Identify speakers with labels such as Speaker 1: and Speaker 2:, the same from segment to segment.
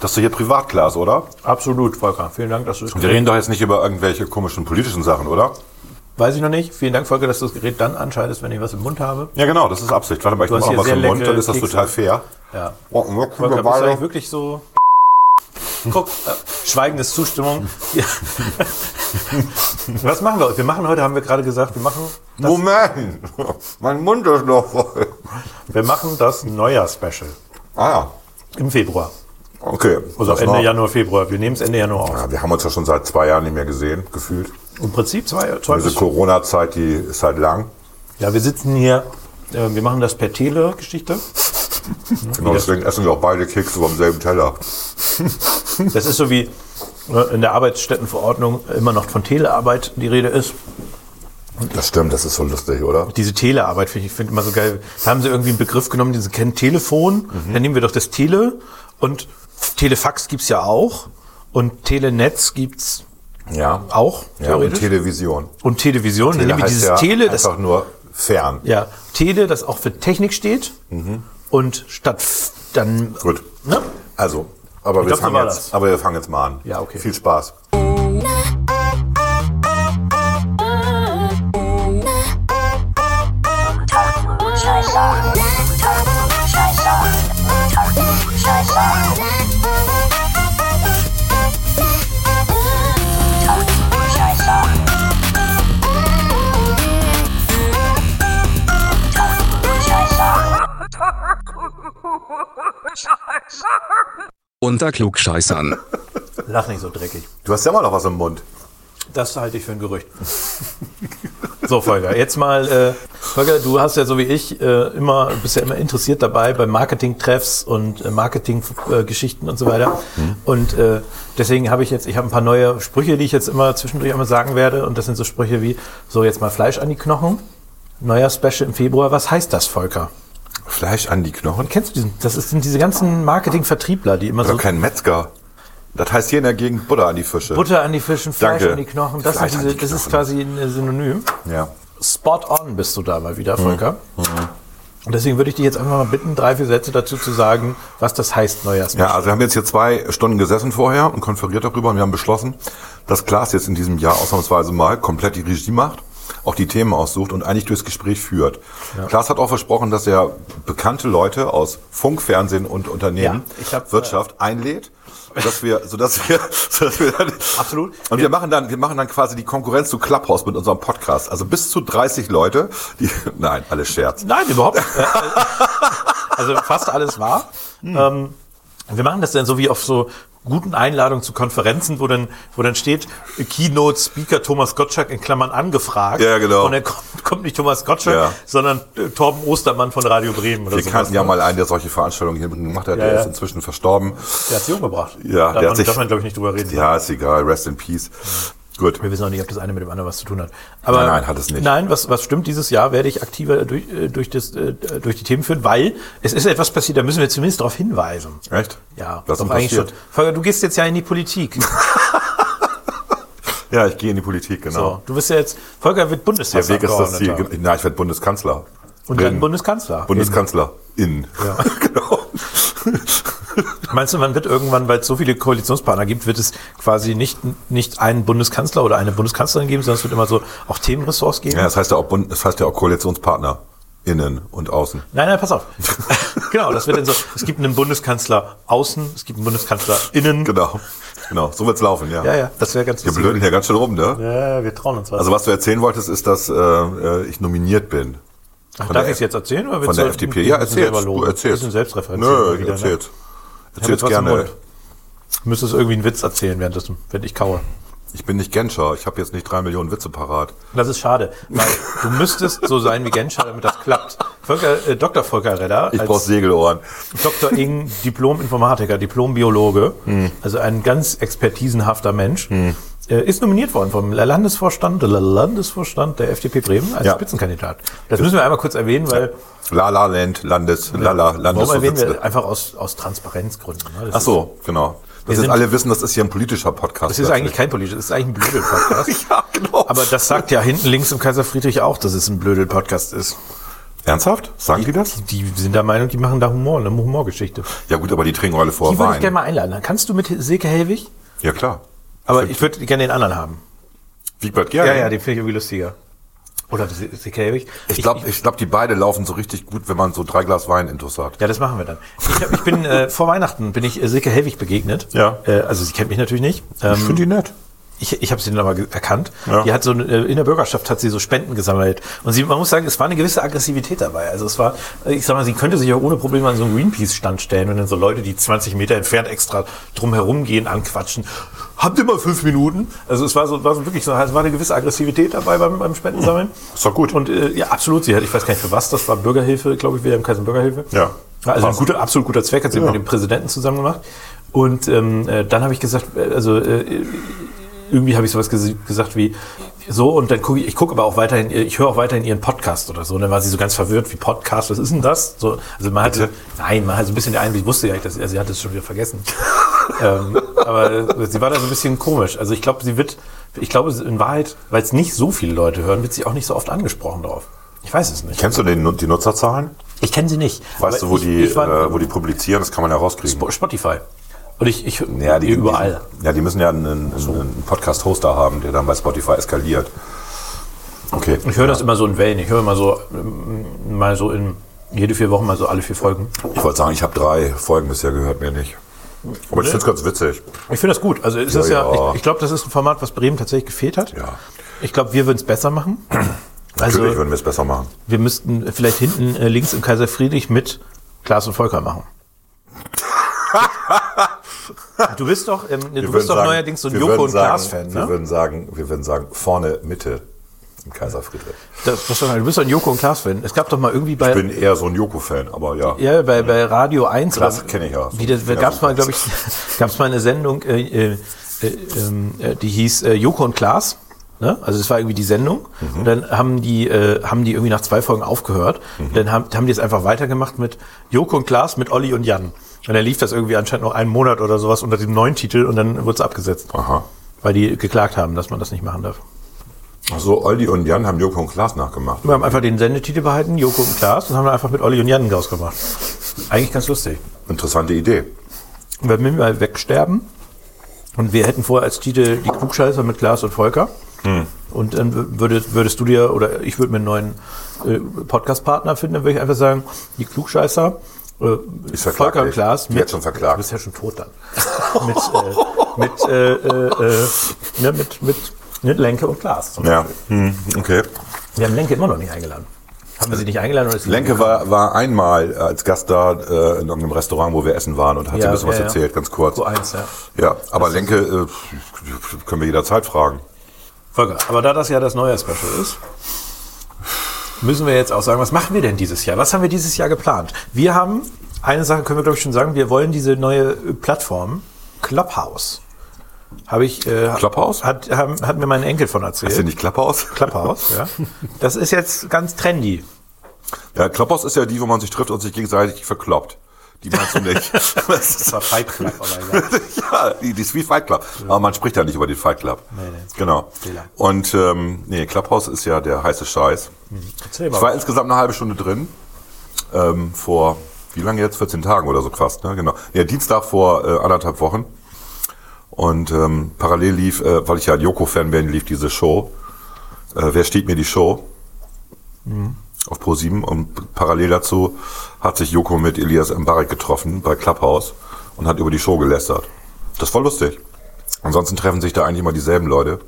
Speaker 1: Das ist doch hier Privatglas, oder?
Speaker 2: Absolut, Volker. Vielen Dank, dass du es
Speaker 1: Wir reden doch jetzt nicht über irgendwelche komischen politischen Sachen, oder?
Speaker 2: Weiß ich noch nicht. Vielen Dank, Volker, dass du das Gerät dann anschaltest, wenn ich was im Mund habe.
Speaker 1: Ja, genau, das ist Absicht. Warte mal, ich
Speaker 2: Du hast
Speaker 1: mach noch
Speaker 2: hier
Speaker 1: was
Speaker 2: sehr
Speaker 1: im Mund,
Speaker 2: leckere
Speaker 1: dann ist das
Speaker 2: Kekse.
Speaker 1: total fair.
Speaker 2: Ja.
Speaker 1: Oh, oh, guck
Speaker 2: Volker,
Speaker 1: mal,
Speaker 2: bist du
Speaker 1: Wale.
Speaker 2: eigentlich wirklich so... Guck, äh, Schweigen ist Zustimmung. Ja. was machen wir? Wir machen heute, haben wir gerade gesagt, wir machen,
Speaker 1: Moment! Mein Mund ist noch voll.
Speaker 2: wir machen das Neujahr-Special
Speaker 1: Ah, ja.
Speaker 2: im Februar.
Speaker 1: okay.
Speaker 2: Also
Speaker 1: Das
Speaker 2: Ende
Speaker 1: war-
Speaker 2: Januar, Februar. Wir nehmen es Ende Januar auf.
Speaker 1: Ja, wir haben uns ja schon seit zwei Jahren nicht mehr gesehen, gefühlt.
Speaker 2: Im Prinzip zwei, zwei
Speaker 1: Diese
Speaker 2: bis
Speaker 1: Corona-Zeit, die ist halt lang.
Speaker 2: Ja, wir sitzen hier, äh, wir machen das per Tele-Geschichte.
Speaker 1: Genau, deswegen essen wir auch beide Kekse vom selben Teller.
Speaker 2: Das ist so wie äh, in der Arbeitsstättenverordnung immer noch von Telearbeit die Rede ist.
Speaker 1: Das stimmt, das ist so lustig, oder?
Speaker 2: Diese Telearbeit finde ich find immer so geil. Da haben sie irgendwie einen Begriff genommen, den sie kennen, Telefon.
Speaker 1: Mhm.
Speaker 2: Dann nehmen wir doch das Tele und Telefax gibt's ja auch und Telenetz gibt's
Speaker 1: Ja.
Speaker 2: auch
Speaker 1: Ja, und
Speaker 2: theoretisch. und,
Speaker 1: Television.
Speaker 2: Television. dann
Speaker 1: Da
Speaker 2: nehmen wir
Speaker 1: heißt
Speaker 2: dieses
Speaker 1: ja
Speaker 2: Tele, das
Speaker 1: einfach nur fern.
Speaker 2: Ja, Tele, das auch für Technik steht. Und statt F- dann.
Speaker 1: Mhm. Gut.
Speaker 2: Ne?
Speaker 1: Also, aber wir,
Speaker 2: glaub, so
Speaker 1: fangen
Speaker 2: war
Speaker 1: jetzt,
Speaker 2: das.
Speaker 1: aber wir fangen jetzt mal an.
Speaker 2: Ja, okay.
Speaker 1: Viel Spaß.
Speaker 3: Unter Klugscheißern.
Speaker 2: Lach nicht so dreckig.
Speaker 1: Du hast ja immer noch was im Mund.
Speaker 2: Das halte ich für ein Gerücht. so, Volker, jetzt mal, äh, Volker, du hast ja so wie ich äh, immer, bist ja immer interessiert dabei bei Marketing-Treffs und äh, Marketing-Geschichten und so weiter.
Speaker 1: Mhm.
Speaker 2: Und äh, deswegen habe ich jetzt, ich habe ein paar neue Sprüche, die ich jetzt immer zwischendurch einmal sagen werde. Und das sind so Sprüche wie, so jetzt mal Fleisch an die Knochen. Neuer Special im Februar. Was heißt das, Volker?
Speaker 1: Fleisch an die Knochen?
Speaker 2: Kennst du diesen? Das ist- sind diese ganzen Marketing-Vertriebler, die immer
Speaker 1: Ich
Speaker 2: so
Speaker 1: bin Also kein Metzger. Das heißt hier in der Gegend Butter an die Fische.
Speaker 2: Butter an die Fischen, Fleisch
Speaker 1: Danke.
Speaker 2: an die Knochen. Das,
Speaker 1: Fleisch
Speaker 2: sind
Speaker 1: an
Speaker 2: diese,
Speaker 1: die
Speaker 2: das ist
Speaker 1: Knochen.
Speaker 2: quasi ein äh, Synonym.
Speaker 1: Ja.
Speaker 2: Spot on bist du da mal
Speaker 1: Mhm.
Speaker 2: wieder, Volker. Und deswegen würde ich dich jetzt einfach mal bitten, drei, vier Sätze dazu zu sagen, was das heißt, Neujahrsmensch.
Speaker 1: Ja, also wir haben jetzt hier zwei Stunden gesessen vorher und konferiert darüber und wir haben beschlossen, dass Klaas jetzt in diesem Jahr ausnahmsweise mal komplett die Regie macht, auch die Themen aussucht und eigentlich durchs Gespräch führt. Klaas hat auch versprochen, dass er bekannte Leute aus Funk, Fernsehen und Unternehmen,
Speaker 2: Ja, ich hab, äh,
Speaker 1: Wirtschaft einlädt. Dass wir, sodass wir, sodass wir dann,
Speaker 2: Absolut.
Speaker 1: Und wir machen dann, wir machen dann quasi die Konkurrenz zu Clubhouse mit unserem Podcast. Also bis zu 30 Leute, die, nein, alles Scherz.
Speaker 2: Nein, überhaupt nicht. Äh, äh, also fast alles wahr.
Speaker 1: Mhm.
Speaker 2: Ähm, wir machen das dann so wie auf so guten Einladungen zu Konferenzen, wo dann, wo dann steht äh, Keynote Speaker Thomas Gottschalk in Klammern angefragt.
Speaker 1: Ja, genau.
Speaker 2: Und dann kommt, kommt nicht Thomas Gottschalk,
Speaker 1: Ja.
Speaker 2: sondern äh, Torben Ostermann von Radio Bremen oder
Speaker 1: Wir
Speaker 2: sowas.
Speaker 1: kannten ja mal einen, der solche Veranstaltungen hier gemacht hat,
Speaker 2: Ja,
Speaker 1: der
Speaker 2: ja.
Speaker 1: ist inzwischen verstorben.
Speaker 2: Der hat sich umgebracht.
Speaker 1: Ja,
Speaker 2: darf
Speaker 1: der hat
Speaker 2: man,
Speaker 1: sich-
Speaker 2: darf man glaube ich nicht drüber reden.
Speaker 1: Ja, ist egal. Rest in peace. Gut.
Speaker 2: Wir wissen noch nicht, ob das eine mit dem anderen was zu tun hat. Aber
Speaker 1: Nein, nein, hat es nicht.
Speaker 2: Nein, was, was stimmt, dieses Jahr werde ich aktiver durch, äh, durch, das, äh, durch die Themen führen, weil es ist etwas passiert, da müssen wir zumindest darauf hinweisen.
Speaker 1: Echt?
Speaker 2: Ja,
Speaker 1: Was
Speaker 2: doch
Speaker 1: ist denn passiert?
Speaker 2: Volker, du gehst jetzt ja in die Politik.
Speaker 1: Ja, ich gehe in die Politik, genau.
Speaker 2: So, du bist ja jetzt, Volker wird
Speaker 1: Der Weg ist das Ziel.
Speaker 2: Bundestagsabgeordneter.
Speaker 1: Na, ich werde Bundeskanzler.
Speaker 2: Und dann Bundeskanzler.
Speaker 1: Bundeskanzler. In. Ja. genau.
Speaker 2: Meinst du, man wird irgendwann, weil es so viele Koalitionspartner gibt, wird es quasi nicht, nicht einen Bundeskanzler oder eine Bundeskanzlerin geben, sondern es wird immer so auch Themenressorts geben?
Speaker 1: Ja, das heißt ja auch, Bund, das heißt ja auch Koalitionspartner. Innen und außen.
Speaker 2: Nein, nein, pass auf. genau, das wird dann so. Es gibt einen Bundeskanzler außen, es gibt einen Bundeskanzler innen.
Speaker 1: Genau. Genau. So wird's laufen, ja.
Speaker 2: Ja, ja, das wäre ganz
Speaker 1: Wir blöden hier ganz schön rum, ne?
Speaker 2: Ja, wir trauen uns was.
Speaker 1: Also was du erzählen wolltest, ist, dass äh, äh, ich nominiert bin.
Speaker 2: Ach,
Speaker 1: von
Speaker 2: darf
Speaker 1: der
Speaker 2: ich es jetzt erzählen? Oder
Speaker 1: Von der FDP. Ja, erzähl's. Du erzählst.
Speaker 2: Ein Selbstreferenziell.
Speaker 1: Nö,
Speaker 2: mal
Speaker 1: ich
Speaker 2: wieder, ne?
Speaker 1: erzähl's.
Speaker 2: Ich hab
Speaker 1: Erzähl's
Speaker 2: jetzt was im
Speaker 1: gerne.
Speaker 2: Mund. Du müsstest irgendwie einen Witz erzählen, während, das, während ich kaue.
Speaker 1: Ich bin nicht Genscher. Ich habe jetzt nicht drei Millionen Witze parat.
Speaker 2: Das ist schade, weil du müsstest so sein wie Genscher, damit das klappt. Volker, äh, Dr. Volker Redder
Speaker 1: Ich brauch
Speaker 2: als
Speaker 1: Segelohren.
Speaker 2: Dr. Ing, Diplom-Informatiker, Diplom-Biologe, also ein ganz expertisenhafter Mensch,
Speaker 1: Mhm.
Speaker 2: äh, ist nominiert worden vom Landesvorstand, Landesvorstand der FDP Bremen als
Speaker 1: Ja.
Speaker 2: Spitzenkandidat. Das müssen wir einmal kurz erwähnen, weil
Speaker 1: La La Land, Landes, Lala,
Speaker 2: warum erwähnen
Speaker 1: Landesvorsitzende.
Speaker 2: wir einfach aus, aus Transparenzgründen. Ne? Das
Speaker 1: Ach so, genau. Dass jetzt
Speaker 2: sind-
Speaker 1: alle wissen, das ist hier ein politischer Podcast.
Speaker 2: Ist, das ist eigentlich kein politisches, das ist eigentlich ein Blödel-Podcast.
Speaker 1: Ja, genau.
Speaker 2: Aber das sagt ja hinten links im Kaiser Friedrich auch, dass es ein Blödel-Podcast ist.
Speaker 1: Ernsthaft? Sagen die das?
Speaker 2: Die sind der Meinung, die machen da Humor, eine Humorgeschichte.
Speaker 1: Ja gut, aber die trinken alle vor
Speaker 2: Die würde ich gerne
Speaker 1: Wein.
Speaker 2: mal einladen. Dann Kannst du mit Silke Helwig?
Speaker 1: Ja klar.
Speaker 2: Aber ich würde gerne den anderen haben.
Speaker 1: Wiegbert Gerling.
Speaker 2: den finde ich irgendwie lustiger. Oder Si- Silke Helwig?
Speaker 1: Ich glaube, ich glaub, die beide laufen so richtig gut, wenn man so drei Glas Wein intus hat.
Speaker 2: Ja, das machen wir dann. Ich, hab, ich bin äh, vor Weihnachten bin ich äh, Silke Helwig begegnet.
Speaker 1: Ja.
Speaker 2: Äh, also sie kennt mich natürlich nicht. Ähm,
Speaker 1: Ich finde die nett.
Speaker 2: Ich, ich habe sie dann aber ge- erkannt.
Speaker 1: Ja.
Speaker 2: Die hat so eine- äh, in der Bürgerschaft hat sie so Spenden gesammelt und sie, man muss sagen, es war eine gewisse Aggressivität dabei. Also es war, äh, ich sag mal, sie könnte sich auch ohne Probleme an so einen Greenpeace-Stand stellen und dann so Leute, die 20 Meter entfernt extra drumherum gehen, anquatschen. Habt ihr mal fünf Minuten? Also es war so, war so wirklich so, es war eine gewisse Aggressivität dabei beim, beim Spendensammeln.
Speaker 1: Ist doch gut.
Speaker 2: Und äh, ja, absolut. Sie hat, ich weiß gar nicht für was, das war Bürgerhilfe, glaube ich, Wilhelm Kaiser Bürgerhilfe.
Speaker 1: Ja.
Speaker 2: Also ein guter, absolut guter Zweck, hat sie
Speaker 1: Ja.
Speaker 2: mit dem Präsidenten zusammen gemacht. Und ähm, äh, dann habe ich gesagt, äh, also äh, irgendwie habe ich sowas ges gesagt wie so und dann gucke ich, ich gucke aber auch weiterhin, äh, ich höre auch weiterhin ihren Podcast oder so. Und dann war sie so ganz verwirrt, wie Podcast, was ist denn das? So, also man hatte, nein, man hat so ein bisschen den Einblick, ich wusste ja, dass, also sie hat es schon wieder vergessen. ähm, aber sie war da so ein bisschen komisch. Also ich glaube, sie wird, ich glaube in Wahrheit, weil es nicht so viele Leute hören, wird sie auch nicht so oft angesprochen drauf. Ich weiß es nicht.
Speaker 1: Kennst du den, Nu- die Nutzerzahlen?
Speaker 2: Ich kenne sie nicht.
Speaker 1: Weißt
Speaker 2: Aber
Speaker 1: du, wo,
Speaker 2: ich-
Speaker 1: die,
Speaker 2: ich war-
Speaker 1: äh, wo die publizieren? Das kann man ja rauskriegen.
Speaker 2: Spo- Spotify. Und ich, ich
Speaker 1: Die,
Speaker 2: überall.
Speaker 1: ja, die müssen ja einen, einen, einen Podcast-Hoster haben, der dann bei Spotify eskaliert. Okay.
Speaker 2: Ich höre das immer so in Wellen. Ich höre immer so, ähm, mal so in, jede vier Wochen mal so alle vier Folgen.
Speaker 1: Ich wollte sagen, ich habe drei Folgen bisher gehört, mir nicht. Aber ich finde es ganz witzig.
Speaker 2: Ich finde das gut. Also es ist ja,
Speaker 1: ja.
Speaker 2: ich, ich glaube, das ist ein Format, was Bremen tatsächlich gefehlt hat.
Speaker 1: Ja.
Speaker 2: Ich glaube, wir würden es besser machen. Also
Speaker 1: Natürlich würden wir es besser machen.
Speaker 2: wir müssten vielleicht hinten äh, links im Kaiser Friedrich mit Klaas und Volker machen. Du bist doch, ähm, du bist doch neuerdings so ein
Speaker 1: wir
Speaker 2: Joko
Speaker 1: würden
Speaker 2: und
Speaker 1: sagen-
Speaker 2: Klaas-Fan,
Speaker 1: Wir
Speaker 2: ne?
Speaker 1: würden sagen, wir würden sagen, vorne, Mitte im Kaiser Friedrich.
Speaker 2: Das, das, du bist doch ein Joko und Klaas-Fan. Es gab doch mal irgendwie bei,
Speaker 1: Ich bin eher so ein Joko-Fan, aber ja.
Speaker 2: Ja, bei, bei Radio 1.
Speaker 1: Klasse,
Speaker 2: oder-
Speaker 1: kenn ich ja.
Speaker 2: Wie, das,
Speaker 1: Ja,
Speaker 2: gab's
Speaker 1: super.
Speaker 2: mal, glaube ich, gab's mal eine Sendung, äh, äh, äh, ähm, äh, die hieß äh, Joko und Klaas. Ne? Also das war irgendwie die Sendung. Und dann haben die, äh, haben die irgendwie nach zwei Folgen aufgehört. Und dann haben, haben die es einfach weitergemacht mit Joko und Klaas, mit Olli und Jan. Und dann lief das irgendwie anscheinend noch einen Monat oder sowas unter dem neuen Titel und dann wurde es abgesetzt.
Speaker 1: Aha.
Speaker 2: Weil die geklagt haben, dass man das nicht machen darf.
Speaker 1: Also Olli und Jan haben Joko und Klaas nachgemacht.
Speaker 2: Wir haben einfach den Sendetitel behalten, Joko und Klaas, und haben dann einfach mit Olli und Jan rausgemacht. Eigentlich ganz lustig.
Speaker 1: Interessante Idee.
Speaker 2: wenn wir mal wegsterben und wir hätten vorher als Titel die Klugscheißer mit Klaas und Volker
Speaker 1: Hm.
Speaker 2: und dann wür- würdest, würdest du dir oder ich würde mir einen neuen äh, Podcast-Partner finden, dann würde ich einfach sagen, die Klugscheißer, äh,
Speaker 1: verklag
Speaker 2: Volker und
Speaker 1: dich.
Speaker 2: Klaas.
Speaker 1: Die hat schon verklagt.
Speaker 2: Du bist ja schon tot dann. mit äh, mit, äh, äh, äh, ne, mit, mit, mit Lenke und Klaas.
Speaker 1: Ja. Hm, okay.
Speaker 2: Wir haben Lenke immer noch nicht eingeladen. Haben wir sie nicht eingeladen? Oder ist sie-
Speaker 1: Lenke war, war einmal als Gast da äh, in irgendeinem Restaurant, wo wir essen waren und hat so
Speaker 2: Ja,
Speaker 1: ein bisschen
Speaker 2: ja,
Speaker 1: was
Speaker 2: ja.
Speaker 1: erzählt, ganz kurz.
Speaker 2: Q1, ja.
Speaker 1: Ja, aber Lenke äh, können wir jederzeit fragen.
Speaker 2: Volker, aber da das ja das neue Special ist, müssen wir jetzt auch sagen, was machen wir denn dieses Jahr? Was haben wir dieses Jahr geplant? Wir haben, eine Sache können wir glaube ich schon sagen, wir wollen diese neue äh, Plattform Clubhouse. Habe ich, äh,
Speaker 1: Clubhouse?
Speaker 2: Hat, haben, hat mir mein Enkel von erzählt.
Speaker 1: Ist der nicht Klapphaus?
Speaker 2: Clubhouse, ja. Das ist jetzt ganz trendy.
Speaker 1: Ja, Klapphaus ist ja die, wo man sich trifft und sich gegenseitig verkloppt. Die meinst du nicht. das
Speaker 2: war Fight Club, aber
Speaker 1: ja, die, die ist wie Fight Club. Aber man spricht ja nicht über den Fight Club.
Speaker 2: nee.
Speaker 1: Genau.
Speaker 2: Fehler.
Speaker 1: Und ähm, nee, Klapphaus ist ja der heiße Scheiß.
Speaker 2: Erzähl
Speaker 1: Ich war insgesamt eine halbe Stunde drin. Ähm, vor wie lange jetzt? 14 Tagen oder so fast, ne? Genau. Ja, Dienstag vor äh, anderthalb Wochen. Und ähm, parallel lief, äh, weil ich ja ein Joko-Fan bin, lief diese Show. Äh, Wer steht mir die Show? Auf Pro7. Und parallel dazu hat sich Joko mit Elias Mbarek getroffen bei Clubhouse und hat über die Show gelästert. Das war lustig. Ansonsten treffen sich da eigentlich immer dieselben Leute.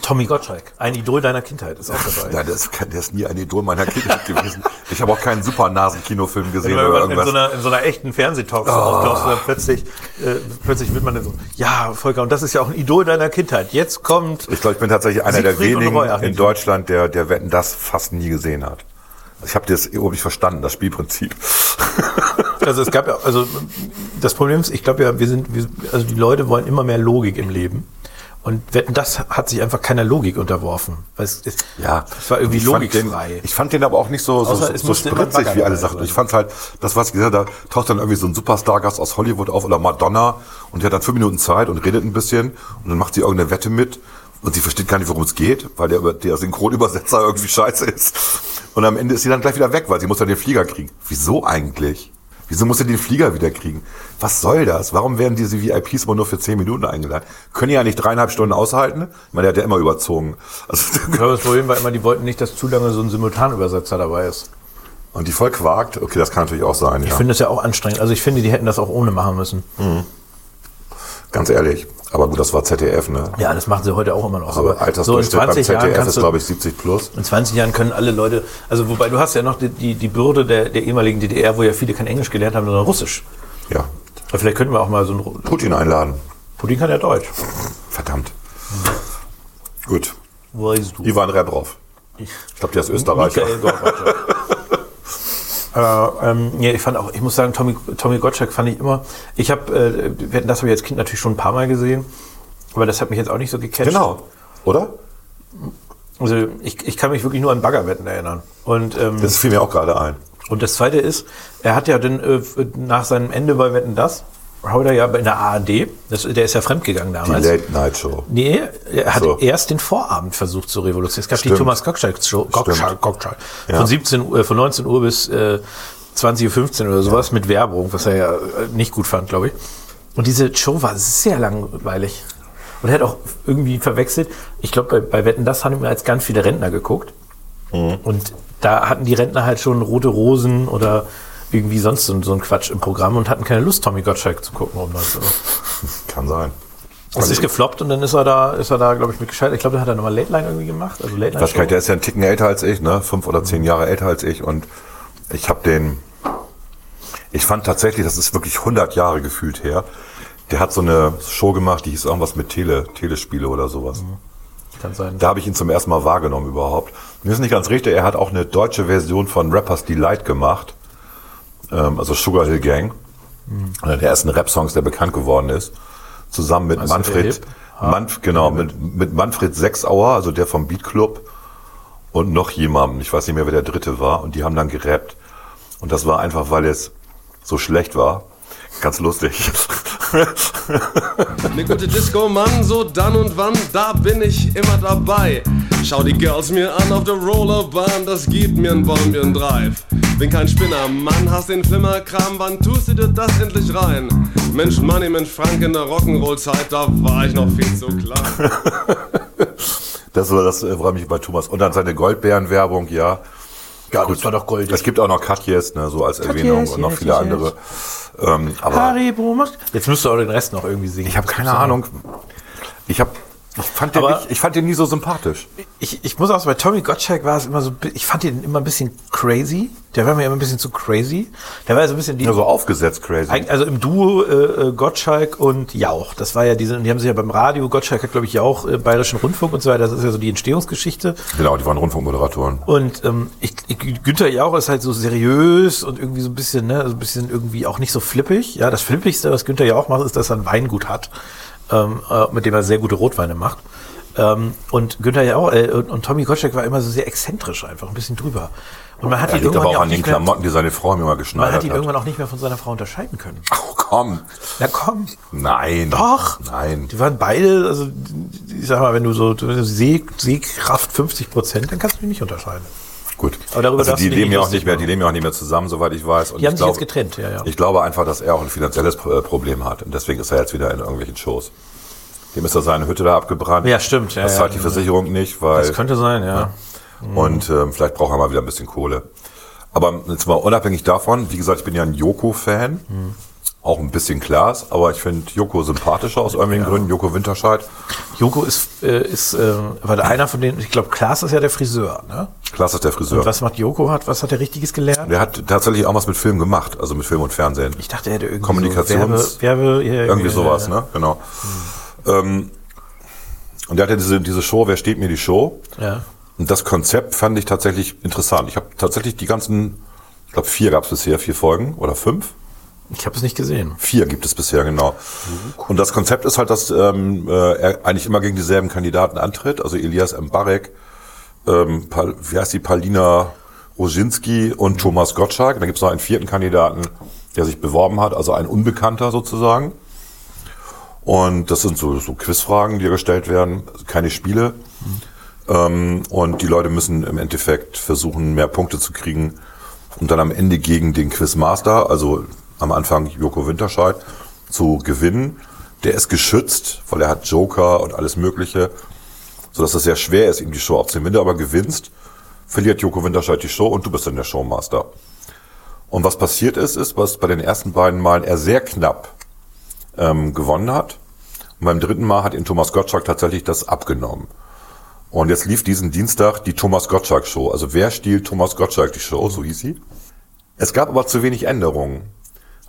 Speaker 2: Tommy Gottschalk, ein Idol deiner Kindheit, ist auch dabei.
Speaker 1: Nein, das, kann, der ist nie ein Idol meiner Kindheit gewesen. Ich habe auch keinen super Nasen-Kinofilm gesehen oder
Speaker 2: Wenn man in
Speaker 1: irgendwas. Oh.
Speaker 2: so, einer, in so einer echten Fernsehtalkshow auftauchst, dann plötzlich, äh, plötzlich wird man dann so, ja, Volker, und das ist ja auch ein Idol deiner Kindheit. Jetzt kommt
Speaker 1: ich glaube, ich bin tatsächlich einer der
Speaker 2: Siegfried und
Speaker 1: wenigen
Speaker 2: Roy, ach,
Speaker 1: in
Speaker 2: nicht.
Speaker 1: Deutschland, der, der Wetten das fast nie gesehen hat. Ich habe das eh überhaupt nicht verstanden, das Spielprinzip.
Speaker 2: Also es gab ja, also das Problem ist, ich glaube ja, wir sind, wir, also die Leute wollen immer mehr Logik im Leben. Und Wetten, das hat sich einfach keiner Logik unterworfen. Weil es, es, es war irgendwie
Speaker 1: ich fand den,
Speaker 2: logikfrei.
Speaker 1: Ich fand den aber auch nicht so, so,
Speaker 2: Außer es
Speaker 1: so
Speaker 2: musste immer
Speaker 1: spritzig,
Speaker 2: baggern
Speaker 1: wie alle
Speaker 2: dabei
Speaker 1: sagten.
Speaker 2: sein.
Speaker 1: Ich fand halt, das, was ich gesagt habe, da taucht dann irgendwie so ein Superstar-Gast aus Hollywood auf oder Madonna und die hat dann fünf Minuten Zeit und redet ein bisschen und dann macht sie irgendeine Wette mit, Und sie versteht gar nicht, worum es geht, weil der, über- der Synchronübersetzer irgendwie scheiße ist. Und am Ende ist sie dann gleich wieder weg, weil sie muss ja den Flieger kriegen. Wieso eigentlich? Wieso muss sie den Flieger wieder kriegen? Was soll das? Warum werden diese VIPs immer nur für 10 Minuten eingeladen? Können die ja nicht dreieinhalb Stunden aushalten? Ich meine, der hat ja immer überzogen. Also,
Speaker 2: Ich glaube, das Problem war immer, die wollten nicht, dass zu lange so ein Simultanübersetzer dabei ist.
Speaker 1: und die voll quakt. Okay, das kann natürlich auch sein.
Speaker 2: Ich
Speaker 1: Ja.
Speaker 2: finde das ja auch anstrengend. Also ich finde, die hätten das auch ohne machen müssen.
Speaker 1: Mhm. Ganz ehrlich. Aber gut, das war ZDF, ne?
Speaker 2: Ja, das machen sie heute auch immer noch.
Speaker 1: Aber
Speaker 2: so in
Speaker 1: Altersdurchschnitt beim
Speaker 2: 20 Jahren
Speaker 1: ZDF ist,
Speaker 2: kannst
Speaker 1: glaube
Speaker 2: du,
Speaker 1: ich, 70 plus.
Speaker 2: in 20 Jahren können alle Leute, also wobei du hast ja noch die, die, die Bürde der, der ehemaligen DDR, wo ja viele kein Englisch gelernt haben, sondern Russisch.
Speaker 1: Ja.
Speaker 2: Aber vielleicht könnten wir auch mal so ein Ru-
Speaker 1: Putin einladen.
Speaker 2: Putin kann ja Deutsch.
Speaker 1: Verdammt. Gut.
Speaker 2: Weißt du.
Speaker 1: Ivan Rebrov. Ich glaube, der ist Österreicher.
Speaker 2: Michael Gorbatschow. Äh, ähm, ja, ich fand auch, ich muss sagen, Tommy, Tommy Gottschalk fand ich immer, ich habe, äh, wir hatten das habe ich als Kind natürlich schon ein paar Mal gesehen, aber das hat mich jetzt auch nicht so gecatcht.
Speaker 1: Genau. Oder?
Speaker 2: Also ich, ich kann mich wirklich nur an Baggerwetten erinnern. Und, ähm,
Speaker 1: Das fiel mir auch gerade ein.
Speaker 2: und das Zweite ist, er hat ja dann äh, nach seinem Ende bei Wetten das, haut er ja in der ARD, das, der ist ja fremdgegangen
Speaker 1: Die
Speaker 2: damals.
Speaker 1: Late Night Show.
Speaker 2: Nee, er hat
Speaker 1: So.
Speaker 2: erst den Vorabend versucht zu revolutionieren. Es gab die
Speaker 1: Stimmt.
Speaker 2: Thomas Gottschalk Show, Gottschalk,
Speaker 1: Stimmt.
Speaker 2: Gottschalk.
Speaker 1: Ja.
Speaker 2: Von 17 Uhr, äh, von 19 Uhr bis äh, 20.15 Uhr oder sowas mit Werbung, was er ja äh, nicht gut fand, glaube ich. Und diese Show war sehr langweilig. Und er hat auch irgendwie verwechselt. Ich glaube, bei, bei Wetten, das haben wir als ganz viele Rentner geguckt.
Speaker 1: Mhm.
Speaker 2: Und da hatten die Rentner halt schon rote Rosen oder irgendwie sonst so, so ein Quatsch im Programm und hatten keine Lust, Tommy Gottschalk zu gucken um 19 Uhr.
Speaker 1: Kann sein.
Speaker 2: Es Also
Speaker 1: Also
Speaker 2: ist gefloppt und dann ist er da, ist er da, glaube ich, mit gescheitert. Ich glaube, da hat er nochmal Late Line irgendwie gemacht. Also Late Line
Speaker 1: Das kann ich, der ist ja einen Ticken älter als ich, ne? Fünf oder zehn Jahre älter als ich. Und ich habe den. Ich fand tatsächlich, das ist wirklich 100 Jahre gefühlt her. Der hat so eine Show gemacht, die hieß irgendwas mit Tele, Telespiele oder sowas.
Speaker 2: kann sein.
Speaker 1: Da habe ich ihn zum ersten Mal wahrgenommen überhaupt. Mir ist nicht ganz richtig, er hat auch eine deutsche Version von Rappers Delight gemacht. Ähm, also Sugar Hill Gang. Einer der ersten Rap-Songs, der bekannt geworden ist. Zusammen mit
Speaker 2: Also der
Speaker 1: Manfred,
Speaker 2: Hip,
Speaker 1: Manf, genau, mit, mit Manfred Sechsauer, also der vom Beat Club. Und noch jemandem, ich weiß nicht mehr, wer der dritte war. Und die haben dann gerappt. Und das war einfach, weil es so schlecht war. Ganz lustig.
Speaker 4: Eine gute Disco, Mann, so dann und wann, da bin ich immer dabei. Schau die Girls mir an auf der Rollerbahn, das gibt mir einen Bombion Drive. Bin kein Spinner, Mann, hast den Flimmerkram, wann tust du dir das endlich rein? Mensch, Manni, Mensch, Frank, in der Rock'n'Roll-Zeit, da war ich noch viel zu klein.
Speaker 1: Das war das, äh, woran mich bei Thomas. Und dann seine Goldbären-Werbung, ja.
Speaker 2: Ja, das war doch goldig.
Speaker 1: Es gibt auch noch Katjes, ne, so als Erwähnung und noch
Speaker 2: yes,
Speaker 1: viele
Speaker 2: yes,
Speaker 1: andere. Ähm, aber
Speaker 2: Haribo macht. Jetzt müsst ihr auch den Rest noch irgendwie singen.
Speaker 1: ich habe keine Ahnung. Ich habe, ich fand den
Speaker 2: Aber-
Speaker 1: nicht, ich fand den nie so sympathisch.
Speaker 2: Ich, ich muss auch sagen, bei Tommy Gottschalk war es immer so, bi- ich fand ihn immer ein bisschen crazy. Der war mir immer ein bisschen zu crazy. Der war so ein bisschen die,
Speaker 1: Ja, so aufgesetzt crazy.
Speaker 2: Eig- Also im Duo äh, äh, Gottschalk und Jauch. Das war ja diese, und die haben sich ja beim Radio, Gottschalk hat, glaube ich, Jauch, äh, Bayerischen Rundfunk und so weiter. Das ist ja so die Entstehungsgeschichte.
Speaker 1: genau, die waren Rundfunkmoderatoren.
Speaker 2: Und ähm, ich, ich, Günther Jauch ist halt so seriös und irgendwie so ein bisschen, ne, so ein bisschen irgendwie auch nicht so flippig. Ja, das Flippigste, was Günther Jauch macht, ist, dass er ein Weingut hat, ähm, äh, mit dem er sehr gute Rotweine macht. Ähm, und Günther Jauch äh, und, und Tommy Gottschalk war immer so sehr exzentrisch einfach, ein bisschen drüber. Und man hat
Speaker 1: Er
Speaker 2: ihn
Speaker 1: liegt aber
Speaker 2: irgendwann ja
Speaker 1: auch
Speaker 2: auch
Speaker 1: an den
Speaker 2: nicht mehr, man
Speaker 1: Klamotten, die seine Frau mir mal
Speaker 2: hat
Speaker 1: geschneidert
Speaker 2: ihn
Speaker 1: hat.
Speaker 2: irgendwann auch nicht mehr von seiner Frau unterscheiden können.
Speaker 1: Oh, komm.
Speaker 2: Na komm.
Speaker 1: Nein.
Speaker 2: Doch.
Speaker 1: Nein.
Speaker 2: Die waren beide, also ich sag mal, wenn du so wenn du Seh, Sehkraft 50 Prozent, dann kannst du die nicht unterscheiden.
Speaker 1: Gut.
Speaker 2: Aber darüber
Speaker 1: also
Speaker 2: darfst
Speaker 1: die
Speaker 2: du dich
Speaker 1: leben
Speaker 2: nicht
Speaker 1: ja auch
Speaker 2: lustig
Speaker 1: nicht mehr,
Speaker 2: machen.
Speaker 1: die leben ja auch nicht mehr zusammen, soweit ich weiß. Und
Speaker 2: Die haben
Speaker 1: ich
Speaker 2: sich jetzt getrennt, ja, ja.
Speaker 1: Ich glaube einfach, dass er auch ein finanzielles Pro- äh, Problem hat. Und deswegen ist er jetzt wieder in irgendwelchen Shows. Dem ist da seine Hütte da abgebrannt.
Speaker 2: Ja, stimmt, ja,
Speaker 1: das
Speaker 2: ja,
Speaker 1: zahlt die
Speaker 2: ja.
Speaker 1: Versicherung nicht, weil.
Speaker 2: Das könnte Mhm. sein, ja.
Speaker 1: Und ähm, vielleicht braucht er mal wieder ein bisschen Kohle. Aber jetzt mal unabhängig davon, wie gesagt, ich bin ja ein Joko-Fan.
Speaker 2: Mhm.
Speaker 1: Auch ein bisschen Klaas, aber ich finde Joko sympathischer aus irgendwelchen Gründen. Joko Winterscheid.
Speaker 2: Joko ist, äh, ist äh, weil einer von denen, ich glaube, Klaas ist ja der Friseur, ne?
Speaker 1: Klaas ist der Friseur.
Speaker 2: Was macht Joko hat, was hat er richtiges gelernt?
Speaker 1: Der hat tatsächlich auch was mit Film gemacht, also mit Film und Fernsehen.
Speaker 2: Ich dachte, er hätte irgendwie
Speaker 1: Kommunikations-
Speaker 2: so Werbe, äh, Werbe
Speaker 1: Irgendwie sowas, ne? Genau. Ähm, und der hatte diese, diese Show, Wer steht mir die Show?
Speaker 2: Ja.
Speaker 1: Und das Konzept fand ich tatsächlich interessant. Ich habe tatsächlich die ganzen, ich glaube vier gab es bisher, vier Folgen oder fünf.
Speaker 2: Ich habe es nicht gesehen.
Speaker 1: Vier gibt es bisher, genau. Und das Konzept ist halt, dass ähm, äh, er eigentlich immer gegen dieselben Kandidaten antritt. Also Elias Mbarek, ähm, Pal wie heißt die, Palina Rosinski und Thomas Gottschalk. Und dann gibt es noch einen vierten Kandidaten, der sich beworben hat, also ein Unbekannter sozusagen. Und das sind so, so Quizfragen, die gestellt werden, Also keine Spiele. Ähm, und die Leute müssen im Endeffekt versuchen, mehr Punkte zu kriegen. Und dann am Ende gegen den Quizmaster, also am Anfang Joko Winterscheid, zu gewinnen. Der ist geschützt, weil er hat Joker und alles Mögliche, sodass es sehr schwer ist, ihm die Show abzunehmen. Wenn du aber gewinnst, verliert Joko Winterscheid die Show und du bist dann der Showmaster. Und was passiert ist, ist, was bei den ersten beiden Malen er sehr knapp ähm, gewonnen hat. Und beim dritten Mal hat ihn Thomas Gottschalk tatsächlich das abgenommen. Und jetzt lief diesen Dienstag die Thomas Gottschalk Show. Also wer stiehlt Thomas Gottschalk die Show? So hieß sie. Es gab aber zu wenig Änderungen.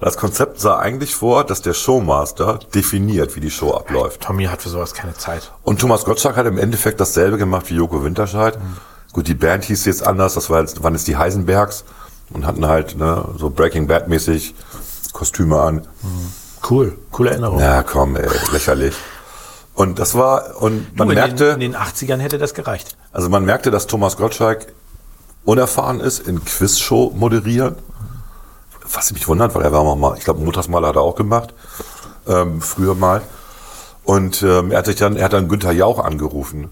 Speaker 1: Das Konzept sah eigentlich vor, dass der Showmaster definiert, wie die Show abläuft.
Speaker 2: Tommy hat für sowas keine Zeit.
Speaker 1: Und Thomas Gottschalk hat im Endeffekt dasselbe gemacht wie Joko Winterscheid.
Speaker 2: Mhm.
Speaker 1: Gut, die Band hieß jetzt anders, das war jetzt, waren jetzt die Heisenbergs und hatten halt ne, so Breaking Bad mäßig Kostüme an.
Speaker 2: Cool, coole Erinnerung.
Speaker 1: Na komm, ey, lächerlich. Und das war, und man
Speaker 2: Du, in,
Speaker 1: merkte.
Speaker 2: den, in den 80ern hätte das gereicht.
Speaker 1: Also man merkte, dass Thomas Gottschalk unerfahren ist in Quizshow moderieren. Was mich wundert, weil er war auch mal, ich glaube, Montagsmaler hat er auch gemacht, ähm, früher mal. Und ähm, er hat sich dann, er hat dann Günther Jauch angerufen,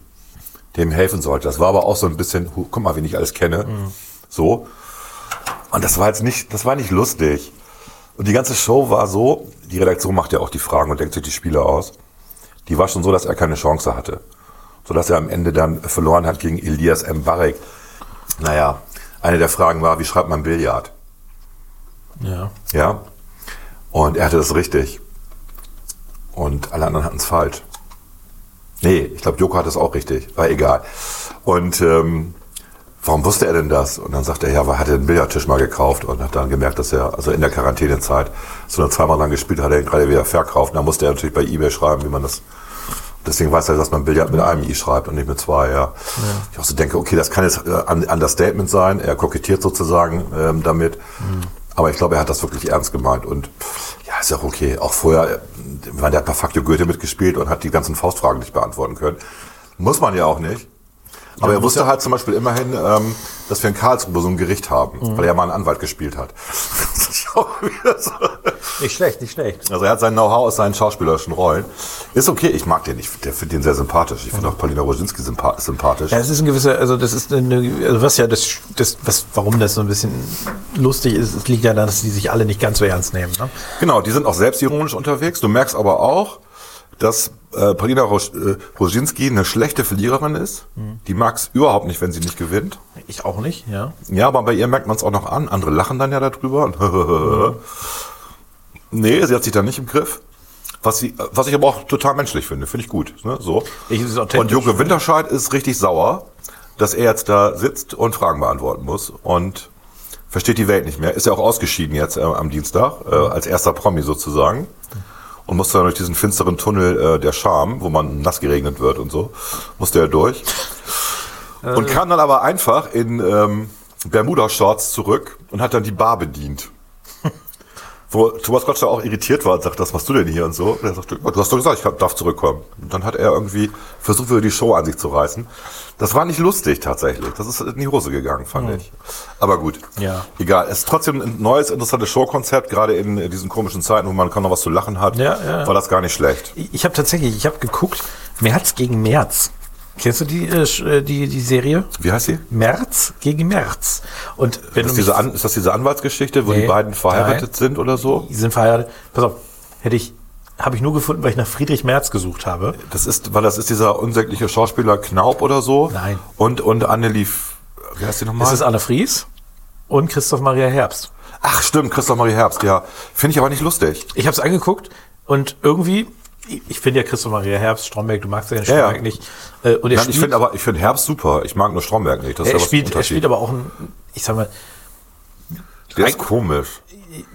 Speaker 1: dem helfen sollte. Das war aber auch so ein bisschen, hu, guck mal, wen ich alles kenne. So. Und das war jetzt nicht, das war nicht lustig. Und die ganze Show war so, die Redaktion macht ja auch die Fragen und denkt sich die Spieler aus. Die war schon so, dass er keine Chance hatte sodass er am Ende dann verloren hat gegen Elias M. Barek. Naja, eine der Fragen war, wie schreibt man Billard?
Speaker 2: Ja.
Speaker 1: Ja. Und er hatte das richtig. Und alle anderen hatten es falsch. Nee, ich glaube, Joko hat es auch richtig. War egal. Und ähm, warum wusste er denn das? Und dann sagte er, ja, weil er hatte einen Billardtisch mal gekauft und hat dann gemerkt, dass er, also in der Quarantänezeit, so eine zweimal lang gespielt hat, hat er ihn gerade wieder verkauft. Und dann musste er natürlich bei Ebay schreiben, wie man das. Deswegen weiß er, dass man Billard mit einem I schreibt und nicht mit zwei, ja. Ich auch so denke, okay, das kann jetzt äh, ein Understatement sein. Er kokettiert sozusagen ähm, damit. Aber ich glaube, er hat das wirklich ernst gemeint. Und ja, ist ja auch okay. Auch vorher, äh, ich meine, der hat bei Fuck Your Goethe mitgespielt und hat die ganzen Faustfragen nicht beantworten können. Muss man ja auch nicht. Aber er wusste halt zum Beispiel immerhin, ähm, dass wir in Karlsruhe so ein Gericht haben, weil er ja mal einen Anwalt gespielt hat. Das ist auch wieder so.
Speaker 2: Nicht schlecht, nicht schlecht.
Speaker 1: Also er hat sein Know-how aus seinen schauspielerischen Rollen. Ist okay, ich mag den, ich finde find den sehr sympathisch. Ich finde auch Paulina Roginski sympa sympathisch.
Speaker 2: Ja, es ist ein gewisser, also das ist eine, also was ja das, das, was, warum das so ein bisschen lustig ist, es liegt ja daran, dass die sich alle nicht ganz so ernst nehmen. Ne?
Speaker 1: Genau, die sind auch selbstironisch unterwegs. Du merkst aber auch, dass äh, Paulina Rosch, äh, Roginski eine schlechte Verliererin ist. Die mag es überhaupt nicht, wenn sie nicht gewinnt.
Speaker 2: Ich auch nicht, ja.
Speaker 1: Ja, aber bei ihr merkt man es auch noch an. Andere lachen dann ja darüber. Und nee, sie hat sich da nicht im Griff. Was, sie, was ich aber auch total menschlich finde, finde ich gut. Ne? So.
Speaker 2: Ich- es ist authentisch.
Speaker 1: und Joko Winterscheid ist richtig sauer, dass er jetzt da sitzt und Fragen beantworten muss und versteht die Welt nicht mehr. Ist ja auch ausgeschieden jetzt äh, am Dienstag, äh, als erster Promi sozusagen. Und musste dann durch diesen finsteren Tunnel äh, der Scham, wo man nass geregnet wird und so, musste er durch. Und
Speaker 2: Also
Speaker 1: kam dann aber einfach in ähm, Bermuda-Shorts zurück und hat dann die Bar bedient. Wo Thomas Gottschalk auch irritiert war und sagt, was machst du denn hier und so. Und er sagte, du hast doch gesagt, ich hab- darf zurückkommen. Und dann hat er irgendwie versucht, wieder die Show an sich zu reißen. Das war nicht lustig tatsächlich. Das ist in die Hose gegangen, fand ich. Aber gut.
Speaker 2: Hm. Ja.
Speaker 1: Egal. Es ist trotzdem ein neues, interessantes Showkonzept, gerade in äh, diesen komischen Zeiten, wo man kaum noch was zu lachen hat,
Speaker 2: Ja, ja.
Speaker 1: war das gar nicht schlecht.
Speaker 2: Ich, ich habe tatsächlich, ich habe geguckt, März gegen März. Kennst du die, äh, Sch- äh, die, die Serie?
Speaker 1: Wie heißt sie?
Speaker 2: März gegen März. Und wenn
Speaker 1: Ist,
Speaker 2: du mich
Speaker 1: diese An ist das diese Anwaltsgeschichte, wo
Speaker 2: Nee.
Speaker 1: die beiden verheiratet
Speaker 2: Nein.
Speaker 1: sind oder so?
Speaker 2: Die sind verheiratet. Pass auf, hätte ich, habe ich nur gefunden, weil ich nach Friedrich Merz gesucht habe.
Speaker 1: Das ist, weil das ist dieser unsägliche Schauspieler Knaub oder so.
Speaker 2: Nein.
Speaker 1: Und, und Annelie, F- wie heißt die
Speaker 2: Das
Speaker 1: nochmal?
Speaker 2: ist Anne Fries und Christoph Maria Herbst.
Speaker 1: Ach, stimmt, Christoph Marie Herbst, ja. Finde ich aber nicht lustig.
Speaker 2: Ich habe es angeguckt und irgendwie, ich- ich finde ja Christoph Maria Herbst, Stromberg, du magst ja den
Speaker 1: Ja, ja.
Speaker 2: Stromberg nicht. Äh, Und er
Speaker 1: Nein, ich finde aber, ich finde Herbst super. Ich mag nur Stromberg nicht. Das
Speaker 2: er
Speaker 1: ist ja was
Speaker 2: spielt, er
Speaker 1: Unterschied.
Speaker 2: spielt aber auch ein, ich sag mal,
Speaker 1: Der ist komisch.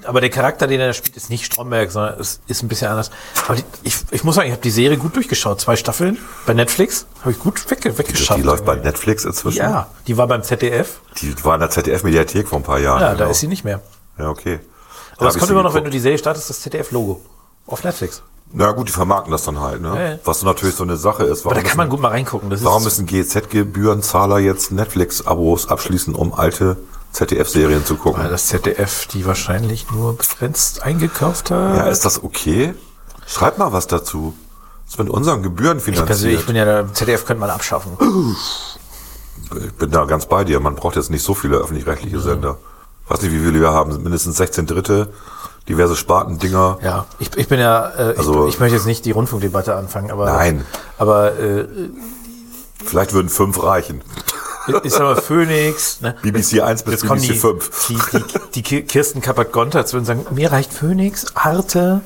Speaker 2: aber der Charakter, den er da spielt, ist nicht Stromberg, sondern es ist ein bisschen anders. Aber die, ich, ich muss sagen, ich habe die Serie gut durchgeschaut. Zwei Staffeln bei Netflix habe ich gut wegge weggeschaut.
Speaker 1: Die läuft bei Netflix inzwischen.
Speaker 2: ja, die war beim ZDF.
Speaker 1: Die war in der ZDF-Mediathek vor ein paar Jahren.
Speaker 2: Ja, da ist sie nicht mehr.
Speaker 1: Ja, okay. Da
Speaker 2: Aber
Speaker 1: genau. hab
Speaker 2: es
Speaker 1: ich
Speaker 2: kommt
Speaker 1: sie
Speaker 2: immer noch, wenn du
Speaker 1: geguckt.
Speaker 2: die Serie startest, das ZDF-Logo auf Netflix.
Speaker 1: Na gut, die vermarkten das dann halt,
Speaker 2: Ja,
Speaker 1: ne?
Speaker 2: ja.
Speaker 1: Was natürlich so eine Sache ist.
Speaker 2: Aber da
Speaker 1: Warum
Speaker 2: kann man gut mal reingucken. Das
Speaker 1: Warum
Speaker 2: ist,
Speaker 1: müssen GZ-Gebührenzahler jetzt Netflix-Abos abschließen, um alte ZDF-Serien zu gucken?
Speaker 2: weil das ZDF die wahrscheinlich nur begrenzt eingekauft hat.
Speaker 1: Ja, ist das okay? Schreib mal was dazu. Das ist mit unseren Gebühren finanziert.
Speaker 2: Persönlich, ich bin ja der ZDF könnte man abschaffen.
Speaker 1: Ich bin da ganz bei dir. Man braucht jetzt nicht so viele öffentlich-rechtliche Sender. Weiß nicht, wie viele wir haben. Mindestens 16 Dritte, diverse Spartendinger.
Speaker 2: Ja, ich, ich bin ja, äh, ich-
Speaker 1: Also-
Speaker 2: ich, möchte jetzt nicht die Rundfunkdebatte anfangen, aber
Speaker 1: Nein.
Speaker 2: aber äh,
Speaker 1: Vielleicht würden fünf reichen.
Speaker 2: ich sag mal Phoenix, ne?
Speaker 1: BBC 1 bis
Speaker 2: Jetzt kommen
Speaker 1: BBC
Speaker 2: die,
Speaker 1: 5.
Speaker 2: die, die, die Ki- Kirsten Kappert-Gontatz würden sagen, mir reicht Phoenix, Arte,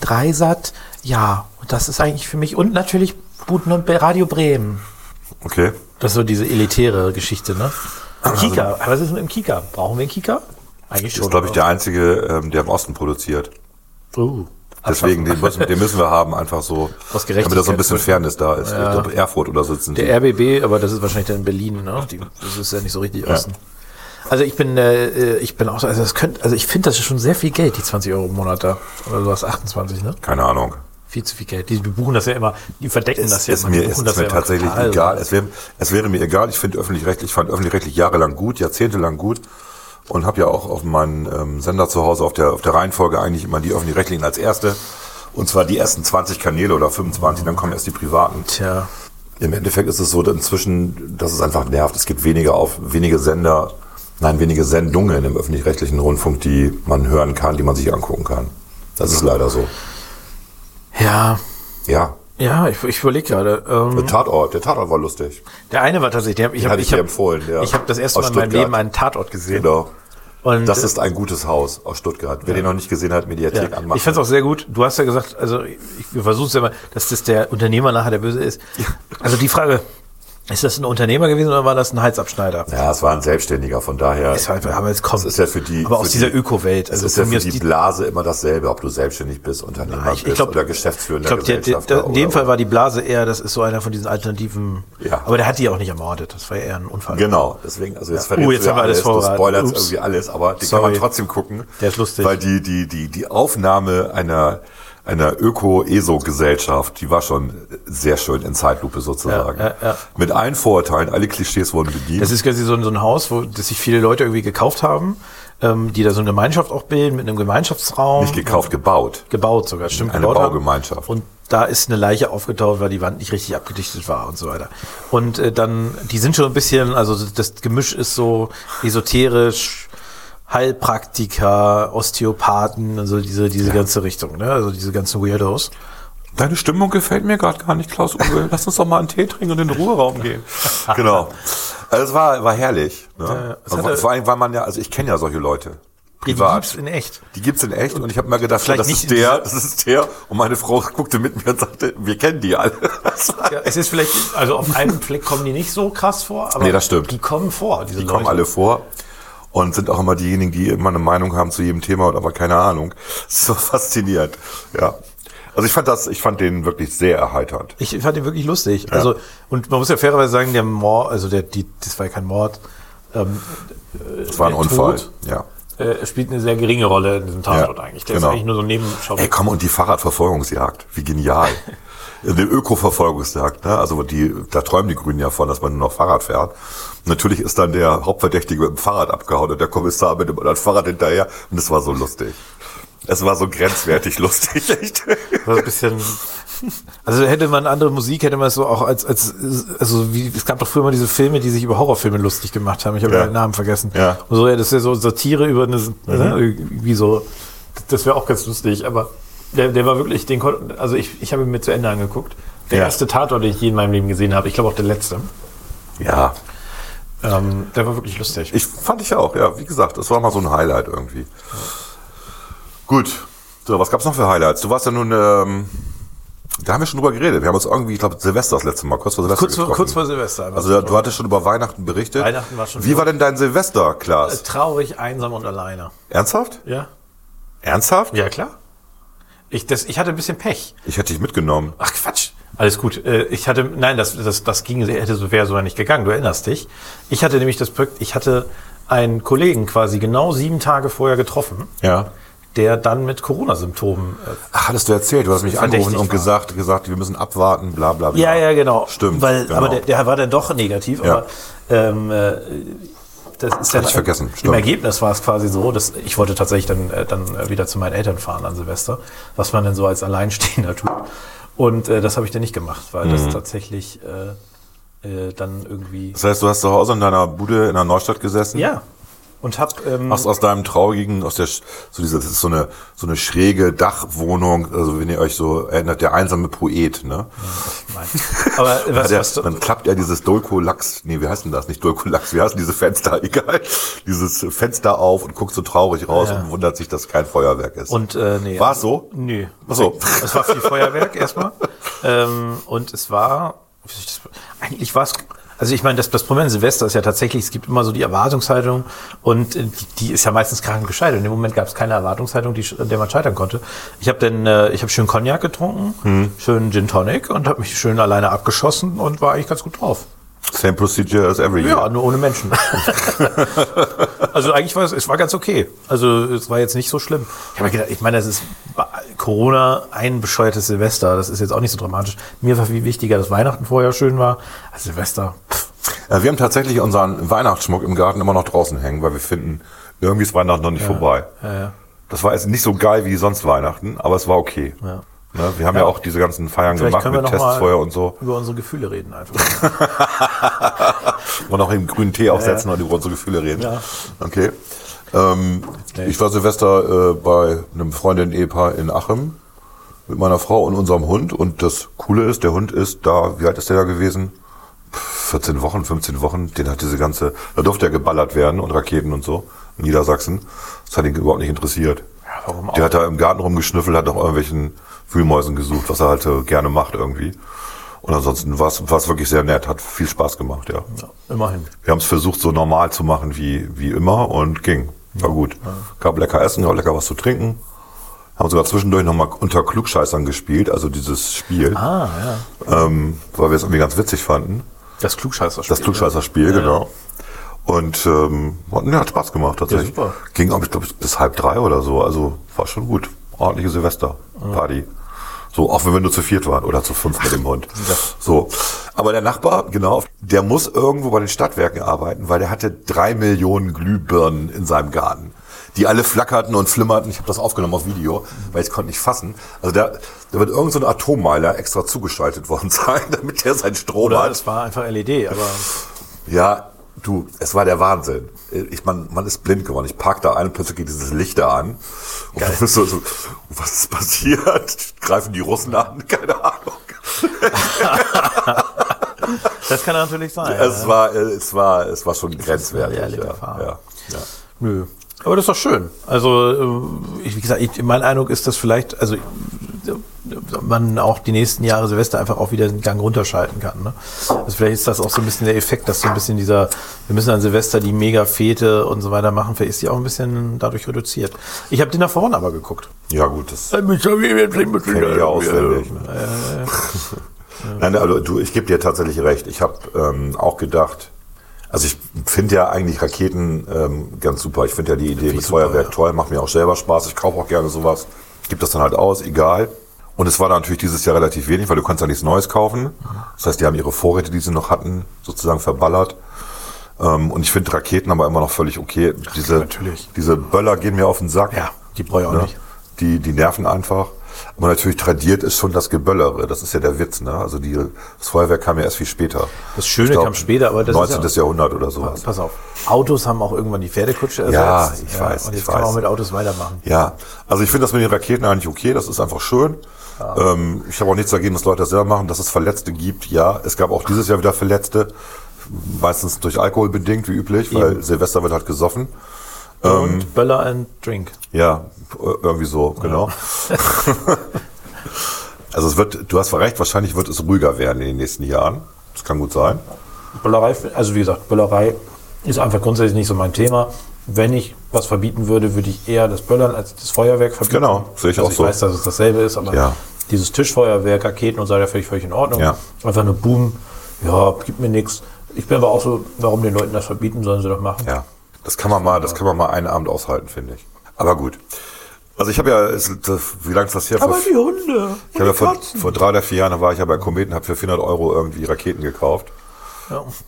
Speaker 2: Dreisat, ja, und das ist eigentlich für mich und natürlich Buten und Radio Bremen.
Speaker 1: Okay.
Speaker 2: Das ist so diese elitäre Geschichte, ne? Kika, was ist mit dem Kika? Brauchen wir einen Kika?
Speaker 1: Das
Speaker 2: Eigentlich schon.
Speaker 1: ist, glaube ich, der einzige, ähm, der im Osten produziert.
Speaker 2: uh,
Speaker 1: Deswegen, den müssen, den müssen wir haben, einfach so.
Speaker 2: Aus
Speaker 1: damit da so ein bisschen
Speaker 2: Gerechtigkeitsgründen.
Speaker 1: Fairness da ist. Ich glaube, Erfurt oder sitzen die.
Speaker 2: Der RBB, aber das ist wahrscheinlich dann in Berlin, ne? Die, das ist ja nicht so richtig außen. Also ich bin, äh, ich bin auch, so- also das könnte, also ich finde das ist schon sehr viel Geld, die 20 Euro im Monat da. Oder sowas, 28, ne?
Speaker 1: Keine Ahnung.
Speaker 2: Viel zu viel Geld. Die buchen das ja immer, die verdecken das
Speaker 1: Es
Speaker 2: ja
Speaker 1: ist
Speaker 2: immer. die
Speaker 1: mir, es
Speaker 2: buchen
Speaker 1: ist mir
Speaker 2: ja immer
Speaker 1: tatsächlich
Speaker 2: total.
Speaker 1: egal. Es wäre, es wäre mir egal. Ich finde öffentlich-rechtlich, fand öffentlich-rechtlich jahrelang gut, jahrzehntelang gut. Und habe ja auch auf meinen ähm, Sender zu Hause auf der, auf der Reihenfolge eigentlich immer die öffentlich-rechtlichen als erste. Und zwar die ersten 20 Kanäle oder 25, dann kommen erst die privaten.
Speaker 2: Tja,
Speaker 1: Im Endeffekt ist es so dass inzwischen, dass es einfach nervt. Es gibt wenige auf wenige Sender, nein, wenige Sendungen im öffentlich-rechtlichen Rundfunk, die man hören kann, die man sich angucken kann. Das ist leider so.
Speaker 2: ja,
Speaker 1: Ja.
Speaker 2: ja, ich, ich überlege gerade. Ähm,
Speaker 1: Der Tatort, der Tatort war lustig.
Speaker 2: der eine war tatsächlich, der, ich
Speaker 1: hatte
Speaker 2: habe
Speaker 1: ich
Speaker 2: ich
Speaker 1: dir
Speaker 2: hab,
Speaker 1: empfohlen, ja.
Speaker 2: ich hab das erste
Speaker 1: Aus
Speaker 2: Mal in meinem
Speaker 1: Stuttgart.
Speaker 2: Leben einen Tatort gesehen.
Speaker 1: Genau.
Speaker 2: Und äh,
Speaker 1: Das ist ein gutes Haus aus Stuttgart. Wer den noch nicht gesehen hat, Mediathek
Speaker 2: Ja.
Speaker 1: anmachen.
Speaker 2: Ich fand's auch sehr gut. Du hast ja gesagt, also ich, wir versuchen es ja mal, dass das der Unternehmer nachher der Böse ist. Also die Frage, ist das ein Unternehmer gewesen oder war das ein Heizabschneider?
Speaker 1: ja, es war ein Selbstständiger, von daher.
Speaker 2: Es war- aber es
Speaker 1: Das
Speaker 2: kommt.
Speaker 1: ist ja für die.
Speaker 2: Aber
Speaker 1: für
Speaker 2: aus
Speaker 1: die-
Speaker 2: dieser Öko-Welt.
Speaker 1: Es
Speaker 2: Also
Speaker 1: ist ja für
Speaker 2: von mir aus
Speaker 1: die
Speaker 2: die-
Speaker 1: Blase immer dasselbe, ob du selbstständig bist, Unternehmer
Speaker 2: ich- ich
Speaker 1: bist
Speaker 2: glaub-
Speaker 1: oder Geschäftsführender
Speaker 2: Ich glaube, der, der, der,
Speaker 1: Gesellschafter
Speaker 2: in dem
Speaker 1: oder-
Speaker 2: Fall war die Blase eher, das ist so einer von diesen alternativen.
Speaker 1: Ja.
Speaker 2: Aber der hat die ja auch nicht ermordet. Das war eher ein Unfall.
Speaker 1: Genau, deswegen, also jetzt verrätst
Speaker 2: Oh, jetzt
Speaker 1: du ja
Speaker 2: haben wir alles
Speaker 1: du
Speaker 2: vorbereitet.
Speaker 1: spoilerst
Speaker 2: Ups.
Speaker 1: irgendwie alles, aber den
Speaker 2: Sorry.
Speaker 1: kann man trotzdem gucken.
Speaker 2: Der ist lustig.
Speaker 1: Weil die, die, die, die Aufnahme einer, einer Öko-ESO-Gesellschaft, die war schon sehr schön in Zeitlupe sozusagen.
Speaker 2: Ja, ja, ja.
Speaker 1: Mit allen Vorurteilen, alle Klischees wurden bedient.
Speaker 2: Das ist quasi so ein, so ein Haus, wo das sich viele Leute irgendwie gekauft haben, ähm, die da so eine Gemeinschaft auch bilden, mit einem Gemeinschaftsraum.
Speaker 1: nicht gekauft, gebaut.
Speaker 2: gebaut sogar, stimmt.
Speaker 1: Eine
Speaker 2: gebaut haben.
Speaker 1: Baugemeinschaft.
Speaker 2: Und da ist eine Leiche aufgetaucht, weil die Wand nicht richtig abgedichtet war und so weiter. Und äh, dann, die sind schon ein bisschen, also das Gemisch ist so esoterisch, Heilpraktiker, Osteopathen, also diese, diese ganze Richtung, ne? Also diese ganzen Weirdos.
Speaker 1: Deine Stimmung gefällt mir gerade gar nicht, Klaus-Uwe. Lass uns doch mal einen Tee trinken und in den Ruheraum gehen. genau. Also es war, war herrlich. Ne?
Speaker 2: Ah. es halt
Speaker 1: Und
Speaker 2: hatte-
Speaker 1: vor allem, weil man ja, also ich kenne ja solche Leute.
Speaker 2: Die
Speaker 1: Privat.
Speaker 2: gibt's in echt.
Speaker 1: Die gibt's in echt und ich habe mal gedacht,
Speaker 2: Vielleicht
Speaker 1: das
Speaker 2: nicht
Speaker 1: ist
Speaker 2: in
Speaker 1: der,
Speaker 2: dieser-
Speaker 1: das ist der. Und meine Frau guckte mit mir und sagte, wir kennen die alle. Das war-
Speaker 2: Ja, es ist vielleicht, also auf einen Blick kommen die nicht so krass vor, aber
Speaker 1: Nee, das stimmt.
Speaker 2: die kommen vor, diese
Speaker 1: die kommen alle vor und sind auch immer diejenigen, die immer eine Meinung haben zu jedem Thema und aber keine Ahnung. So faszinierend. Ja. Also ich fand das, ich fand den wirklich sehr erheiternd.
Speaker 2: Ich fand ihn wirklich lustig. Also, und man muss ja fairerweise sagen, der Mord, also der, die, das war ja kein Mord, ähm,
Speaker 1: Das war ein
Speaker 2: Der
Speaker 1: Unfall.
Speaker 2: Tod?
Speaker 1: Ja.
Speaker 2: äh, spielt eine sehr geringe Rolle in diesem Tatort
Speaker 1: Ja,
Speaker 2: eigentlich. Der
Speaker 1: genau.
Speaker 2: ist eigentlich nur so ein Nebenschauplatz.
Speaker 1: Ey, komm, und die Fahrradverfolgungsjagd, wie genial. Eine Öko-Verfolgungsjagd, ne? Also die, da träumen die Grünen ja von, dass man nur noch Fahrrad fährt. Natürlich ist dann der Hauptverdächtige mit dem Fahrrad abgehauen und der Kommissar mit dem anderen Fahrrad hinterher. Und es war so lustig. Es war so grenzwertig lustig, echt.
Speaker 2: Also ein bisschen. Also hätte man andere Musik, hätte man es so auch als, als also wie, es gab doch früher mal diese Filme, die sich über Horrorfilme lustig gemacht haben. Ich habe
Speaker 1: Ja.
Speaker 2: den Namen vergessen.
Speaker 1: Ja. Mhm.
Speaker 2: Und so, ja, das ist ja so Satire über eine, ne, irgendwie so. Das wäre auch ganz lustig, aber der, der war wirklich, den kon- also ich, ich habe ihn mir zu Ende angeguckt. Der
Speaker 1: Ja.
Speaker 2: erste Tatort, den ich je in meinem Leben gesehen habe. Ich glaube auch der letzte.
Speaker 1: Ja.
Speaker 2: Ähm, der war wirklich lustig.
Speaker 1: Ich fand ich auch, ja. Wie gesagt, es war mal so ein Highlight irgendwie. Gut. So, was gab's noch für Highlights? Du warst ja nun, ähm, da haben wir schon drüber geredet. Wir haben uns irgendwie, ich glaube, Silvester das letzte Mal, kurz vor Silvester
Speaker 2: Kurz vor,
Speaker 1: getroffen.
Speaker 2: kurz vor Silvester.
Speaker 1: Also da- du hattest schon über Weihnachten berichtet.
Speaker 2: Weihnachten war schon
Speaker 1: Wie war denn dein Silvester, Klaas?
Speaker 2: traurig, einsam und alleine.
Speaker 1: Ernsthaft?
Speaker 2: Ja.
Speaker 1: Ernsthaft?
Speaker 2: Äh, Ja, klar. Ich, das, ich hatte ein bisschen Pech.
Speaker 1: Ich hätte dich mitgenommen.
Speaker 2: Ach Quatsch. Alles gut. Äh, Ich hatte, nein, das, das, das ging, hätte so, wäre sogar nicht gegangen. Du erinnerst dich. Ich hatte nämlich das Glück, ich hatte einen Kollegen quasi genau sieben Tage vorher getroffen,
Speaker 1: Ja.
Speaker 2: der dann mit Corona-Symptomen. Äh,
Speaker 1: Ach, hattest du erzählt, du hast mich
Speaker 2: Verdächtig
Speaker 1: angerufen und
Speaker 2: war.
Speaker 1: gesagt, gesagt, wir müssen abwarten, bla bla bla.
Speaker 2: ja, ja, genau.
Speaker 1: Stimmt.
Speaker 2: Weil,
Speaker 1: genau.
Speaker 2: aber der, der war dann doch negativ.
Speaker 1: Ja.
Speaker 2: Aber ähm, äh, das ist ja
Speaker 1: ich vergessen,
Speaker 2: Im
Speaker 1: stimmt.
Speaker 2: Ergebnis war es quasi so, dass ich wollte tatsächlich dann, äh, dann äh, wieder zu meinen Eltern fahren an Silvester, was man dann so als Alleinstehender tut. Und äh, das habe ich dann nicht gemacht, weil
Speaker 1: Mhm.
Speaker 2: das tatsächlich äh, äh, dann irgendwie.
Speaker 1: Das heißt, du hast zu Hause in deiner Bude in der Neustadt gesessen?
Speaker 2: Ja. Und hab. Ähm,
Speaker 1: Hast aus deinem traurigen, aus der, Sch- so diese, das ist so eine, so eine schräge Dachwohnung, also wenn ihr euch so erinnert, der einsame Poet, ne?
Speaker 2: nein. Aber was,
Speaker 1: der,
Speaker 2: was,
Speaker 1: dann klappt Also ja dieses Dolko-Lachs, nee, wie heißt denn das? Nicht Dolko-Lachs, wie heißen diese Fenster? Egal. Dieses Fenster auf und guckt so traurig raus und wundert sich, dass kein Feuerwerk ist.
Speaker 2: Und äh, nee.
Speaker 1: War's so?
Speaker 2: Nö.
Speaker 1: Ach so.
Speaker 2: Es war viel Feuerwerk erstmal. Ähm, und es war, wie soll ich das- eigentlich war es, also ich meine, das, das Problem an Silvester ist ja tatsächlich, es gibt immer so die Erwartungshaltung und äh, die, die ist ja meistens krank gescheitert. In dem Moment gab es keine Erwartungshaltung, die, sch- an der man scheitern konnte. Ich habe dann, äh, ich habe schön Cognac getrunken,
Speaker 1: Mhm.
Speaker 2: schön Gin Tonic und habe mich schön alleine abgeschossen und war eigentlich ganz gut drauf.
Speaker 1: Same procedure as every
Speaker 2: Ja,
Speaker 1: year.
Speaker 2: nur ohne Menschen. also eigentlich war es, es war ganz okay. Also es war jetzt nicht so schlimm. Ich habe mir gedacht, ich meine, das ist Corona, ein bescheuertes Silvester. Das ist jetzt auch nicht so dramatisch. Mir war viel wichtiger, dass Weihnachten vorher schön war. als Silvester, pff,
Speaker 1: Äh, Wir haben tatsächlich unseren Weihnachtsschmuck im Garten immer noch draußen hängen, weil wir finden, irgendwie ist Weihnachten noch nicht vorbei. Das war jetzt nicht so geil wie sonst Weihnachten, aber es war okay. Ne, wir haben ja. auch diese ganzen Feiern
Speaker 2: vielleicht
Speaker 1: gemacht
Speaker 2: können wir
Speaker 1: mit
Speaker 2: noch mal
Speaker 1: Testfeuer und so.
Speaker 2: über unsere Gefühle reden einfach.
Speaker 1: Und auch den grünen Tee aufsetzen und über unsere Gefühle reden.
Speaker 2: Ja.
Speaker 1: Okay. Ähm, Ich war Silvester äh, bei einem Freundin-Ehepaar in Achem mit meiner Frau und unserem Hund. Und das Coole ist, der Hund ist da, wie alt ist der da gewesen? 14 Wochen, 15 Wochen, den hat diese ganze, da durfte ja geballert werden und Raketen und so in Niedersachsen. Das hat ihn überhaupt nicht interessiert.
Speaker 2: Ja, warum auch?
Speaker 1: Der hat da im Garten rumgeschnüffelt, hat nach irgendwelchen Wühlmäusen gesucht, was er halt äh, gerne macht irgendwie. Und ansonsten war es wirklich sehr nett, hat viel Spaß gemacht, ja.
Speaker 2: Ja, immerhin.
Speaker 1: Wir haben es versucht, so normal zu machen wie, wie immer und ging. War gut. Gab lecker Essen, gab lecker was zu trinken. Haben sogar zwischendurch nochmal unter Klugscheißern gespielt, also dieses Spiel,
Speaker 2: Ah, ja.
Speaker 1: ähm, weil wir es irgendwie ganz witzig fanden.
Speaker 2: Das klugscheißer
Speaker 1: Das Klugscheißerspiel,
Speaker 2: ne?
Speaker 1: genau. Und ähm, hat- ja, hat Spaß gemacht tatsächlich.
Speaker 2: Ja, super.
Speaker 1: Ging, aber, ich glaube, bis halb drei oder so. Also war schon gut. Ordentliche Silvesterparty. So, auch wenn wir nur zu viert waren oder zu fünf mit dem Hund. So. Aber der Nachbar, genau, der muss irgendwo bei den Stadtwerken arbeiten, weil der hatte drei Millionen Glühbirnen in seinem Garten. Die alle flackerten und flimmerten. Ich habe das aufgenommen auf Video, weil ich konnte nicht fassen. Also da, da wird irgendein so ein Atommeiler extra zugeschaltet worden sein, damit der sein Strom
Speaker 2: Oder
Speaker 1: hat.
Speaker 2: es war einfach LED, aber
Speaker 1: Ja, du, es war der Wahnsinn. Ich man, man ist blind geworden. Ich park da ein und plötzlich geht dieses Licht da an. Und
Speaker 2: Geil.
Speaker 1: man ist so, so, was ist passiert? Greifen die Russen an? Keine Ahnung.
Speaker 2: das kann natürlich sein.
Speaker 1: Es war, äh, es war, es war schon grenzwertig.
Speaker 2: ehrliche
Speaker 1: ja,
Speaker 2: Erfahrung.
Speaker 1: ja, ja.
Speaker 2: Nö. Aber das ist doch schön. Also, äh, ich, wie gesagt, ich, mein Eindruck ist, dass vielleicht, also äh, man auch die nächsten Jahre Silvester einfach auch wieder den Gang runterschalten kann. Ne? Also vielleicht ist das auch so ein bisschen der Effekt, dass so ein bisschen dieser, wir müssen an Silvester die Mega-Fete und so weiter machen, vielleicht ist die auch ein bisschen dadurch reduziert. Ich habe den nach vorne aber geguckt.
Speaker 1: ja gut, das kenne ich ja
Speaker 2: Ja,
Speaker 1: auswendig. Ne? Nein, also du, ich geb dir tatsächlich recht. Ich habe ähm, auch gedacht, also ich finde ja eigentlich Raketen ähm, ganz super. Ich finde ja die Idee mit
Speaker 2: super,
Speaker 1: Feuerwerk
Speaker 2: ja.
Speaker 1: toll, macht mir auch selber Spaß. Ich kaufe auch gerne sowas, gib das dann halt aus, egal. Und es war da natürlich dieses Jahr relativ wenig, weil du kannst ja nichts Neues kaufen. Das heißt, die haben ihre Vorräte, die sie noch hatten, sozusagen verballert. Ähm, und ich finde Raketen aber immer noch völlig okay. Diese,
Speaker 2: natürlich.
Speaker 1: diese Böller gehen mir auf den Sack.
Speaker 2: Ja, die brauche ich auch
Speaker 1: Ne?
Speaker 2: nicht.
Speaker 1: Die, die nerven einfach. Aber natürlich tradiert ist schon das Geböllere. Das ist ja der Witz, ne? Also die, das Feuerwerk kam ja erst viel später.
Speaker 2: Das Schöne
Speaker 1: Ich
Speaker 2: kam später, aber das ist
Speaker 1: 19.
Speaker 2: ja- Ah,
Speaker 1: Jahrhundert oder sowas.
Speaker 2: Pass auf, Autos haben auch irgendwann die Pferdekutsche
Speaker 1: Ja,
Speaker 2: ersetzt.
Speaker 1: ich weiß,
Speaker 2: Und
Speaker 1: ich
Speaker 2: jetzt kann man
Speaker 1: weiß.
Speaker 2: auch mit Autos weitermachen.
Speaker 1: Ja, also ich finde das mit den Raketen eigentlich okay, das ist einfach schön.
Speaker 2: Ah.
Speaker 1: Ähm, ich habe auch nichts dagegen, dass Leute das selber machen, dass es Verletzte gibt, ja. Es gab auch dieses Jahr wieder Verletzte, meistens durch Alkohol bedingt, wie üblich, weil Silvester wird halt gesoffen. Ähm.
Speaker 2: Und Böller and Drink.
Speaker 1: Ja, irgendwie so, genau. also es wird, du hast recht, wahrscheinlich wird es ruhiger werden in den nächsten Jahren. Das kann gut sein.
Speaker 2: Böllerei, also wie gesagt, Böllerei ist einfach grundsätzlich nicht so mein Thema. Wenn ich was verbieten würde, würde ich eher das Böllern als das Feuerwerk verbieten.
Speaker 1: Genau, sehe ich
Speaker 2: also
Speaker 1: auch
Speaker 2: ich
Speaker 1: so.
Speaker 2: weiß, dass es dasselbe ist, aber
Speaker 1: Ja.
Speaker 2: dieses Tischfeuerwerk, Raketen und so weiter, völlig, völlig in Ordnung.
Speaker 1: Ja.
Speaker 2: Einfach nur Boom, ja, gibt mir nichts. Ich bin aber auch so, warum den Leuten das verbieten, sollen sie doch machen.
Speaker 1: Ja, das kann man mal, das kann man mal einen Abend aushalten, finde ich. Aber gut. Also ich habe ja, es- das- wie lange ist das her?
Speaker 2: Aber
Speaker 1: Vor-
Speaker 2: die Hunde und
Speaker 1: Ich habe
Speaker 2: die
Speaker 1: ja vor,
Speaker 2: Katzen.
Speaker 1: vor drei oder vier Jahren da war ich ja bei Kometen, habe für 400 Euro irgendwie Raketen gekauft.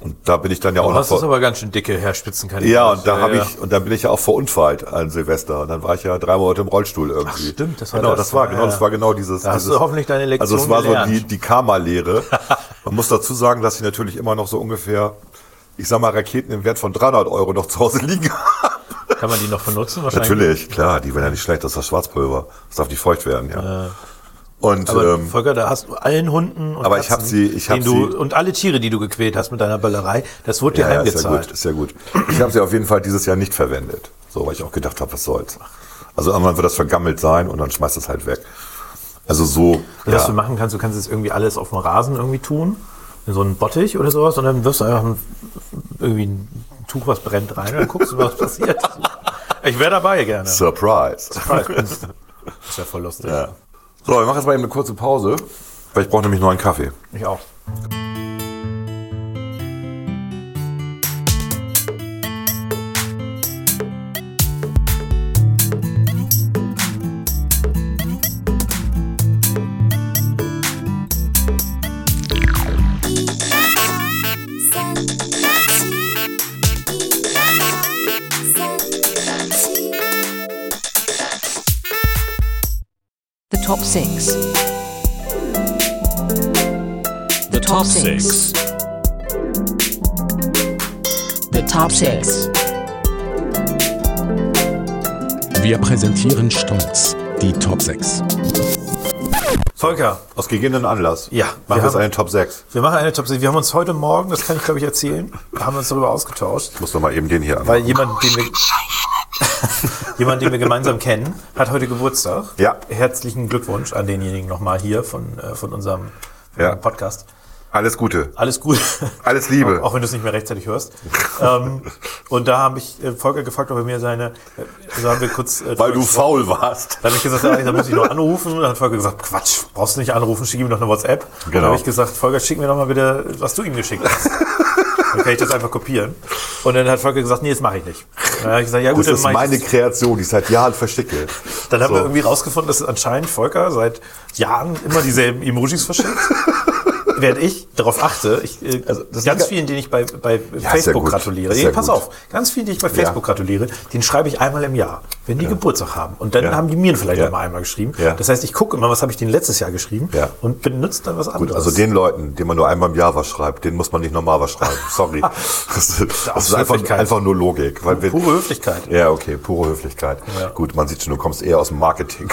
Speaker 1: Und da bin ich dann ja auch
Speaker 2: Du
Speaker 1: noch
Speaker 2: hast es
Speaker 1: vor.
Speaker 2: aber ganz schön dicke, Herr Spitzenkandidat.
Speaker 1: Ja, und da
Speaker 2: Ja,
Speaker 1: habe
Speaker 2: ja.
Speaker 1: ich und dann bin ich ja auch verunfallt an Silvester und dann war ich ja drei Monate im Rollstuhl irgendwie.
Speaker 2: stimmt, das war
Speaker 1: genau,
Speaker 2: das.
Speaker 1: das war genau,
Speaker 2: Ja,
Speaker 1: das
Speaker 2: ja.
Speaker 1: war genau dieses.
Speaker 2: Da hast
Speaker 1: dieses,
Speaker 2: du hoffentlich deine Lektion
Speaker 1: Also es war
Speaker 2: gelernt.
Speaker 1: so die die Karma-Lehre. Man muss dazu sagen, dass ich natürlich immer noch so ungefähr, ich sag mal Raketen im Wert von 300 Euro noch zu Hause liegen.
Speaker 2: Kann man die noch benutzen wahrscheinlich?
Speaker 1: natürlich, klar, die werden ja nicht schlecht. Das ist das Schwarzpulver. Das darf nicht feucht werden, ja. Und
Speaker 2: Aber
Speaker 1: ähm,
Speaker 2: Volker, da hast du allen Hunden und
Speaker 1: aber ich hab sie- ich hab
Speaker 2: den du,
Speaker 1: sie-
Speaker 2: und alle Tiere, die du gequält hast mit deiner Ballerei, das wurde dir
Speaker 1: ja, ja, ist ja gut,
Speaker 2: heimgezahlt.
Speaker 1: ist ja gut. Ich habe sie auf jeden Fall dieses Jahr nicht verwendet, so weil ich auch gedacht habe, was soll's. Also irgendwann wird das vergammelt sein und dann schmeißt es halt weg. Also so.
Speaker 2: Was du machen kannst, du kannst jetzt irgendwie alles auf dem Rasen irgendwie tun, in so einen Bottich oder sowas, und dann wirfst du einfach ein, irgendwie ein Tuch, was brennt rein, und dann guckst du, was passiert. Ich wäre dabei gerne.
Speaker 1: Surprise.
Speaker 2: Das ist ja voll lustig.
Speaker 1: So, wir machen jetzt mal eben eine kurze Pause, weil ich brauche nämlich noch einen Kaffee.
Speaker 2: Ich auch.
Speaker 5: The top six.
Speaker 6: The top six.
Speaker 5: The top six.
Speaker 3: Wir präsentieren stolz die Top 6.
Speaker 2: Volker,
Speaker 1: Aus gegebenen Anlass.
Speaker 2: Ja,
Speaker 1: Machen wir
Speaker 2: wir
Speaker 1: jetzt
Speaker 2: haben-
Speaker 1: einen Top 6.
Speaker 2: wir machen eine Top 6. Wir haben uns heute Morgen, das kann ich glaube ich erzählen, haben uns darüber ausgetauscht.
Speaker 1: Ich muss noch mal eben den hier
Speaker 2: Weil
Speaker 1: an.
Speaker 2: jemand, den wir, jemand, den wir gemeinsam kennen, hat heute Geburtstag.
Speaker 1: Ja.
Speaker 2: Herzlichen Glückwunsch an denjenigen nochmal hier von, äh, von unserem von
Speaker 1: Ja.
Speaker 2: unserem Podcast.
Speaker 1: Alles Gute.
Speaker 2: Alles gut.
Speaker 1: Alles Liebe.
Speaker 2: Auch wenn du es nicht mehr rechtzeitig hörst. ähm, und da habe ich äh, Volker gefragt, ob er mir seine, äh, also haben wir kurz, äh,
Speaker 1: Weil du faul
Speaker 2: gesprochen.
Speaker 1: warst.
Speaker 2: Dann habe ich gesagt, ja, da muss ich noch anrufen. Und dann hat Volker gesagt, Quatsch, brauchst du nicht anrufen, schick ihm doch eine WhatsApp. Genau. Dann
Speaker 1: Genau.
Speaker 2: habe ich gesagt, Volker, schick mir doch mal bitte, was du ihm geschickt hast. dann kann ich das einfach kopieren. Und dann hat Volker gesagt, nee, das mache ich nicht. Dann habe ich gesagt, ja gut,
Speaker 1: Das ist
Speaker 2: dann mache
Speaker 1: meine
Speaker 2: ich das.
Speaker 1: Kreation, die ich seit Jahren verstecke.
Speaker 2: Dann haben
Speaker 1: So.
Speaker 2: wir irgendwie rausgefunden, dass anscheinend Volker seit Jahren immer dieselben Emojis verschickt. Während ich darauf achte, ich, äh,
Speaker 1: Also, das ist
Speaker 2: ganz
Speaker 1: ja-
Speaker 2: vielen, denen ich bei, bei
Speaker 1: ja
Speaker 2: Facebook
Speaker 1: gut.
Speaker 2: gratuliere,
Speaker 1: Ist ja
Speaker 2: pass
Speaker 1: gut.
Speaker 2: auf, ganz vielen, die ich bei Facebook gratuliere, den schreibe ich einmal im Jahr, wenn die Geburtstag haben. Und dann
Speaker 1: Ja.
Speaker 2: haben die mir vielleicht
Speaker 1: Ja.
Speaker 2: immer einmal geschrieben.
Speaker 1: Ja.
Speaker 2: Das heißt, ich gucke immer, was habe ich denen letztes Jahr geschrieben
Speaker 1: Ja.
Speaker 2: und benutze dann was anderes.
Speaker 1: Gut, also den Leuten, denen man nur einmal im Jahr was schreibt, den muss man nicht nochmal was schreiben. Sorry. Das ist, das ist einfach,
Speaker 2: Höflichkeit.
Speaker 1: einfach nur Logik. Weil wir,
Speaker 2: Pure Höflichkeit.
Speaker 1: Ja, okay, pure Höflichkeit.
Speaker 2: Ja.
Speaker 1: Gut, man sieht schon, du kommst eher aus dem Marketing.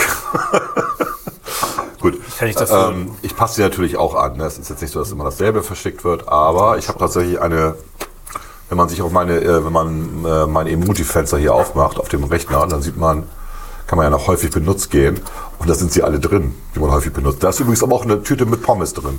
Speaker 1: Gut.
Speaker 2: Kann ich dafür-
Speaker 1: Ähm, ich passe sie natürlich auch an. Ne? Es ist jetzt nicht so, dass immer dasselbe verschickt wird, aber ich habe tatsächlich eine, wenn man sich auf meine, äh, wenn man äh, mein Emoji-Fenster hier aufmacht, auf dem Rechner, dann sieht man, kann man ja noch häufig benutzt gehen. Und da sind sie alle drin, die man häufig benutzt. Da ist übrigens aber auch eine Tüte mit Pommes drin.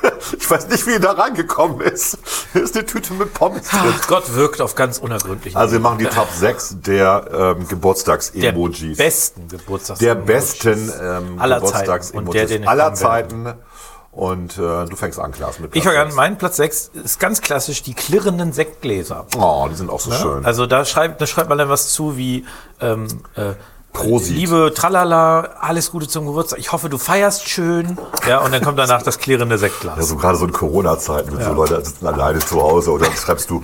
Speaker 1: Ich weiß nicht, wie ihr da reingekommen ist. Hier ist eine Tüte mit Pommes drin.
Speaker 2: Ach Gott wirkt auf ganz unergründlichen
Speaker 1: Also wir machen die Top 6 der ähm,
Speaker 2: der
Speaker 1: Geburtstags-Emojis.
Speaker 2: besten Geburtstags
Speaker 1: Der besten ähm,
Speaker 2: aller Zeiten und der,
Speaker 1: Geburtstags-Emojis
Speaker 2: den ich
Speaker 1: aller
Speaker 2: haben werde.
Speaker 1: Zeiten. Und äh, du fängst an, Klaas, mit
Speaker 2: Ich
Speaker 1: Platz
Speaker 2: fange an,
Speaker 1: sechs.
Speaker 2: mein Platz 6 ist ganz klassisch die klirrenden Sektgläser.
Speaker 1: Oh, die sind auch so schön.
Speaker 2: Also da schreibt, da schreibt man dann was zu wie ähm, äh,
Speaker 1: Prosit.
Speaker 2: Liebe Tralala, alles Gute zum Geburtstag. Ich hoffe, du feierst schön. Ja, und dann kommt danach das klirrende Sektglas.
Speaker 1: also gerade so in Corona-Zeiten, wenn so Leute sitzen alleine zu Hause oder dann schreibst du,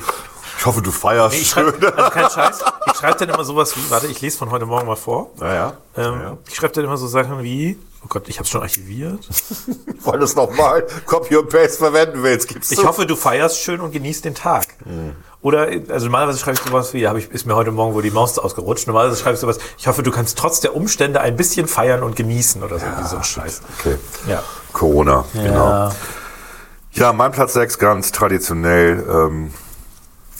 Speaker 1: ich hoffe, du feierst
Speaker 2: ich
Speaker 1: schön.
Speaker 2: schreibe, also kein Scheiß, ich schreibe dann immer sowas wie, warte, ich lese von heute Morgen mal vor.
Speaker 1: Naja,
Speaker 2: Ähm,
Speaker 1: ja.
Speaker 2: Ich schreibe dann immer so Sachen wie, oh Gott, ich habe schon archiviert.
Speaker 1: weil du es nochmal Copy und Paste verwenden willst, gibst
Speaker 2: Ich hoffe, du feierst schön und genießt den Tag.
Speaker 1: Mhm.
Speaker 2: Oder, also normalerweise schreibe ich sowas wie, hab ich, ist mir heute Morgen wohl die Maus ausgerutscht. Normalerweise schreibe ich sowas, ich hoffe, du kannst trotz der Umstände ein bisschen feiern und genießen oder so, wie so ein Scheiß.
Speaker 1: Okay.
Speaker 2: Ja.
Speaker 1: Corona, genau.
Speaker 2: Ja.
Speaker 1: Ja, mein Platz 6 ganz traditionell. Ähm,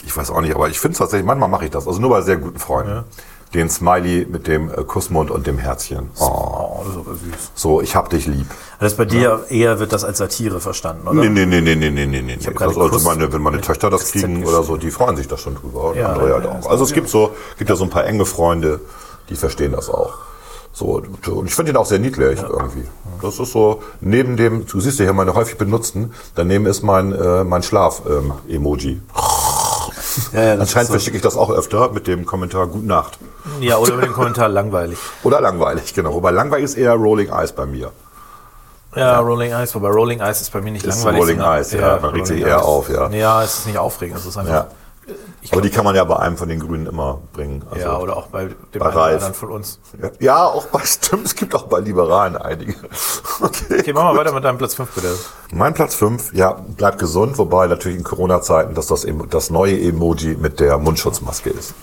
Speaker 1: ich weiß auch nicht, aber ich finde es tatsächlich, manchmal mache ich das. Also nur bei sehr guten Freunden. Den Smiley mit dem äh, Kussmund und dem Herzchen. Oh,
Speaker 2: Oh, das ist aber süß.
Speaker 1: so, ich hab dich lieb.
Speaker 2: Das bei dir eher wird das als Satire verstanden, oder?
Speaker 1: Nee, nee, nee, nee, nee, nee, nee, nee. Ich
Speaker 2: hab
Speaker 1: das
Speaker 2: gerade
Speaker 1: sollte
Speaker 2: Kuss-
Speaker 1: meine, wenn meine
Speaker 2: mit
Speaker 1: Töchter das
Speaker 2: SZ
Speaker 1: kriegen oder so, die freuen sich da schon drüber. Und
Speaker 2: Ja,
Speaker 1: andere
Speaker 2: ja,
Speaker 1: halt
Speaker 2: ja,
Speaker 1: auch.
Speaker 2: das
Speaker 1: Also es gibt so, gibt ja so ein paar enge Freunde, die verstehen das auch. So, und ich finde den auch sehr niedlich irgendwie. Das ist so, neben dem, du siehst ja hier meine häufig benutzten, daneben ist mein, äh, mein Schlaf-Emoji.
Speaker 2: Ja, ja, das
Speaker 1: Anscheinend
Speaker 2: ist
Speaker 1: verschicke ich das auch öfter mit dem Kommentar Gute Nacht.
Speaker 2: so, ja, oder mit dem Kommentar langweilig.
Speaker 1: Oder langweilig, genau. Wobei langweilig ist eher Rolling Eyes bei mir.
Speaker 2: Ja, Rolling Eyes, wobei Rolling Eyes ist bei mir nicht
Speaker 1: Ist
Speaker 2: langweilig.
Speaker 1: Rolling
Speaker 2: sondern-
Speaker 1: Eyes, ja, man regt sich eher auf, ja.
Speaker 2: Ja, es ist nicht aufregend, es ist einfach.
Speaker 1: Ja.
Speaker 2: Ich
Speaker 1: Aber die
Speaker 2: glaub-
Speaker 1: kann man ja bei einem von den Grünen immer bringen. Also-
Speaker 2: ja, oder auch bei dem einen
Speaker 1: bei
Speaker 2: oder
Speaker 1: Ralf.
Speaker 2: anderen von uns.
Speaker 1: Ja, Ja, auch bei, stimmt, es gibt auch bei Liberalen einige. Okay.
Speaker 2: Okay, machen wir weiter mit deinem Platz 5 bitte.
Speaker 1: Mein Platz fünf, ja, bleibt gesund, wobei natürlich in Corona-Zeiten das, das, Emo- das neue Emoji mit der Mundschutzmaske ist.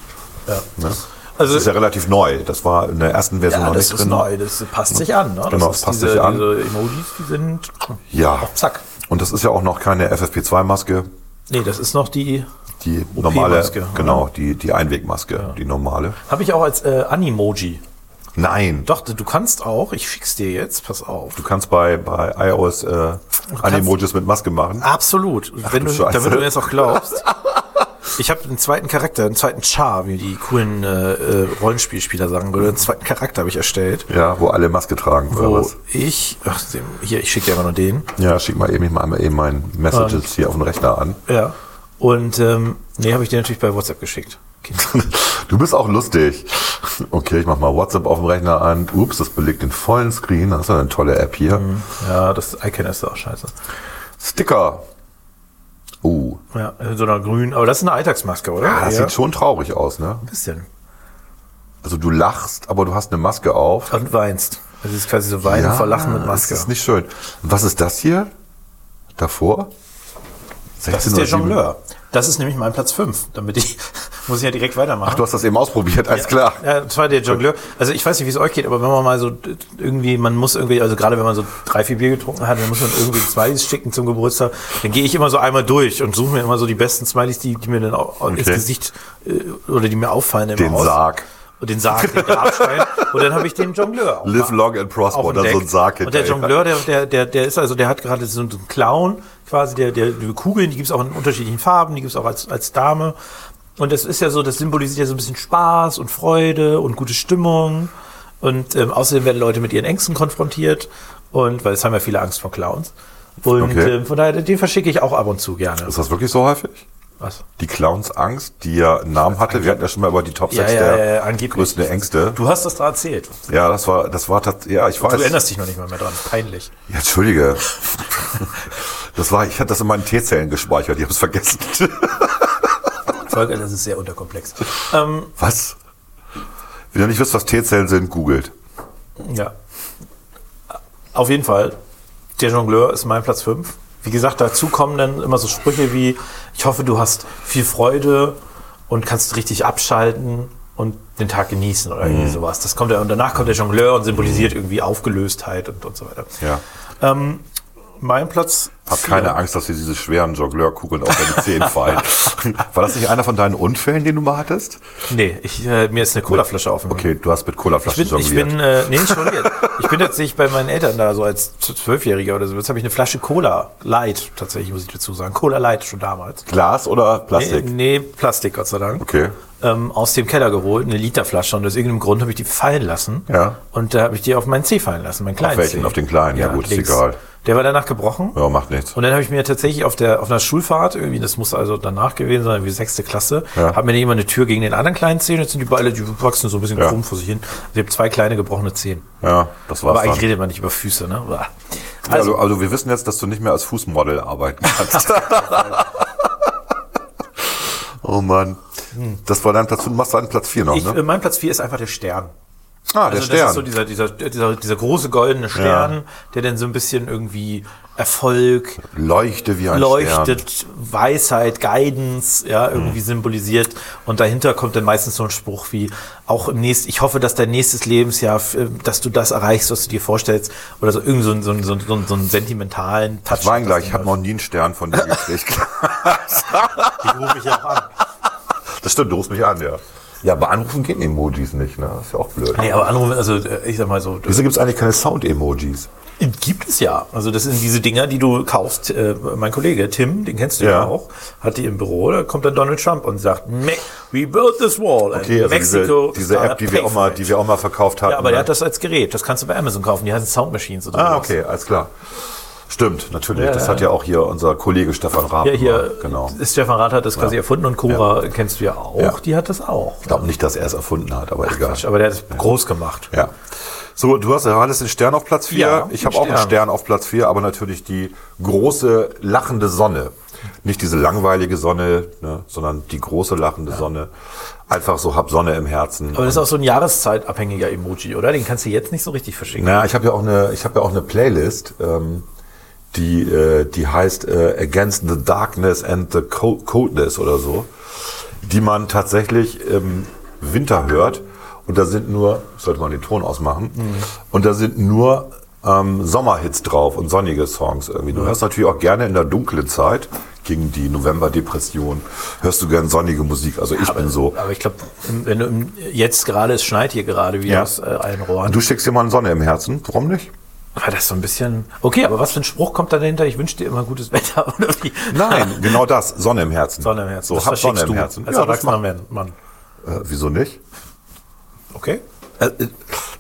Speaker 2: Ja.
Speaker 1: Ne?
Speaker 2: Also-
Speaker 1: Also das ist ja relativ neu. Das war in der ersten Version Also noch nicht drin.
Speaker 2: das passt sich an. Ne?
Speaker 1: Genau,
Speaker 2: das ist
Speaker 1: passt
Speaker 2: diese,
Speaker 1: sich an.
Speaker 2: Diese Emojis, die sind
Speaker 1: Ja.
Speaker 2: zack.
Speaker 1: Und das ist ja auch noch keine FFP2-Maske,
Speaker 2: Nee, das ist noch die.
Speaker 1: die normale,
Speaker 2: OP-Maske,
Speaker 1: genau, die, die Einwegmaske, die normale.
Speaker 2: Habe ich auch als äh, Animoji.
Speaker 1: Nein,
Speaker 2: Doch, du kannst auch, ich schick's dir jetzt, pass auf.
Speaker 1: du kannst bei, bei iOS äh, Animojis mit Maske machen.
Speaker 2: Ah. Absolut. Wenn
Speaker 1: du
Speaker 2: du,
Speaker 1: Scheiße.
Speaker 2: damit du mir das auch glaubst. Ich habe einen zweiten Charakter, einen zweiten Char, wie die coolen äh, äh, Rollenspielspieler sagen würden. Einen zweiten Charakter habe ich erstellt.
Speaker 1: Ja, wo alle Maske tragen, oder
Speaker 2: Wo
Speaker 1: was?
Speaker 2: ich, ach, dem- hier, ich schicke dir aber nur den.
Speaker 1: Ja, schick mal eben, ich mach mal eben mein Messages hier auf den Rechner an.
Speaker 2: Ja. Und ähm, nee, habe ich dir natürlich bei WhatsApp geschickt.
Speaker 1: Du bist auch lustig. Okay, ich mach mal WhatsApp auf dem Rechner an. Ups, das belegt den vollen Screen. Das ist ja eine tolle App hier.
Speaker 2: Mhm. Ja, das Icon ist auch scheiße.
Speaker 1: Sticker. Oh,
Speaker 2: Ja, in so einer grünen, aber das ist eine Alltagsmaske, oder?
Speaker 1: ah, das sieht schon traurig aus, ne?
Speaker 2: ein bisschen.
Speaker 1: Also du lachst, aber du hast eine Maske auf.
Speaker 2: Und weinst. Das ist quasi so Weinen vor Lachen mit Maske.
Speaker 1: Das ist nicht schön. Und Was ist das hier? Davor? 16
Speaker 2: das ist der
Speaker 1: oder 7.
Speaker 2: Jongleur. Das ist nämlich mein Platz 5, damit ich, muss ich ja direkt weitermachen.
Speaker 1: Ach, du hast das eben ausprobiert, alles klar.
Speaker 2: Ja, das war der Jongleur. Also ich weiß nicht, wie es euch geht, aber wenn man mal so d- irgendwie, man muss irgendwie, also gerade wenn man so drei, vier Bier getrunken hat, dann muss man irgendwie Smileys schicken zum Geburtstag. Dann gehe ich immer so einmal durch und suche mir immer so die besten Smileys, die, die mir dann auch ins
Speaker 1: Okay.
Speaker 2: Gesicht äh, oder die mir auffallen im
Speaker 1: Den
Speaker 2: Haus.
Speaker 1: Sarg.
Speaker 2: Und den Sarg, den Grabstein. und dann habe ich den Jongleur. auch
Speaker 1: Live
Speaker 2: mal
Speaker 1: long and prosper,
Speaker 2: auf
Speaker 1: da ist so ein
Speaker 2: entdeckt.
Speaker 1: Sarg
Speaker 2: Und der
Speaker 1: hinterher.
Speaker 2: Jongleur, der, der, der, der ist also, der hat gerade so einen Clown, quasi der, der, die Kugeln, die gibt's auch in unterschiedlichen Farben, die gibt's auch als, als Dame. Und das ist ja so, das symbolisiert ja so ein bisschen Spaß und Freude und gute Stimmung. Und ähm, außerdem werden Leute mit ihren Ängsten konfrontiert. Und weil es haben ja viele Angst vor Clowns. Und
Speaker 1: Okay. Also,
Speaker 2: ähm, von daher, den verschicke ich auch ab und zu gerne.
Speaker 1: Ist das wirklich so häufig?
Speaker 2: Was?
Speaker 1: Die Clowns-Angst, die ja einen Namen hatte. Wir hatten ja schon mal über die Top 6 der
Speaker 2: angeblich.
Speaker 1: größten Ängste.
Speaker 2: Du hast das da erzählt.
Speaker 1: Ja, das war, das war tatsächlich, ja, ich weiß.
Speaker 2: Du erinnerst dich noch nicht mal mehr dran. Peinlich.
Speaker 1: Ja, entschuldige. Das war, ich hatte das in meinen T-Zellen gespeichert, ich habe es vergessen.
Speaker 2: Volker, das ist sehr unterkomplex.
Speaker 1: Was? Wenn ihr nicht wisst, was T-Zellen sind, googelt.
Speaker 2: Ja. Auf jeden Fall, der Jongleur ist mein Platz 5. Wie gesagt, dazu kommen dann immer so Sprüche wie, ich hoffe, du hast viel Freude und kannst richtig abschalten und den Tag genießen oder
Speaker 1: Mhm.
Speaker 2: irgendwie sowas. Das kommt ja, und danach kommt der Jongleur und symbolisiert irgendwie Aufgelöstheit und, und so weiter.
Speaker 1: Ja.
Speaker 2: Ähm, mein Platz.
Speaker 1: Hab keine Angst, dass dir diese schweren Jongleurkugeln auf deine Zehen fallen. War das nicht einer von deinen Unfällen, den du mal hattest?
Speaker 2: Nee, ich, äh, mir ist eine Colaflasche auf.
Speaker 1: Okay, du hast mit Colaflaschen
Speaker 2: Mhm. Ich bin, ich bin äh, nee, nicht jongliert. Ich bin tatsächlich bei meinen Eltern da so als Zwölfjähriger oder so. Jetzt habe ich eine Flasche Cola Light, tatsächlich muss ich dazu sagen. Cola Light schon damals.
Speaker 1: Glas oder
Speaker 2: Nee,
Speaker 1: Plastik?
Speaker 2: nee, Plastik, Gott sei Dank.
Speaker 1: Okay.
Speaker 2: Ähm, aus dem Keller geholt, eine Literflasche. Und aus irgendeinem Grund habe ich die fallen lassen.
Speaker 1: Ja.
Speaker 2: Und da habe ich die auf meinen Zeh fallen lassen, meinen kleinen
Speaker 1: welchen?
Speaker 2: Zeh.
Speaker 1: Auf den kleinen? Ja, gut, ist egal.
Speaker 2: Der war danach gebrochen.
Speaker 1: Ja, macht nichts.
Speaker 2: Und dann habe ich mir tatsächlich auf der auf einer Schulfahrt, irgendwie, das muss also danach gewesen sein, wie sechste Klasse,
Speaker 1: Ja.
Speaker 2: hat mir dann jemand eine Tür gegen den anderen kleinen Zeh. und Jetzt sind die Beile, die wachsen so ein bisschen
Speaker 1: Ja.
Speaker 2: krumm vor sich hin. Also ich habe zwei kleine gebrochene Zehen.
Speaker 1: Ja, das war's
Speaker 2: Aber eigentlich
Speaker 1: dann.
Speaker 2: redet man nicht über Füße, ne? Bah.
Speaker 1: Also, also wir wissen jetzt, dass du nicht mehr als Fußmodel arbeiten kannst. oh Mann. Das war dein Platz, du machst deinen Platz 4 noch,
Speaker 2: Hm. Ich, äh,
Speaker 1: ne?
Speaker 2: mein Platz 4 ist einfach der Stern.
Speaker 1: Ah,
Speaker 2: Also das ist so dieser, dieser, dieser, dieser große goldene Stern, der dann so ein bisschen irgendwie Erfolg,
Speaker 1: Leuchte wie ein Stern. Hm.
Speaker 2: leuchtet, Weisheit, Guidance, ja, irgendwie symbolisiert. Und dahinter kommt dann meistens so ein Spruch wie, auch im nächsten, ich hoffe, dass dein nächstes Lebensjahr, f- äh, dass du das erreichst, was du dir vorstellst, oder so irgend so, ein- so, ein- so, ein- so, ein- so einen sentimentalen Touch.
Speaker 1: Wein gleich, ich
Speaker 2: hat
Speaker 1: habe
Speaker 2: das
Speaker 1: noch nie einen Stern von dir gekriegt.
Speaker 2: dann läuft. Die rufe ich ja auch an.
Speaker 1: Das stimmt, du rufst mich an, ja. Ja, aber anrufen gehen Emojis nicht, ne? Ist ja auch blöd.
Speaker 2: Nee, aber anrufen, also äh, ich sag mal so,
Speaker 1: Wieso gibt's eigentlich keine Sound-Emojis?
Speaker 2: Gibt es ja. Also das sind diese Dinger, die du kaufst. Äh, mein Kollege Tim, den kennst du ja,
Speaker 1: Ja.
Speaker 2: auch, hat die im Büro. Da kommt dann Donald Trump und sagt, "Me- we built this wall. and
Speaker 1: Okay, also
Speaker 2: Mexico
Speaker 1: diese, diese
Speaker 2: gotta
Speaker 1: App, die
Speaker 2: pay
Speaker 1: wir, auch
Speaker 2: for
Speaker 1: mal,
Speaker 2: it."
Speaker 1: die wir auch mal verkauft hatten.
Speaker 2: ja, aber
Speaker 1: ne?
Speaker 2: der hat das als Gerät. Das kannst du bei Amazon kaufen. Die heißen Sound Machines. Oder
Speaker 1: Ah,
Speaker 2: sowas.
Speaker 1: okay, alles klar. Stimmt, natürlich.
Speaker 2: Ja,
Speaker 1: das
Speaker 2: ja.
Speaker 1: hat ja auch hier unser Kollege Stefan Raab.
Speaker 2: Ja, hier
Speaker 1: gemacht, Genau.
Speaker 2: ist Stefan Rath hat das quasi erfunden und Cora kennst du ja auch.
Speaker 1: Ja.
Speaker 2: Die hat das auch.
Speaker 1: Ich glaube nicht, dass er es erfunden hat, aber egal.
Speaker 2: Aber der hat es groß gemacht.
Speaker 1: Ja. So, du hast Johannes den Stern auf Platz 4.
Speaker 2: Ja,
Speaker 1: ich
Speaker 2: den
Speaker 1: habe auch einen
Speaker 2: Stern.
Speaker 1: Stern auf Platz 4, aber natürlich die große lachende Sonne. Nicht diese langweilige Sonne, ne, sondern die große lachende Sonne. Einfach so hab Sonne im Herzen.
Speaker 2: Aber das ist auch so ein jahreszeitabhängiger Emoji, oder? Den kannst du jetzt nicht so richtig verschicken.
Speaker 1: Naja, ich habe ja auch eine, ich habe ja auch eine Playlist, ähm, die äh, die heißt äh, Against the Darkness and the Co- Coldness oder so, die man tatsächlich im Winter hört. Und da sind nur, sollte man den Ton ausmachen, und da sind nur ähm, Sommerhits drauf und sonnige Songs irgendwie. Du hörst natürlich auch gerne in der dunklen Zeit gegen die Novemberdepression hörst du gern sonnige Musik. Also ich bin so.
Speaker 2: Aber ich glaube, wenn du im- jetzt gerade, es schneit hier gerade wie
Speaker 1: Ja.
Speaker 2: aus äh, allen Rohren.
Speaker 1: Du schickst jemanden Sonne im Herzen, warum nicht?
Speaker 2: War das so ein bisschen. Okay, aber was für ein Spruch kommt da dahinter? Ich wünsche dir immer gutes Wetter oder wie?
Speaker 1: Nein, genau das. Sonne im Herzen.
Speaker 2: Sonne im Herzen.
Speaker 1: So, hab Sonne
Speaker 2: verschickst
Speaker 1: im
Speaker 2: du
Speaker 1: Herzen.
Speaker 2: Als
Speaker 1: Ja, das
Speaker 2: Erwachsener Mann. Mann.
Speaker 1: Äh, wieso nicht?
Speaker 2: Okay.
Speaker 1: Äh, äh,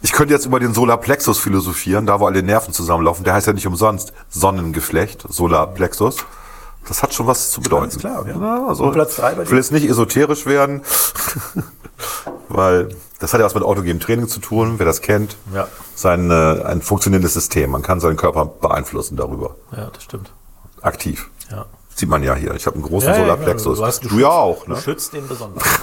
Speaker 1: Ich könnte jetzt über den Solarplexus philosophieren, da wo alle Nerven zusammenlaufen. Der heißt ja nicht umsonst Sonnengeflecht, Solarplexus. Das hat schon was zu bedeuten.
Speaker 2: Alles klar, ja.
Speaker 1: also,
Speaker 2: Und Platz drei bei dir?
Speaker 1: ich will jetzt nicht esoterisch werden, weil das hat ja was mit autogenem Training zu tun, wer das kennt.
Speaker 2: Ja.
Speaker 1: Sein, äh, ein funktionierendes System. Man kann seinen Körper beeinflussen darüber.
Speaker 2: Ja, das stimmt.
Speaker 1: Aktiv.
Speaker 2: Ja.
Speaker 1: Sieht man ja hier. Ich habe einen großen
Speaker 2: Ja, ja, genau.
Speaker 1: Solarplexus.
Speaker 2: Du, hast,
Speaker 1: du
Speaker 2: du, schützt,
Speaker 1: ja auch. Ne?
Speaker 2: Du schützt den besonders.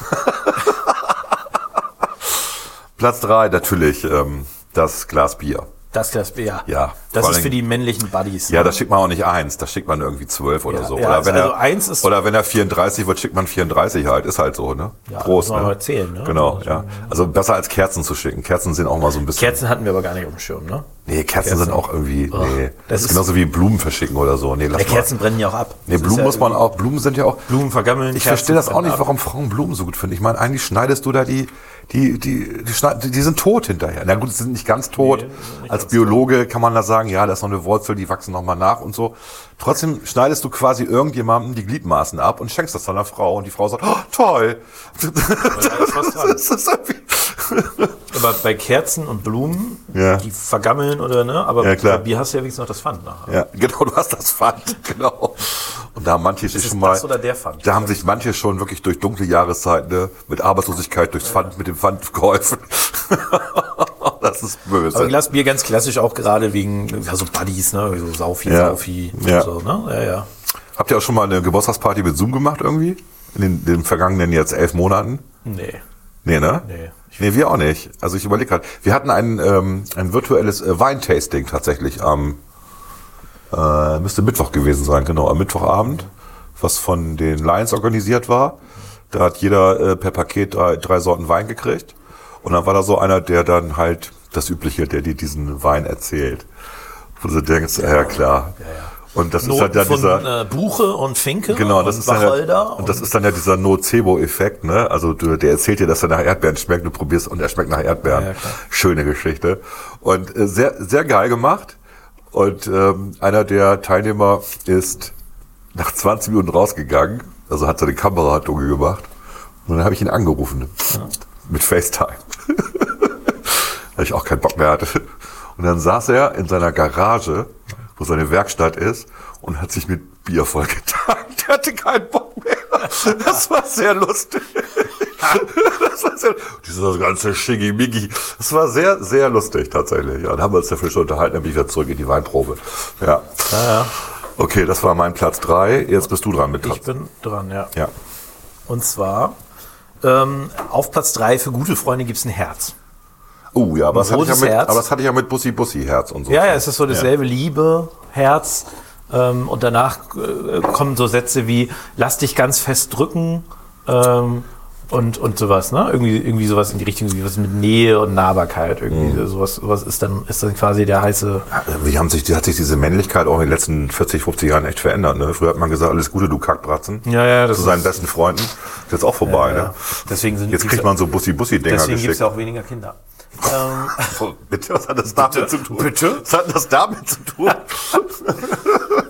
Speaker 1: Platz drei natürlich ähm, das Glas Bier.
Speaker 2: Das, das, ja.
Speaker 1: Ja,
Speaker 2: Das
Speaker 1: vor
Speaker 2: ist
Speaker 1: allen
Speaker 2: für die männlichen Buddies.
Speaker 1: Ja, da schickt man auch nicht eins, da schickt man irgendwie zwölf oder
Speaker 2: Mhm. Ja,
Speaker 1: so.
Speaker 2: ja,
Speaker 1: oder
Speaker 2: also-
Speaker 1: wenn er,
Speaker 2: also eins ist-
Speaker 1: oder wenn er 34 wird, schickt man 34 halt. Ist halt so, ne?
Speaker 2: Ja,
Speaker 1: Prost.
Speaker 2: muss man mal zählen, ne?
Speaker 1: Genau,
Speaker 2: Also,
Speaker 1: ja. Also besser als Kerzen zu schicken. Kerzen sind auch mal so ein bisschen.
Speaker 2: Kerzen hatten wir aber gar nicht auf dem Schirm, ne?
Speaker 1: nee, Kerzen, sind auch irgendwie. nee.
Speaker 2: das
Speaker 1: Das
Speaker 2: ist-
Speaker 1: ist genauso wie Blumen verschicken oder so. Nee, lass
Speaker 2: Ja, Kerzen
Speaker 1: mal.
Speaker 2: brennen ja auch ab.
Speaker 1: Nee,
Speaker 2: Das ist
Speaker 1: Blumen
Speaker 2: ja
Speaker 1: muss man
Speaker 2: irgendwie-
Speaker 1: auch. Blumen sind ja auch.
Speaker 2: Blumen vergammeln,
Speaker 1: Ich
Speaker 2: Kerzen
Speaker 1: verstehe das auch
Speaker 2: brennen
Speaker 1: nicht,
Speaker 2: ab.
Speaker 1: warum Frauen Blumen so gut finden. Ich meine, eigentlich schneidest du da die, die, die, die, schneid, die sind tot hinterher. Na gut, sie sind nicht ganz tot. Als Biologe kann man da sagen, ja, da ist noch eine Wurzel, die wachsen nochmal nach und so. Trotzdem schneidest du quasi irgendjemandem die Gliedmaßen ab und schenkst das dann der Frau und die Frau sagt, oh, toll.
Speaker 2: ist was dran.
Speaker 1: Das ist irgendwie-
Speaker 2: Aber bei Kerzen und Blumen,
Speaker 1: Ja.
Speaker 2: die vergammeln oder ne? Aber
Speaker 1: Ja, klar.
Speaker 2: bei Bier hast du ja wenigstens noch das Pfand nachher.
Speaker 1: Ja, genau, du hast das Pfand, genau. Und da haben manche sich
Speaker 2: es
Speaker 1: schon mal.
Speaker 2: das oder der Pfand?
Speaker 1: Da haben sich manche schon wirklich durch dunkle Jahreszeiten, ne, mit Arbeitslosigkeit durchs Pfand, mit dem Pfand geholfen. das ist böse.
Speaker 2: Aber Glas Bier ganz klassisch auch gerade wegen ja, so Buddies, ne? So Saufi,
Speaker 1: Ja.
Speaker 2: Saufi
Speaker 1: Ja.
Speaker 2: und so, ne? Ja, ja.
Speaker 1: Habt ihr auch schon mal eine Geburtstagsparty mit Zoom gemacht irgendwie? In den, den vergangenen jetzt elf Monaten?
Speaker 2: Nee.
Speaker 1: Nee, ne?
Speaker 2: Nee.
Speaker 1: Nee, wir auch nicht. Also ich überlege gerade. Wir hatten ein, ähm, ein virtuelles äh, Weintasting tatsächlich am, äh, müsste Mittwoch gewesen sein, genau, am Mittwochabend, was von den Lions organisiert war. Da hat jeder äh, per Paket drei, drei Sorten Wein gekriegt. Und dann war da so einer, der dann halt das Übliche, der dir diesen Wein erzählt. Wo du denkst, ja, ja klar. Und das ist
Speaker 2: Noten
Speaker 1: halt dann
Speaker 2: von
Speaker 1: dieser,
Speaker 2: äh, Buche und Finke
Speaker 1: Genau,
Speaker 2: und
Speaker 1: das ist, dann ja,
Speaker 2: Wacholder.
Speaker 1: und das ist dann ja dieser Nocebo-Effekt, ne? Also du, der erzählt dir, dass er nach Erdbeeren schmeckt, du probierst und er schmeckt nach Erdbeeren.
Speaker 2: Ja, ja, klar.
Speaker 1: Schöne Geschichte. Und äh, sehr, sehr geil gemacht. Und ähm, einer der Teilnehmer ist nach 20 Minuten rausgegangen, also hat seine Kamera hat dunkel gemacht. Und dann habe ich ihn angerufen mit FaceTime weil ich auch keinen Bock mehr hatte. Und dann saß er in seiner Garage, wo seine Werkstatt ist, und hat sich mit Bier vollgetankt. Er hatte keinen Bock mehr. Das war sehr lustig. Das war sehr, dieses ganze Schickimicki. Das war sehr, sehr lustig tatsächlich. Ja, dann haben wir uns dafür schon unterhalten, dann bin ich wieder zurück in die Weinprobe. Ja. Okay, das war mein Platz drei. Jetzt bist du dran mit
Speaker 2: ich
Speaker 1: Platz.
Speaker 2: bin dran, ja.
Speaker 1: Ja.
Speaker 2: Und zwar ähm, auf Platz drei für gute Freunde gibt's ein Herz.
Speaker 1: Oh ja, aber das, hatte ich ja
Speaker 2: rotes
Speaker 1: mit,
Speaker 2: Herz.
Speaker 1: aber das hatte ich ja mit Bussi Bussi Herz und so.
Speaker 2: Ja, ja, es ist so dasselbe Liebe, Herz. Ähm, und danach äh, kommen so Sätze wie lass dich ganz fest drücken ähm, und, und sowas, ne? Irgendwie, irgendwie sowas in die Richtung, wie was mit Nähe und Nahbarkeit irgendwie. Sowas, sowas ist dann, ist dann quasi der heiße.
Speaker 1: Äh, Wie haben sich, die hat sich diese Männlichkeit auch in den letzten 40, 50 Jahren echt verändert. Ne? Früher hat man gesagt, alles Gute, du Kackbratzen.
Speaker 2: Ja, ja, das
Speaker 1: Zu seinen
Speaker 2: ist-
Speaker 1: besten Freunden. Ist jetzt auch vorbei.
Speaker 2: Ja.
Speaker 1: Ne?
Speaker 2: Deswegen sind
Speaker 1: Jetzt kriegt man so Bussi-Bussi-Dinger
Speaker 2: deswegen gibt's
Speaker 1: geschickt.
Speaker 2: ja auch weniger Kinder. ähm,
Speaker 1: Bitte, was hat das damit zu tun?
Speaker 2: Bitte?
Speaker 1: Was hat das damit zu tun?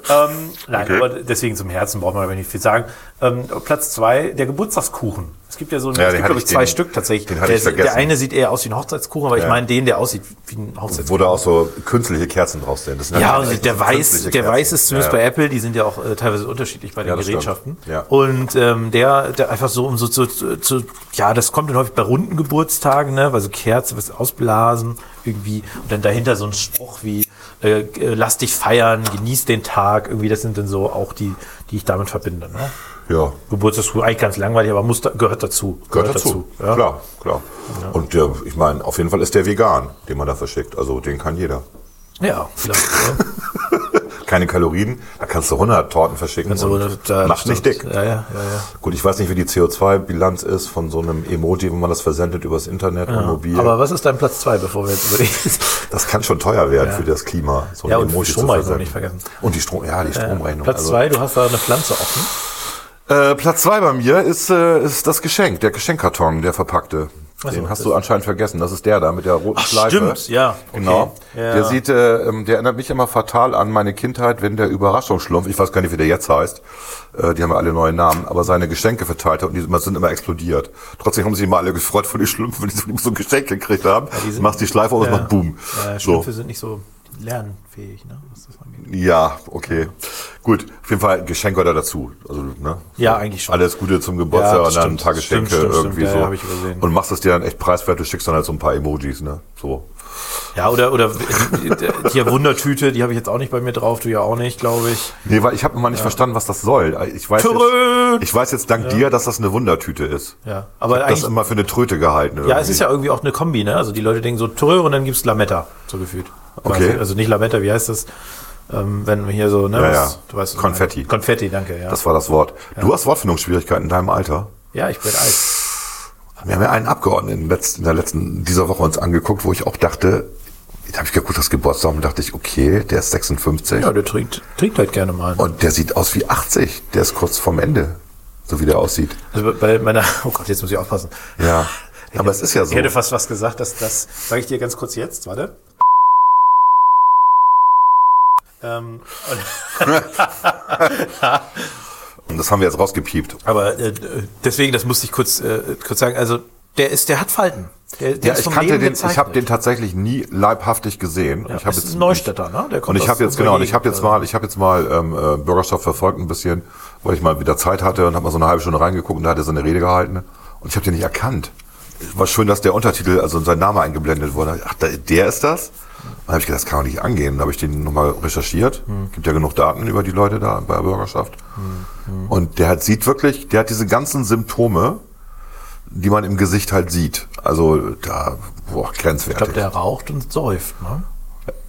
Speaker 2: Ähm, nein,
Speaker 1: Okay.
Speaker 2: aber deswegen zum Herzen braucht man aber nicht viel sagen. Ähm, Platz zwei, der Geburtstagskuchen. Es gibt ja so einen,
Speaker 1: Ja,
Speaker 2: es
Speaker 1: den
Speaker 2: gibt,
Speaker 1: hatte
Speaker 2: glaube ich,
Speaker 1: ich-
Speaker 2: zwei
Speaker 1: den-
Speaker 2: Stück tatsächlich.
Speaker 1: den hatte
Speaker 2: der,
Speaker 1: ich vergessen.
Speaker 2: der eine sieht eher aus wie ein Hochzeitskuchen, aber ich
Speaker 1: Ja.
Speaker 2: meine den, der aussieht wie ein
Speaker 1: Wo
Speaker 2: Hochzeitskuchen.
Speaker 1: da auch so künstliche Kerzen drauf sind. Das sind
Speaker 2: Ja,
Speaker 1: echt
Speaker 2: also der
Speaker 1: so
Speaker 2: weiß,
Speaker 1: künstliche
Speaker 2: der
Speaker 1: Kerzen.
Speaker 2: weiß ist zumindest
Speaker 1: äh, Ja,
Speaker 2: bei
Speaker 1: ja.
Speaker 2: Apple, die sind ja auch äh, teilweise unterschiedlich bei den
Speaker 1: Ja, das stimmt.
Speaker 2: Gerätschaften.
Speaker 1: Ja.
Speaker 2: Und ähm, der, der einfach so, um so zu, zu, zu, ja, das kommt dann häufig bei runden Geburtstagen, ne, weil so Kerze, was ausblasen irgendwie und dann dahinter so ein Spruch wie äh, äh, lass dich feiern, genieß den Tag, irgendwie, das sind dann so auch die, die ich damit verbinde. Ne?
Speaker 1: Ja,
Speaker 2: Geburtstagsruhe, eigentlich ganz langweilig, aber muss da, gehört dazu.
Speaker 1: gehört dazu.
Speaker 2: ja.
Speaker 1: Klar, klar. Und der, ich meine, auf jeden Fall ist der vegan, den man da verschickt. Also den kann jeder.
Speaker 2: Ja, vielleicht. ja.
Speaker 1: Keine Kalorien, da kannst du 100 Torten verschicken.
Speaker 2: Also,
Speaker 1: und
Speaker 2: da-
Speaker 1: macht nicht dick.
Speaker 2: Ja, ja, ja, ja.
Speaker 1: Gut, ich weiß nicht, wie die CO2-Bilanz ist von so einem Emoji, wenn man das versendet übers Internet und mobil.
Speaker 2: Aber was ist dein Platz zwei, bevor wir jetzt über die
Speaker 1: das kann schon teuer werden für das Klima, so
Speaker 2: Ja,
Speaker 1: ein
Speaker 2: und die
Speaker 1: Emoji zu
Speaker 2: Stromrechnung
Speaker 1: versenden.
Speaker 2: nicht vergessen. Äh,
Speaker 1: Und die Strom, ja, die Stromrechnung.
Speaker 2: Ähm, Platz
Speaker 1: also-
Speaker 2: zwei, du hast da eine Pflanze offen.
Speaker 1: Äh, Platz zwei bei mir ist, äh, ist das Geschenk, der Geschenkkarton, der verpackte.
Speaker 2: so,
Speaker 1: Den hast
Speaker 2: das-
Speaker 1: du anscheinend vergessen. Das ist der da mit der roten
Speaker 2: Ach,
Speaker 1: Schleife.
Speaker 2: stimmt, ja, okay.
Speaker 1: Genau.
Speaker 2: Ja.
Speaker 1: Der sieht, äh, ähm, der erinnert mich immer fatal an meine Kindheit, wenn der Überraschungsschlumpf, ich weiß gar nicht, wie der jetzt heißt, äh, die haben ja alle neue Namen, aber seine Geschenke verteilt hat und die immer- sind immer explodiert. Trotzdem haben sich immer alle gefreut von den Schlümpfen, wenn die so- so ein Geschenk gekriegt haben.
Speaker 2: die sind-
Speaker 1: Machst die Schleife auf und
Speaker 2: Ja.
Speaker 1: macht Boom.
Speaker 2: Äh,
Speaker 1: so.
Speaker 2: Schlümpfe sind nicht so lernfähig, ne? Was das angeht.
Speaker 1: Ja, okay. Gut, auf jeden Fall ein Geschenk oder dazu. Also, ne?
Speaker 2: Ja, eigentlich schon.
Speaker 1: Alles Gute zum
Speaker 2: Ja,
Speaker 1: Geburtstag
Speaker 2: das
Speaker 1: und dann ein
Speaker 2: stimmt.
Speaker 1: paar Geschenke
Speaker 2: Stimmt, stimmt,
Speaker 1: irgendwie
Speaker 2: stimmt. Ja,
Speaker 1: so.
Speaker 2: ja, hab ich übersehen.
Speaker 1: Und machst es dir dann echt preiswert, du schickst dann halt so ein paar Emojis, ne? So.
Speaker 2: Ja, oder, oder die- die Wundertüte, die habe ich jetzt auch nicht bei mir drauf, du ja auch nicht, glaube ich.
Speaker 1: Nee, weil ich habe immer nicht verstanden, was das soll. Ich weiß,
Speaker 2: Tröd!
Speaker 1: jetzt, ich weiß jetzt dank dir, dass das eine Wundertüte ist.
Speaker 2: Ja, aber
Speaker 1: Das
Speaker 2: eigentlich,
Speaker 1: immer für eine Tröte gehalten.
Speaker 2: ja, es ist ja irgendwie auch eine Kombi, ne? Also die Leute denken so Toureux und dann gibt's Lametta, so gefühlt.
Speaker 1: Okay.
Speaker 2: Also, also nicht Lametta, wie heißt das? Ähm, wenn hier so, ne?
Speaker 1: Ja,
Speaker 2: was-
Speaker 1: ja.
Speaker 2: Du weißt, was ich
Speaker 1: Konfetti.
Speaker 2: meine. Konfetti, danke, ja.
Speaker 1: Das war das Wort. Du hast Wortfindungsschwierigkeiten in deinem Alter.
Speaker 2: ja, ich bin alt.
Speaker 1: Wir haben ja einen Abgeordneten letzt- in der letzten, dieser Woche uns angeguckt, wo ich auch dachte, da habe ich geguckt, das Geburtstag und dachte ich, okay, der ist 56.
Speaker 2: Ja, der trinkt, trinkt halt gerne mal.
Speaker 1: Und der sieht aus wie 80. Der ist kurz vorm Ende, so wie der aussieht.
Speaker 2: Also bei meiner, oh Gott, jetzt muss ich aufpassen.
Speaker 1: Ja. Aber es ist ja so.
Speaker 2: Ich hätte fast was gesagt, dass das, sage ich dir ganz kurz jetzt, warte. Ähm, und,
Speaker 1: Und das haben wir jetzt rausgepiept.
Speaker 2: aber äh, deswegen, das musste ich kurz, äh, kurz sagen, also der ist, der hat Falten. Der, der
Speaker 1: Ja, ich kannte den, ich habe den tatsächlich nie leibhaftig gesehen. Und
Speaker 2: Ja,
Speaker 1: ich hab
Speaker 2: ist ein Neustädter, ne? Der kommt
Speaker 1: und ich
Speaker 2: aus
Speaker 1: habe jetzt
Speaker 2: unserer
Speaker 1: genau, und ich habe
Speaker 2: Gegend,
Speaker 1: jetzt
Speaker 2: also.
Speaker 1: mal, ich habe jetzt mal ähm, äh, Bürgerschaft verfolgt ein bisschen, weil ich mal wieder Zeit hatte und habe mal so eine halbe Stunde reingeguckt und da hat er seine Rede gehalten und ich habe den nicht erkannt. War schön, dass der Untertitel, also sein Name eingeblendet wurde. Ach, da- der ist das? Dann habe ich gedacht, das kann doch nicht angehen. Dann habe ich den nochmal recherchiert.
Speaker 2: Hm.
Speaker 1: Gibt ja genug Daten über die Leute da bei der Bürgerschaft. Und der hat, sieht wirklich, der hat diese ganzen Symptome, die man im Gesicht halt sieht. Also da, boah,
Speaker 2: Ich
Speaker 1: grenzwertig.
Speaker 2: glaube, der raucht und säuft, ne?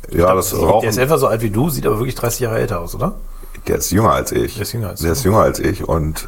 Speaker 1: ja, das Rauchen,
Speaker 2: Der ist etwa so alt wie du, sieht aber wirklich 30 Jahre älter aus, oder?
Speaker 1: Der ist jünger als ich.
Speaker 2: Der ist jünger als
Speaker 1: Der
Speaker 2: du. Mhm.
Speaker 1: ist jünger als ich und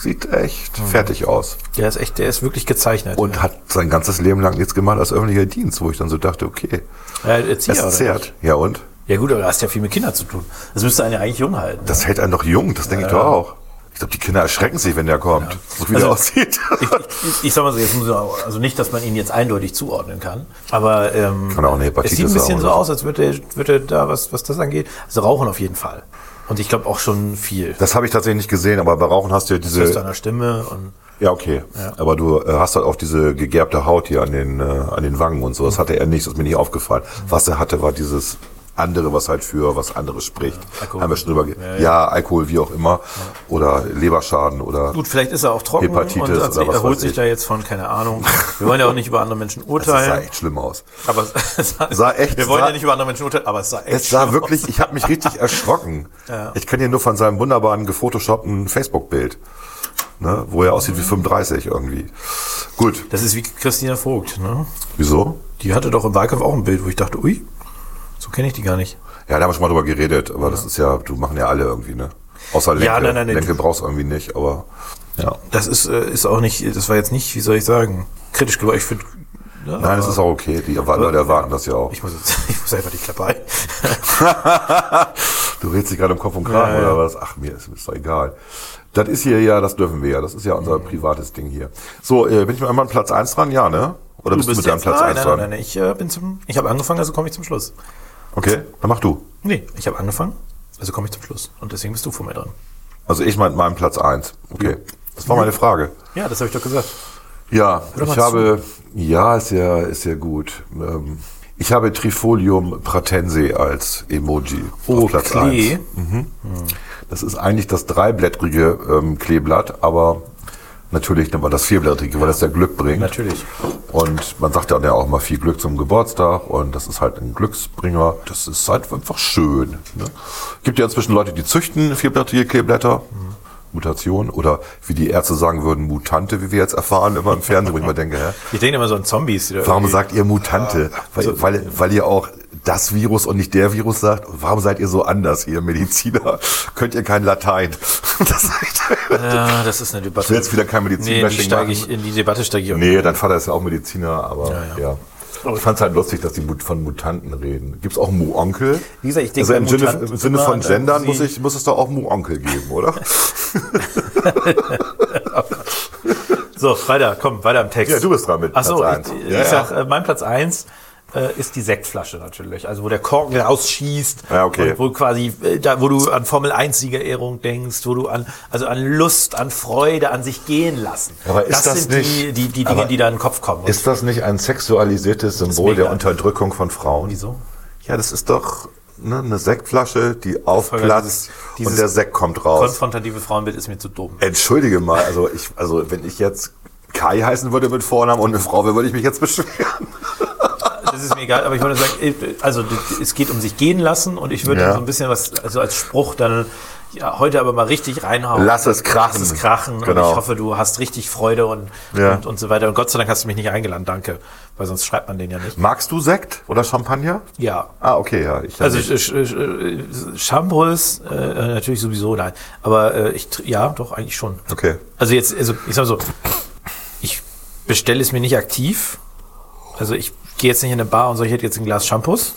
Speaker 1: sieht echt fertig aus.
Speaker 2: Der ist echt, der ist wirklich gezeichnet.
Speaker 1: Und hat sein ganzes Leben lang nichts gemacht als öffentlicher Dienst, wo ich dann so dachte, okay,
Speaker 2: ja, Erzieher,
Speaker 1: es
Speaker 2: oder
Speaker 1: zehrt.
Speaker 2: nicht?
Speaker 1: Ja und?
Speaker 2: Ja gut, aber du hast ja viel mit Kindern zu tun. Das müsste einen ja eigentlich jung halten.
Speaker 1: Das hält einen doch jung, das denke ich doch auch. Ich glaube, die Kinder erschrecken sich, wenn der kommt, so wie der
Speaker 2: Also-
Speaker 1: aussieht.
Speaker 2: ich, ich, ich sag mal so, jetzt muss ich auch, also nicht, dass man ihn jetzt eindeutig zuordnen kann, aber ähm,
Speaker 1: Kann auch eine Hepatitis
Speaker 2: es sieht ein bisschen
Speaker 1: sein,
Speaker 2: so
Speaker 1: oder?
Speaker 2: aus, als würde er, würde er da, was, was das angeht, also rauchen auf jeden Fall. Und ich glaube auch schon viel.
Speaker 1: Das habe ich tatsächlich nicht gesehen, aber bei Rauchen hast du ja
Speaker 2: Aus
Speaker 1: diese.
Speaker 2: deiner Stimme und
Speaker 1: Ja, okay. Aber du äh, hast halt auch diese gegerbte Haut hier an den, äh, an den Wangen und so. Das hatte er nicht, das ist mir nicht aufgefallen.
Speaker 2: Mhm.
Speaker 1: Was er hatte, war dieses andere, was halt für was anderes spricht.
Speaker 2: Alkohol.
Speaker 1: Haben wir schon drüber ge-
Speaker 2: Ja,
Speaker 1: ja,
Speaker 2: ja.
Speaker 1: Alkohol, wie auch immer. Oder Leberschaden oder.
Speaker 2: gut, vielleicht ist er auch trocken
Speaker 1: Hepatitis
Speaker 2: und also
Speaker 1: oder was
Speaker 2: erholt
Speaker 1: weiß
Speaker 2: sich
Speaker 1: ich.
Speaker 2: da jetzt von, keine Ahnung. Wir wollen ja auch nicht über andere Menschen
Speaker 1: Das sah
Speaker 2: urteilen.
Speaker 1: echt schlimm aus.
Speaker 2: Aber es sah,
Speaker 1: Sah echt-
Speaker 2: wir wollen
Speaker 1: sah-
Speaker 2: ja nicht über andere Menschen urteilen, aber es sah echt
Speaker 1: Es sah
Speaker 2: schlimm
Speaker 1: wirklich,
Speaker 2: aus.
Speaker 1: ich habe mich richtig erschrocken. Ich kenne hier nur von seinem wunderbaren gefotoshoppten Facebook-Bild. Ne, wo er
Speaker 2: Mhm.
Speaker 1: aussieht wie 35 irgendwie. Gut,
Speaker 2: Das ist wie Christina Vogt, ne?
Speaker 1: wieso?
Speaker 2: Die hatte doch im Wahlkampf auch ein Bild, wo ich dachte, ui, so kenne ich die gar nicht.
Speaker 1: Ja, da haben wir schon mal drüber geredet, aber das ist ja, du machen ja alle irgendwie, ne? Außer Lenke.
Speaker 2: Ja, nein, nein, nein.
Speaker 1: Lenke brauchst du irgendwie nicht, aber ja.
Speaker 2: Das ist, äh, ist auch nicht, das war jetzt nicht, wie soll ich sagen, kritisch geworden. Ich finde. Ja,
Speaker 1: Nein, das ist auch okay. Die erwar- Leute erwarten das ja auch.
Speaker 2: Äh, Ich muss, jetzt, ich muss einfach die Klappe halten.
Speaker 1: du redest dich gerade im Kopf und Kragen
Speaker 2: Ja, ja.
Speaker 1: oder was? Ach, mir ist, ist doch egal. Das ist hier ja, das dürfen wir ja. Das ist ja unser privates Ding hier. So, äh, bin ich mal einmal an Platz 1 dran? Ja, ne? Oder bist du mit deinem
Speaker 2: jetzt-
Speaker 1: Platz
Speaker 2: nein,
Speaker 1: 1
Speaker 2: nein, nein,
Speaker 1: dran?
Speaker 2: nein, nein, ich äh, bin zum, ich habe angefangen, also komme ich zum Schluss.
Speaker 1: Okay, dann mach du.
Speaker 2: Nee, ich habe angefangen Also komme ich zum Schluss. Und deswegen bist du vor mir dran.
Speaker 1: Also ich meinte meinen Platz eins. Okay. Das war meine Frage.
Speaker 2: Ja, das habe ich doch gesagt.
Speaker 1: Ja,
Speaker 2: doch mal
Speaker 1: ich
Speaker 2: zu.
Speaker 1: habe, ja, ist ja, ist ja gut. Ähm, ich habe Trifolium pratense als Emoji
Speaker 2: Oh,
Speaker 1: auf Platz
Speaker 2: Klee.
Speaker 1: eins. Das ist eigentlich das dreiblättrige ähm, Kleeblatt, aber natürlich nimmt man das vierblättrige, weil das ja Glück bringt.
Speaker 2: Natürlich.
Speaker 1: Und man sagt dann ja auch mal viel Glück zum Geburtstag und das ist halt ein Glücksbringer. Das ist halt einfach schön. Ne? Gibt ja inzwischen Leute, die züchten vierblättrige Kleeblätter. Mutation oder wie die Ärzte sagen würden, Mutante, wie wir jetzt erfahren, immer im Fernsehen, wo ich mal denke, hä?
Speaker 2: Ich denke immer so an Zombies. Die da
Speaker 1: Warum
Speaker 2: irgendwie-
Speaker 1: sagt ihr Mutante? Weil, weil, weil ihr auch das Virus und nicht der Virus sagt. Warum seid ihr so anders, ihr Mediziner? Könnt ihr kein Latein? Das Äh,
Speaker 2: Ja, das ist eine Debatte.
Speaker 1: Ich will jetzt wieder kein Medizin-
Speaker 2: nee, die
Speaker 1: Bashing
Speaker 2: steige
Speaker 1: machen.
Speaker 2: ich, In die Debatte steige ich auch
Speaker 1: nee, dein Vater ist ja auch Mediziner, aber ja.
Speaker 2: Ja,
Speaker 1: Ich fand es halt lustig, dass die Mut- von Mutanten reden. Gibt es auch Mu-Onkel?
Speaker 2: Wie gesagt, ich denke
Speaker 1: also im
Speaker 2: bei
Speaker 1: Sinne,
Speaker 2: Mutanten
Speaker 1: im Sinne
Speaker 2: immer
Speaker 1: von
Speaker 2: an
Speaker 1: Gendern muss,
Speaker 2: sie-
Speaker 1: ich, muss es doch auch Mu-Onkel geben, oder?
Speaker 2: So, weiter, komm, weiter im Text.
Speaker 1: Ja, du bist dran mit
Speaker 2: Ach so,
Speaker 1: Platz
Speaker 2: ich,
Speaker 1: eins.
Speaker 2: ich
Speaker 1: Ja, ja.
Speaker 2: sag, äh, mein Platz 1 äh, ist die Sektflasche natürlich, also wo der Korken rausschießt,
Speaker 1: Ja, okay.
Speaker 2: und wo quasi, äh, da, wo du an Formel 1 Siegerehrung denkst, wo du an, also an Lust, an Freude, an sich gehen lassen.
Speaker 1: Aber ist das
Speaker 2: sind die,
Speaker 1: nicht-
Speaker 2: die, die
Speaker 1: aber
Speaker 2: Dinge, die da in den Kopf kommen. Und
Speaker 1: Ist das nicht ein sexualisiertes Symbol
Speaker 2: mega.
Speaker 1: der Unterdrückung von Frauen?
Speaker 2: Wieso?
Speaker 1: Ja, das ist doch ne, eine Sektflasche, die aufplatzt
Speaker 2: dieses- dieses
Speaker 1: und der Sekt kommt raus.
Speaker 2: konfrontative Frauenbild ist mir zu dumm.
Speaker 1: Entschuldige mal, also ich, also wenn ich jetzt Kai heißen würde mit Vornamen und eine Frau wäre, würde ich mich jetzt beschweren.
Speaker 2: Das ist mir egal, aber ich wollte sagen, ich- also das- es geht um sich gehen lassen und ich würde
Speaker 1: Ja.
Speaker 2: so ein bisschen was, also als Spruch dann, ja, heute aber mal richtig reinhauen.
Speaker 1: Lass es krachen.
Speaker 2: Lass es krachen und
Speaker 1: Genau.
Speaker 2: ich hoffe, du hast richtig Freude und,
Speaker 1: Ja.
Speaker 2: und, und so weiter. Und Gott sei Dank hast du mich nicht eingeladen, danke, weil sonst schreibt man den ja nicht.
Speaker 1: Magst du Sekt oder Champagner?
Speaker 2: Ja.
Speaker 1: Ah, okay, ja. Ich
Speaker 2: Also äh, äh, äh, Shambrus äh, natürlich sowieso nein, aber äh, ich tr- ja doch eigentlich schon.
Speaker 1: okay.
Speaker 2: Also jetzt, also ich sag mal so, ich bestelle es mir nicht aktiv. Also ich gehe jetzt nicht in eine Bar und sage, ich hätte jetzt ein Glas Shampoos.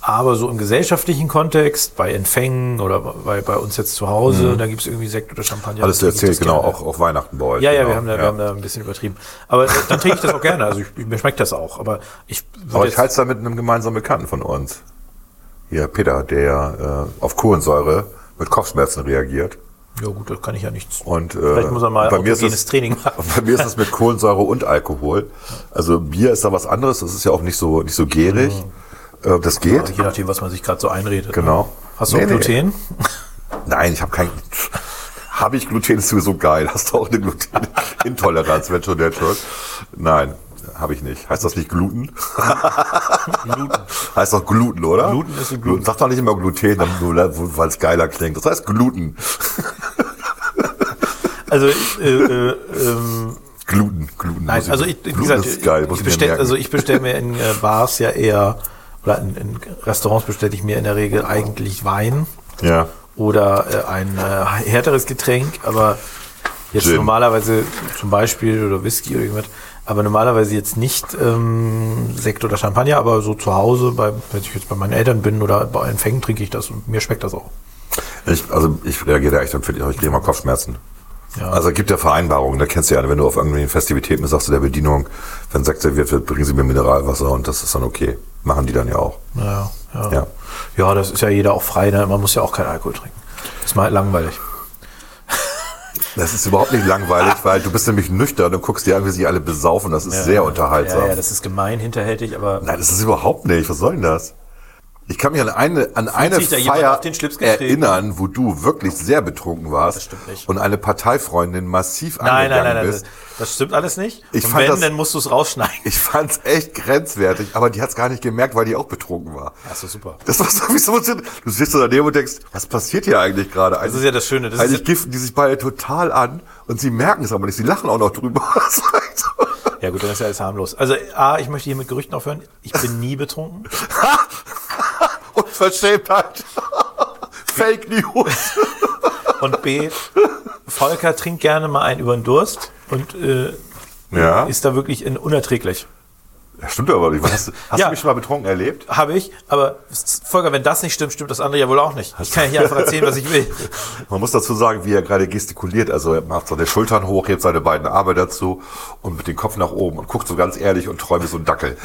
Speaker 2: Aber so im gesellschaftlichen Kontext, bei Empfängen oder bei, bei uns jetzt zu Hause, da gibt es irgendwie Sekt oder Champagner.
Speaker 1: Mhm. Hattest du
Speaker 2: Dann trinke ich
Speaker 1: erzählt,
Speaker 2: das
Speaker 1: genau,
Speaker 2: gerne.
Speaker 1: auch auf Weihnachten bei euch.
Speaker 2: Ja, ja,
Speaker 1: genau.
Speaker 2: wir, haben da, wir haben da ein bisschen übertrieben. Aber äh, dann trinke ich das auch gerne. Also ich, mir schmeckt das auch. Aber ich, würd
Speaker 1: Aber
Speaker 2: jetzt-
Speaker 1: ich halte es da mit einem gemeinsamen Bekannten von uns. Hier, Peter, der äh, auf Kohlensäure mit Kopfschmerzen reagiert.
Speaker 2: ja gut, das kann ich ja nichts.
Speaker 1: Und, äh,
Speaker 2: Vielleicht muss er mal
Speaker 1: bei mir ist
Speaker 2: autogenes
Speaker 1: es-
Speaker 2: Training machen.
Speaker 1: Bei mir ist es mit Kohlensäure und Alkohol. Also Bier ist da was anderes, das ist ja auch nicht so, nicht so gierig. Äh, das geht.
Speaker 2: Je nachdem, was man sich gerade so einredet. ne?
Speaker 1: Genau.
Speaker 2: Mhm. Hast du
Speaker 1: Nee,
Speaker 2: auch
Speaker 1: nee.
Speaker 2: Gluten?
Speaker 1: Nein, ich habe kein. Habe ich Gluten ist sowieso geil. Hast du auch eine Glutenintoleranz, wenn schon der schon? Nein, habe ich nicht. Heißt das nicht Gluten?
Speaker 2: Gluten.
Speaker 1: Heißt doch Gluten, oder?
Speaker 2: Gluten ist ein
Speaker 1: Gluten. Sag doch nicht immer Gluten, weil es geiler klingt. Das heißt Gluten.
Speaker 2: Also äh, äh, ähm,
Speaker 1: Gluten, Gluten.
Speaker 2: Nein,
Speaker 1: muss ich-
Speaker 2: also ich, wie
Speaker 1: Gluten
Speaker 2: gesagt,
Speaker 1: ist geil, muss ich mir
Speaker 2: ich bestell,
Speaker 1: merken.
Speaker 2: also ich bestelle mir in äh, Bars ja eher oder in, in Restaurants bestelle ich mir in der Regel eigentlich Wein
Speaker 1: ja.
Speaker 2: oder äh, ein äh, härteres Getränk, aber jetzt
Speaker 1: Gin.
Speaker 2: normalerweise zum Beispiel oder Whisky oder irgendwas, aber normalerweise jetzt nicht ähm, Sekt oder Champagner, aber so zu Hause, bei, wenn ich jetzt bei meinen Eltern bin oder bei Empfängen trinke ich das und mir schmeckt das auch.
Speaker 1: Ich, also ich reagiere da echt empfindlich, aber ich kriege immer Kopfschmerzen.
Speaker 2: Ja.
Speaker 1: Also es gibt ja Vereinbarungen, da kennst du ja, wenn du auf irgendwelchen Festivitäten bist, sagst du der Bedienung, wenn Sekt serviert wird, bringen sie mir Mineralwasser und das ist dann okay. Machen die dann ja auch.
Speaker 2: Ja, ja. ja.
Speaker 1: Ja.
Speaker 2: das ist ja jeder auch frei, ne? man muss ja auch keinen Alkohol trinken. Ist mal langweilig.
Speaker 1: Das ist überhaupt nicht langweilig, weil du bist nämlich nüchtern und guckst dir an, wie sich alle besaufen. Das ist sehr unterhaltsam.
Speaker 2: Ja, ja, das ist gemein, hinterhältig, aber
Speaker 1: Nein, das ist überhaupt nicht. Was soll denn das? Ich kann mich an eine, an eine
Speaker 2: sich da jemand
Speaker 1: Feier
Speaker 2: auf den Schlips getreten?
Speaker 1: erinnern, wo du wirklich sehr betrunken warst
Speaker 2: Das stimmt nicht.
Speaker 1: und eine Parteifreundin massiv
Speaker 2: Nein, nein,
Speaker 1: angegangen
Speaker 2: nein, nein. Das,
Speaker 1: bist.
Speaker 2: das stimmt alles nicht.
Speaker 1: Ich
Speaker 2: Und
Speaker 1: fand
Speaker 2: wenn,
Speaker 1: das-
Speaker 2: dann musst du es rausschneiden.
Speaker 1: Ich fand's echt grenzwertig, aber die hat's gar nicht gemerkt, weil die auch betrunken war.
Speaker 2: Achso, super.
Speaker 1: Das war sowieso so, du sitzt da daneben und denkst, was passiert hier eigentlich gerade? Das
Speaker 2: ist ja das Schöne, das ist
Speaker 1: eigentlich
Speaker 2: ja-
Speaker 1: giften die sich beide total an und sie merken es aber nicht. Sie lachen auch noch drüber. Das war echt so.
Speaker 2: Ja gut, dann ist ja alles harmlos. Also A, ich möchte hier mit Gerüchten aufhören. Ich bin nie betrunken.
Speaker 1: Unverschämtheit. halt. Fake News.
Speaker 2: Und B, Volker trinkt gerne mal einen über den Durst und äh,
Speaker 1: Ja.
Speaker 2: ist da wirklich in, unerträglich.
Speaker 1: Das stimmt aber nicht. Was Hast, hast
Speaker 2: Ja.
Speaker 1: du mich schon mal betrunken erlebt?
Speaker 2: Habe ich, aber Volker, wenn das nicht stimmt, stimmt das andere ja wohl auch nicht. Ich kann ja hier einfach erzählen, was ich will.
Speaker 1: Man muss dazu sagen, wie er gerade gestikuliert. Also er macht seine Schultern hoch, hebt seine beiden Arme dazu und mit dem Kopf nach oben und guckt so ganz ehrlich und träumt wie so ein Dackel.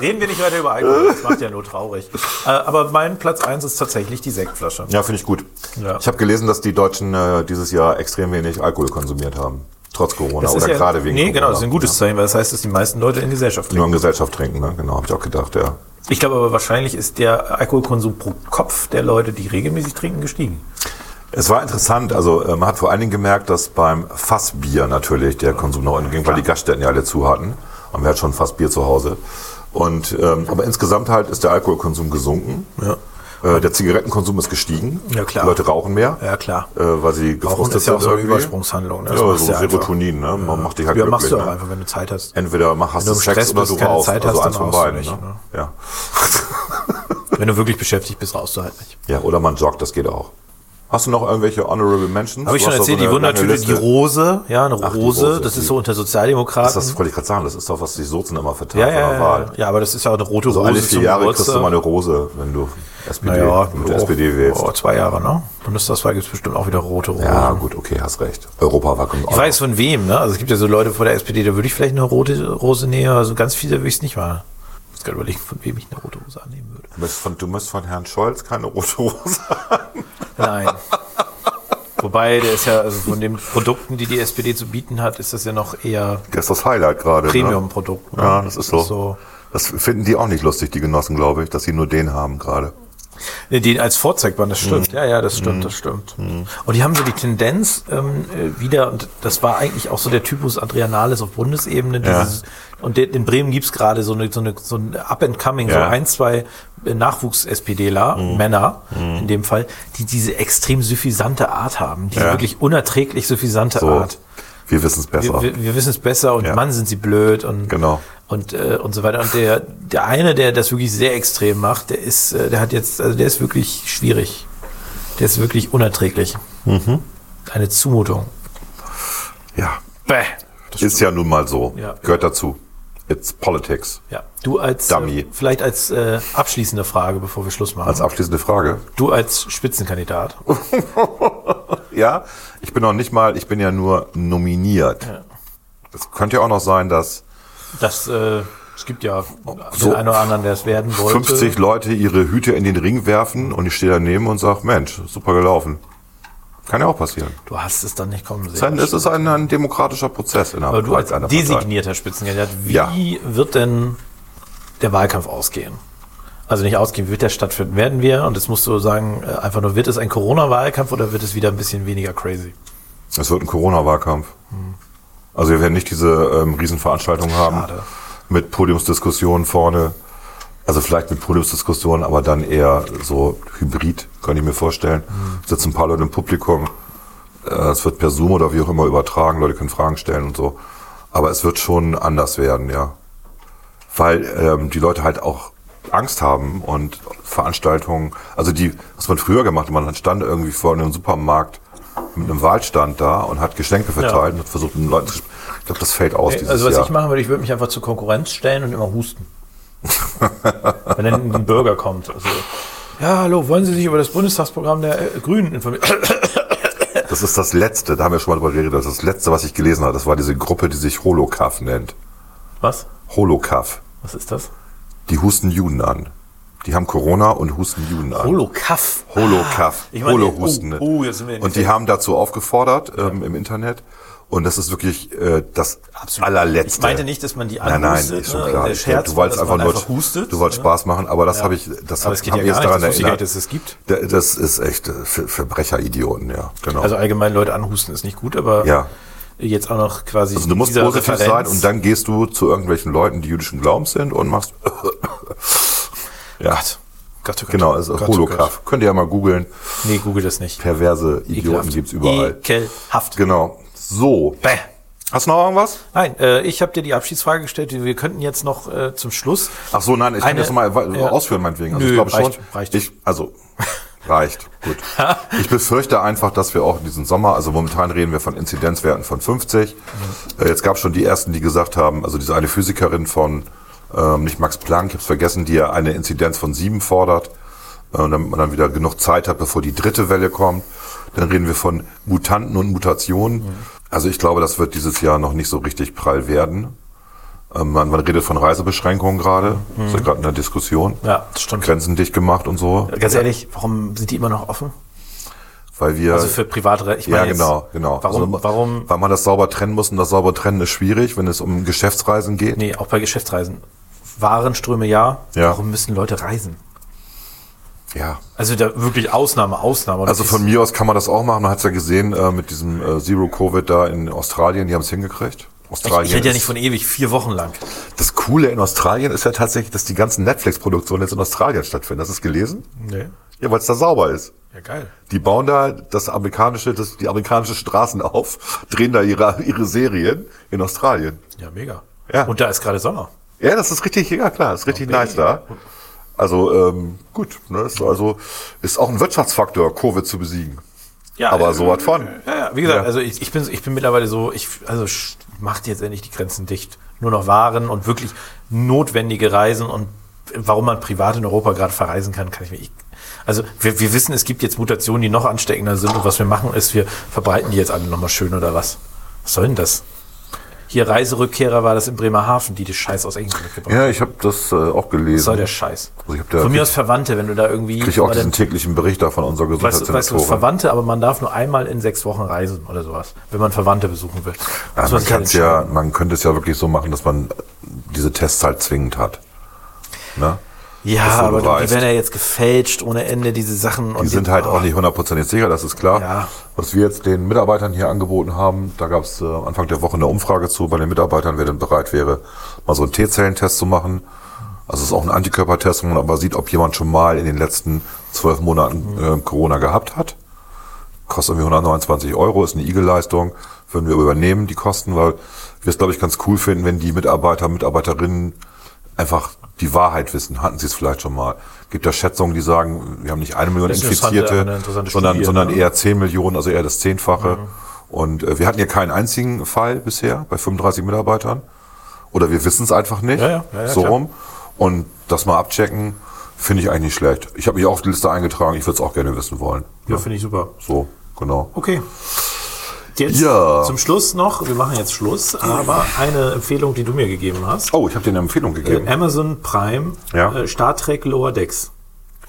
Speaker 2: Reden wir nicht weiter über Alkohol, das macht ja nur traurig. Äh, aber mein Platz 1 ist tatsächlich die Sektflasche.
Speaker 1: Ja, genau, finde ich gut.
Speaker 2: Ja.
Speaker 1: Ich habe gelesen, dass die Deutschen äh, dieses Jahr extrem wenig Alkohol konsumiert haben. Trotz Corona
Speaker 2: Das ist
Speaker 1: oder
Speaker 2: ja-
Speaker 1: gerade wegen
Speaker 2: Nee,
Speaker 1: Corona.
Speaker 2: genau, das ist ein gutes Zeichen, weil das heißt, dass die meisten Leute in Gesellschaft
Speaker 1: Nur in
Speaker 2: leben.
Speaker 1: Gesellschaft trinken, ne? Genau, habe ich auch gedacht, ja.
Speaker 2: Ich glaube aber wahrscheinlich ist der Alkoholkonsum pro Kopf der Leute, die regelmäßig trinken, gestiegen.
Speaker 1: Es war interessant, also äh, man hat vor allen Dingen gemerkt, dass beim Fassbier natürlich der Konsum nach unten ging, weil die Gaststätten ja alle zu hatten. Und wer hat schon Fassbier zu Hause? Und, ähm, aber insgesamt halt ist der Alkoholkonsum gesunken. Äh, der Zigarettenkonsum ist gestiegen.
Speaker 2: Ja, klar.
Speaker 1: Die Leute rauchen mehr.
Speaker 2: Ja, klar.
Speaker 1: Äh, weil sie gefrustet
Speaker 2: ist ja auch so eine
Speaker 1: irgendwie.
Speaker 2: Übersprungshandlung, ne? Das
Speaker 1: Ja,
Speaker 2: machst
Speaker 1: so
Speaker 2: du ja einfach.
Speaker 1: Serotonin, ne? Man macht dich halt
Speaker 2: ja,
Speaker 1: glücklich.
Speaker 2: machst du auch
Speaker 1: ne?
Speaker 2: einfach, wenn du Zeit hast.
Speaker 1: Entweder mach, hast
Speaker 2: Wenn
Speaker 1: du
Speaker 2: du im
Speaker 1: Sex
Speaker 2: Stress
Speaker 1: oder
Speaker 2: bist,
Speaker 1: du
Speaker 2: keine
Speaker 1: rauchst.
Speaker 2: Zeit
Speaker 1: also
Speaker 2: hast,
Speaker 1: eins
Speaker 2: dann
Speaker 1: von
Speaker 2: rauchst du
Speaker 1: beiden.
Speaker 2: nicht,
Speaker 1: ne?
Speaker 2: ne?
Speaker 1: Ja.
Speaker 2: Wenn du wirklich beschäftigt bist, raus du halt nicht.
Speaker 1: ja, oder man joggt, das geht auch. Hast du noch irgendwelche Honorable Mentions?
Speaker 2: Habe ich
Speaker 1: Du
Speaker 2: schon
Speaker 1: hast doch so
Speaker 2: erzählt, die
Speaker 1: eine lange
Speaker 2: Wundertüte, die
Speaker 1: Liste.
Speaker 2: Rose, ja, eine
Speaker 1: Ach, die
Speaker 2: Rose,
Speaker 1: Rose,
Speaker 2: das
Speaker 1: die-
Speaker 2: ist so unter Sozialdemokraten.
Speaker 1: Das, das wollte ich gerade sagen, das ist doch, was die Sozen immer verteilen
Speaker 2: Mhm.
Speaker 1: bei
Speaker 2: ja, ja,
Speaker 1: der
Speaker 2: ja, ja.
Speaker 1: Wahl.
Speaker 2: ja, aber das ist ja auch eine rote
Speaker 1: So
Speaker 2: Rose.
Speaker 1: alle vier
Speaker 2: zum
Speaker 1: Jahre
Speaker 2: Geburtstag.
Speaker 1: kriegst du mal eine Rose, wenn du SPD,
Speaker 2: naja,
Speaker 1: mit der SPD wählst.
Speaker 2: Oh, zwei Jahre, ne? Bundestagswahl gibt es bestimmt auch wieder rote Rosen.
Speaker 1: Ja, gut, okay, hast recht. Europa war kommt
Speaker 2: Ich weiß von wem, ne? Also es gibt ja so Leute vor der SPD, da würde ich vielleicht eine rote Rose nehmen, also ganz viele würde ich es nicht mal. Ich muss gerade überlegen, von wem ich eine rote Rose annehmen würde.
Speaker 1: Du musst, von, du musst von Herrn Scholz keine rote Rose
Speaker 2: Nein. Wobei, der ist ja, also von den Produkten, die die SPD zu bieten hat, ist das ja noch eher
Speaker 1: Das ist das Highlight gerade.
Speaker 2: Premium-Produkt.
Speaker 1: Ne? Ja, das ist so. Das finden die auch nicht lustig, die Genossen, glaube ich, dass sie nur den haben gerade.
Speaker 2: Nee, den als Vorzeigband, das stimmt.
Speaker 1: Mhm.
Speaker 2: Ja, ja, das stimmt, das stimmt. Und die haben so die Tendenz ähm, äh, wieder, und das war eigentlich auch so der Typus Adria Nahles auf Bundesebene.
Speaker 1: Ja.
Speaker 2: Dieses, Und de- in Bremen gibt's gerade so, eine, so, eine, so ein Up-and-Coming, so
Speaker 1: Ja. Mhm.
Speaker 2: ein, zwei äh, Nachwuchs-SPDler, Männer in dem Fall, die diese extrem suffisante Art haben, diese
Speaker 1: Ja.
Speaker 2: wirklich unerträglich suffisante
Speaker 1: So,
Speaker 2: Art.
Speaker 1: wir wissen es besser.
Speaker 2: Wir, wir, wir wissen es besser und
Speaker 1: Ja.
Speaker 2: Mann, sind sie blöd und,
Speaker 1: Genau.
Speaker 2: und, äh, und so weiter. Und der, der eine, der das wirklich sehr extrem macht, der ist, äh, der hat jetzt, also der ist wirklich schwierig. Der ist wirklich unerträglich.
Speaker 1: Mhm.
Speaker 2: Eine Zumutung.
Speaker 1: ja,
Speaker 2: Bäh.
Speaker 1: ist ja nun mal so.
Speaker 2: Ja.
Speaker 1: Gehört dazu. It's politics.
Speaker 2: Ja, du als,
Speaker 1: Dummy.
Speaker 2: äh, vielleicht als äh, abschließende Frage, bevor wir Schluss machen.
Speaker 1: Als abschließende Frage.
Speaker 2: du als Spitzenkandidat.
Speaker 1: Ja, ich bin noch nicht mal, ich bin ja nur nominiert. Es könnte ja auch noch sein, dass
Speaker 2: Das, äh, es gibt ja
Speaker 1: So.
Speaker 2: den einen oder anderen, der es werden wollte.
Speaker 1: 50 Leute ihre Hüte in den Ring werfen und ich stehe daneben und sage, Mensch, super gelaufen. Kann ja auch passieren.
Speaker 2: Du hast es dann nicht kommen sehen.
Speaker 1: Dann ist es ein, ein demokratischer Prozess innerhalb
Speaker 2: Aber du als
Speaker 1: einer Partei.
Speaker 2: designierter Spitzenkandidat, wie
Speaker 1: Ja.
Speaker 2: wird denn der Wahlkampf ausgehen? Also nicht ausgehen, wird der stattfinden? Werden wir, und jetzt musst du sagen, äh, einfach nur, wird es ein Corona-Wahlkampf oder wird es wieder ein bisschen weniger crazy?
Speaker 1: Es wird ein Corona-Wahlkampf.
Speaker 2: Hm.
Speaker 1: Also wir werden nicht diese ähm, Riesenveranstaltung haben
Speaker 2: Schade.
Speaker 1: mit Podiumsdiskussionen vorne. Also vielleicht mit Podiumsdiskussionen, aber dann eher so hybrid, könnte ich mir vorstellen.
Speaker 2: Mhm.
Speaker 1: Sitzen ein paar Leute im Publikum. Äh, Es wird per Zoom oder wie auch immer übertragen. Leute können Fragen stellen und so. Aber es wird schon anders werden, ja. Weil ähm, die Leute halt auch Angst haben und Veranstaltungen, also die, was man früher gemacht hat, man stand irgendwie vor einem Supermarkt mit einem Wahlstand da und hat Geschenke verteilt und hat versucht, den Leuten zu sp- Ich glaube, das fällt aus dieses
Speaker 2: also was
Speaker 1: Jahr.
Speaker 2: ich machen würde, ich würde mich einfach zur Konkurrenz stellen und immer husten. Wenn dann ein Bürger kommt. Also, ja, hallo, wollen Sie sich über das Bundestagsprogramm der äh, Grünen informieren?
Speaker 1: Das ist das Letzte, da haben wir schon mal drüber geredet, das ist das Letzte, was ich gelesen habe. Das war diese Gruppe, die sich Holocaff nennt.
Speaker 2: Was?
Speaker 1: Holocaff.
Speaker 2: Was ist das?
Speaker 1: Die husten Juden an. Die haben Corona und husten Juden an.
Speaker 2: Holocaff.
Speaker 1: Holocaff,
Speaker 2: Ah, ich meine,
Speaker 1: Holohustende.
Speaker 2: oh, oh, jetzt sind wir in den
Speaker 1: und die
Speaker 2: Fällen.
Speaker 1: haben dazu aufgefordert ähm, im Internet. Und das ist wirklich äh, das allerletzte.
Speaker 2: Ich meinte nicht, dass man die
Speaker 1: Nein, nein,
Speaker 2: anhustet,
Speaker 1: ist schon
Speaker 2: ne?
Speaker 1: klar.
Speaker 2: Der
Speaker 1: Ich-
Speaker 2: Scherz
Speaker 1: du
Speaker 2: war,
Speaker 1: wolltest
Speaker 2: dass
Speaker 1: einfach
Speaker 2: man
Speaker 1: nur,
Speaker 2: einfach hustet,
Speaker 1: du wolltest
Speaker 2: ne?
Speaker 1: Spaß machen, aber das
Speaker 2: Ja.
Speaker 1: habe ich, das
Speaker 2: Aber
Speaker 1: hab,
Speaker 2: es geht
Speaker 1: haben
Speaker 2: ja
Speaker 1: wir jetzt
Speaker 2: gar nicht,
Speaker 1: daran
Speaker 2: das wusste ich
Speaker 1: erinnert.
Speaker 2: gar nicht, dass es gibt.
Speaker 1: Da- Das ist echt äh, Ver- Verbrecheridioten, ja, genau.
Speaker 2: Also
Speaker 1: Also,
Speaker 2: allgemein Leute anhusten ist nicht gut, aber
Speaker 1: Ja.
Speaker 2: jetzt auch noch quasi.
Speaker 1: Also du musst
Speaker 2: dieser
Speaker 1: positiv sein
Speaker 2: Referenz.
Speaker 1: und dann gehst du zu irgendwelchen Leuten, die jüdischen Glaubens sind und machst. ja,
Speaker 2: Gott. Gott, oh Gott.
Speaker 1: genau, also
Speaker 2: Gott, oh
Speaker 1: Holocaff. Könnt ihr ja mal googeln.
Speaker 2: Gott. Nee, google das nicht.
Speaker 1: Perverse Idioten
Speaker 2: Ekelhaft. E-
Speaker 1: gibt's überall.
Speaker 2: Ekelhaft.
Speaker 1: Genau. So.
Speaker 2: Bäh.
Speaker 1: Hast du noch irgendwas?
Speaker 2: Nein, äh, ich habe dir die Abschiedsfrage gestellt. Wir könnten jetzt noch äh, zum Schluss.
Speaker 1: Ach so, nein, ich
Speaker 2: Eine-
Speaker 1: kann das mal
Speaker 2: ja.
Speaker 1: ausführen, meinetwegen. Also
Speaker 2: Nö,
Speaker 1: ich glaube
Speaker 2: reicht,
Speaker 1: schon.
Speaker 2: reicht.
Speaker 1: Ich, also reicht, gut. Ich befürchte einfach, dass wir auch diesen Sommer, also momentan reden wir von Inzidenzwerten von 50.
Speaker 2: Mhm.
Speaker 1: Äh, Jetzt gab es schon die ersten, die gesagt haben, also diese eine Physikerin von ähm, nicht Max Planck, ich habe es vergessen, die ja eine Inzidenz von sieben fordert, äh, damit man dann wieder genug Zeit hat, bevor die dritte Welle kommt. Dann reden wir von
Speaker 2: Mhm.
Speaker 1: Mutanten und Mutationen. Also ich glaube, das wird dieses Jahr noch nicht so richtig prall werden. Ähm, man, man redet von Reisebeschränkungen gerade. Ist ja gerade in der Diskussion.
Speaker 2: Mhm. Ja, das stimmt.
Speaker 1: Grenzen dicht gemacht und so.
Speaker 2: Ganz ehrlich, warum sind die immer noch offen?
Speaker 1: Weil wir.
Speaker 2: Also für private, ich
Speaker 1: Äh, ja,
Speaker 2: meine jetzt,
Speaker 1: genau, genau.
Speaker 2: Warum,
Speaker 1: Also,
Speaker 2: warum,
Speaker 1: Weil man das sauber trennen muss und das sauber trennen ist schwierig, wenn es um Geschäftsreisen geht.
Speaker 2: nee, auch bei Geschäftsreisen. Warenströme ja,
Speaker 1: Ja.
Speaker 2: warum müssen Leute reisen?
Speaker 1: Ja.
Speaker 2: Also da wirklich Ausnahme, Ausnahme.
Speaker 1: Also
Speaker 2: Das
Speaker 1: von
Speaker 2: ist-
Speaker 1: mir aus kann man das auch machen. Man hat es ja gesehen äh, mit diesem äh, Zero Covid da in Australien, die haben es hingekriegt. Australien
Speaker 2: Ich rede ja
Speaker 1: ist-
Speaker 2: nicht von ewig, vier Wochen lang.
Speaker 1: Das Coole in Australien ist ja tatsächlich, dass die ganzen Netflix-Produktionen jetzt in Australien stattfinden. Hast du es gelesen?
Speaker 2: Nee.
Speaker 1: Ja, weil es da sauber ist.
Speaker 2: Ja, geil.
Speaker 1: Die bauen da das amerikanische, das, die amerikanische Straßen auf, drehen da ihre, ihre Serien in Australien.
Speaker 2: Ja, mega.
Speaker 1: Ja.
Speaker 2: Und da ist gerade Sommer.
Speaker 1: Ja, das ist richtig, ja klar, ist richtig nice da. Also ähm, gut, ne, ist, also ist auch ein Wirtschaftsfaktor, Covid zu besiegen.
Speaker 2: Ja,
Speaker 1: Aber
Speaker 2: äh,
Speaker 1: so was von.
Speaker 2: Ja, ja, wie gesagt,
Speaker 1: Ja.
Speaker 2: also ich, ich, bin, ich bin mittlerweile so, ich also sch- macht jetzt endlich die Grenzen dicht. Nur noch Waren und wirklich notwendige Reisen und warum man privat in Europa gerade verreisen kann, kann ich mir. Ich, also wir, wir wissen, es gibt jetzt Mutationen, die noch ansteckender sind und was wir machen ist, wir verbreiten die jetzt alle nochmal schön oder was? Was soll denn das? Hier Reiserückkehrer war das in Bremerhaven, die den Scheiß aus England mitgebracht haben.
Speaker 1: Ja, ich habe das äh, auch gelesen.
Speaker 2: Was soll der Scheiß?
Speaker 1: Also ich hab da-
Speaker 2: Von mir aus Verwandte, wenn du da irgendwie.
Speaker 1: Krieg ich auch
Speaker 2: mal
Speaker 1: diesen
Speaker 2: den-
Speaker 1: täglichen Bericht da von unserer
Speaker 2: Weißt, du- weißt du,
Speaker 1: Gesundheitssenatorin.
Speaker 2: Verwandte, aber man darf nur einmal in sechs Wochen reisen oder sowas, wenn man Verwandte besuchen will.
Speaker 1: Ja,
Speaker 2: Muss
Speaker 1: man,
Speaker 2: sich
Speaker 1: kann's
Speaker 2: halt
Speaker 1: ja,
Speaker 2: entscheiden.
Speaker 1: man könnte es ja wirklich so machen, dass man diese Tests halt zwingend hat. Ne?
Speaker 2: Ja,
Speaker 1: bevor du
Speaker 2: aber du, die
Speaker 1: reist.
Speaker 2: werden ja jetzt gefälscht ohne Ende, diese Sachen.
Speaker 1: Die sind halt auch nicht hundertprozentig sicher, das ist klar.
Speaker 2: Ah. Ja.
Speaker 1: Was wir jetzt den Mitarbeitern hier angeboten haben, da gab es äh, Anfang der Woche eine Umfrage zu bei den Mitarbeitern, wer denn bereit wäre, mal so einen T-Zellentest zu machen. Also es ist auch ein Antikörpertest, wo man aber sieht, ob jemand schon mal in den letzten zwölf Monaten äh, Corona gehabt hat. Kostet irgendwie 129 Euro, ist eine IG-Leistung, würden wir übernehmen, die Kosten, weil wir es, glaube ich, ganz cool finden, wenn die Mitarbeiter, Mitarbeiterinnen einfach die Wahrheit wissen. Hatten sie es vielleicht schon mal? Gibt da Schätzungen, die sagen, wir haben nicht eine Million
Speaker 2: Das ist eine interessante-
Speaker 1: Infizierte,
Speaker 2: eine interessante
Speaker 1: sondern,
Speaker 2: Studie,
Speaker 1: sondern
Speaker 2: ne?
Speaker 1: eher 10 Millionen, also eher das Zehnfache. Und äh, wir hatten hier keinen einzigen Fall bisher bei 35 Mitarbeitern. Oder wir wissen es einfach nicht.
Speaker 2: Ja, ja, ja, ja,
Speaker 1: so
Speaker 2: klar.
Speaker 1: rum. Und das mal abchecken, finde ich eigentlich nicht schlecht. Ich habe mich auch auf die Liste eingetragen, ich würde es auch gerne wissen wollen.
Speaker 2: Ja, finde ich super.
Speaker 1: So, genau.
Speaker 2: Okay. Jetzt
Speaker 1: Ja.
Speaker 2: zum Schluss noch, wir machen jetzt Schluss, aber eine Empfehlung, die du mir gegeben hast.
Speaker 1: Oh, ich habe dir eine Empfehlung gegeben.
Speaker 2: Äh, Amazon Prime,
Speaker 1: Ja.
Speaker 2: äh, Star Trek Lower Decks.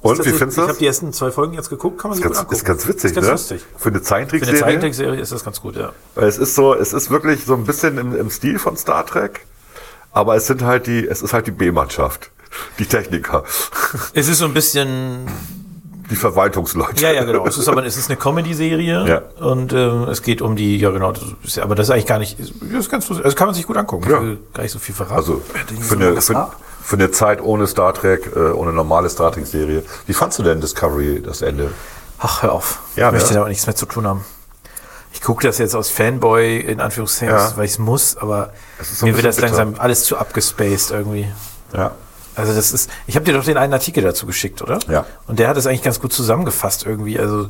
Speaker 1: Und, wie
Speaker 2: Ist
Speaker 1: findest
Speaker 2: Ich
Speaker 1: du
Speaker 2: habe
Speaker 1: das?
Speaker 2: die ersten zwei Folgen jetzt geguckt, kann man sich
Speaker 1: Ist ganz,
Speaker 2: gut angucken.
Speaker 1: ist ganz witzig,
Speaker 2: ist ganz
Speaker 1: ne?
Speaker 2: lustig.
Speaker 1: Für eine
Speaker 2: Für eine
Speaker 1: Zeichentrickserie.
Speaker 2: Zeichentrickserie ist das ganz gut, ja.
Speaker 1: Weil Es ist so, es ist wirklich so ein bisschen im, im Stil von Star Trek, aber es sind halt die, es ist halt die B-Mannschaft. Die Techniker,
Speaker 2: Es ist so ein bisschen
Speaker 1: die Verwaltungsleute.
Speaker 2: Ja, ja, genau. Es ist aber es ist eine Comedy-Serie
Speaker 1: Ja.
Speaker 2: und ähm, es geht um die, ja genau, das ist, aber das ist eigentlich gar nicht, ist, das ist ganz, also kann man sich gut angucken.
Speaker 1: Ja.
Speaker 2: Ich will gar nicht so viel verraten.
Speaker 1: Also für eine, für, für eine Zeit ohne Star Trek, äh, ohne normale Star Trek-Serie. Wie fandst du denn Discovery, das Ende?
Speaker 2: Ach, hör auf.
Speaker 1: Ja,
Speaker 2: ich möchte
Speaker 1: ne?
Speaker 2: da auch nichts mehr zu tun haben. Ich gucke das jetzt aus Fanboy, in Anführungszeichen,
Speaker 1: Ja.
Speaker 2: weil ich es muss, aber
Speaker 1: Es ist so ein
Speaker 2: mir wird das
Speaker 1: bisschen
Speaker 2: langsam alles zu abgespaced irgendwie.
Speaker 1: Ja.
Speaker 2: Also das ist, ich habe dir doch den einen Artikel dazu geschickt, oder?
Speaker 1: Ja.
Speaker 2: Und der hat das eigentlich ganz gut zusammengefasst irgendwie. Also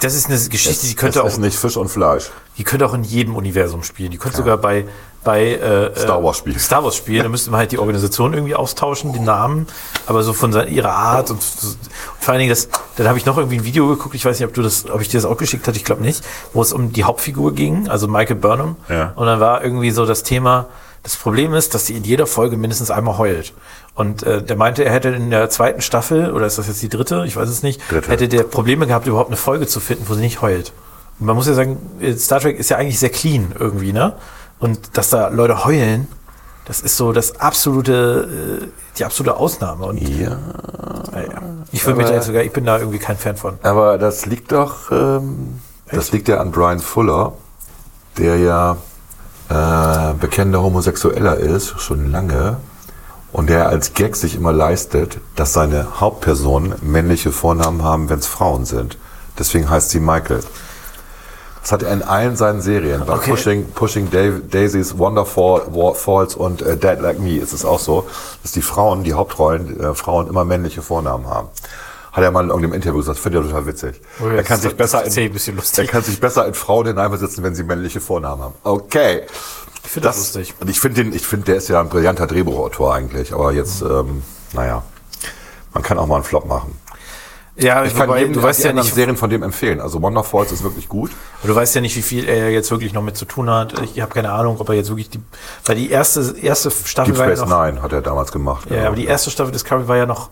Speaker 2: das ist eine Geschichte, die könnte
Speaker 1: es
Speaker 2: auch
Speaker 1: ist nicht Fisch und Fleisch.
Speaker 2: Die könnte auch in jedem Universum spielen. Die könnte sogar bei, bei äh,
Speaker 1: Star Wars
Speaker 2: äh,
Speaker 1: spielen.
Speaker 2: Star Wars spielen. Da müsste man halt die Organisation irgendwie austauschen, die Namen, aber so von seiner, ihrer Art und, und vor allen Dingen das. Dann habe ich noch irgendwie ein Video geguckt. Ich weiß nicht, ob du das, ob ich dir das auch geschickt hatte. Ich glaube nicht, wo es um die Hauptfigur ging, also Michael Burnham.
Speaker 1: Ja.
Speaker 2: Und dann war irgendwie so das Thema. Das Problem ist, dass sie in jeder Folge mindestens einmal heult. Und äh, der meinte, er hätte in der zweiten Staffel, oder ist das jetzt die dritte, ich weiß es nicht,
Speaker 1: Dritte.
Speaker 2: hätte der Probleme gehabt, überhaupt eine Folge zu finden, wo sie nicht heult. Und man muss ja sagen, äh, Star Trek ist ja eigentlich sehr clean irgendwie, ne? Und dass da Leute heulen, das ist so das absolute, äh, die absolute Ausnahme. Und
Speaker 1: Ja.
Speaker 2: naja, ich würde mich da
Speaker 1: Aber-
Speaker 2: jetzt sogar, ich bin da irgendwie kein Fan von.
Speaker 1: Aber das liegt doch, ähm, das liegt ja an Brian Fuller, der ja äh, bekennender Homosexueller ist, schon lange. Und der als Gag sich immer leistet, dass seine Hauptpersonen männliche Vornamen haben, wenn es Frauen sind. Deswegen heißt sie Michael. Das hat er in allen seinen Serien. Bei
Speaker 2: Okay.
Speaker 1: Pushing, Pushing Dai- Daisies, Wonderful Wa- Falls und äh, Dead Like Me ist es auch so, dass die Frauen, die Hauptrollen, äh, Frauen immer männliche Vornamen haben. Hat er mal in irgendeinem Interview gesagt, finde ich total witzig.
Speaker 2: Oh ja,
Speaker 1: er,
Speaker 2: das
Speaker 1: kann
Speaker 2: ist-
Speaker 1: sich besser
Speaker 2: das ist
Speaker 1: in,
Speaker 2: eh ein bisschen lustig.
Speaker 1: er kann sich besser in Frauen hineinversetzen, wenn sie männliche Vornamen haben. Okay. Ich
Speaker 2: finde das lustig.
Speaker 1: Und ich finde, den- ich finde, der ist ja ein brillanter Drehbuchautor eigentlich, aber jetzt, ähm, naja, man kann auch mal einen Flop machen.
Speaker 2: Ja,
Speaker 1: Ich kann
Speaker 2: wobei,
Speaker 1: jedem
Speaker 2: du weißt
Speaker 1: die
Speaker 2: ja
Speaker 1: anderen
Speaker 2: nicht,
Speaker 1: Serien von dem empfehlen. Also Wonder Falls ist wirklich gut.
Speaker 2: du weißt ja nicht, wie viel er jetzt wirklich noch mit zu tun hat. Ich habe keine Ahnung, ob er jetzt wirklich die, weil die erste erste Staffel
Speaker 1: Deep
Speaker 2: war
Speaker 1: Space
Speaker 2: ja noch,
Speaker 1: Nine hat er damals gemacht.
Speaker 2: ja, aber die erste Staffel Discovery war ja noch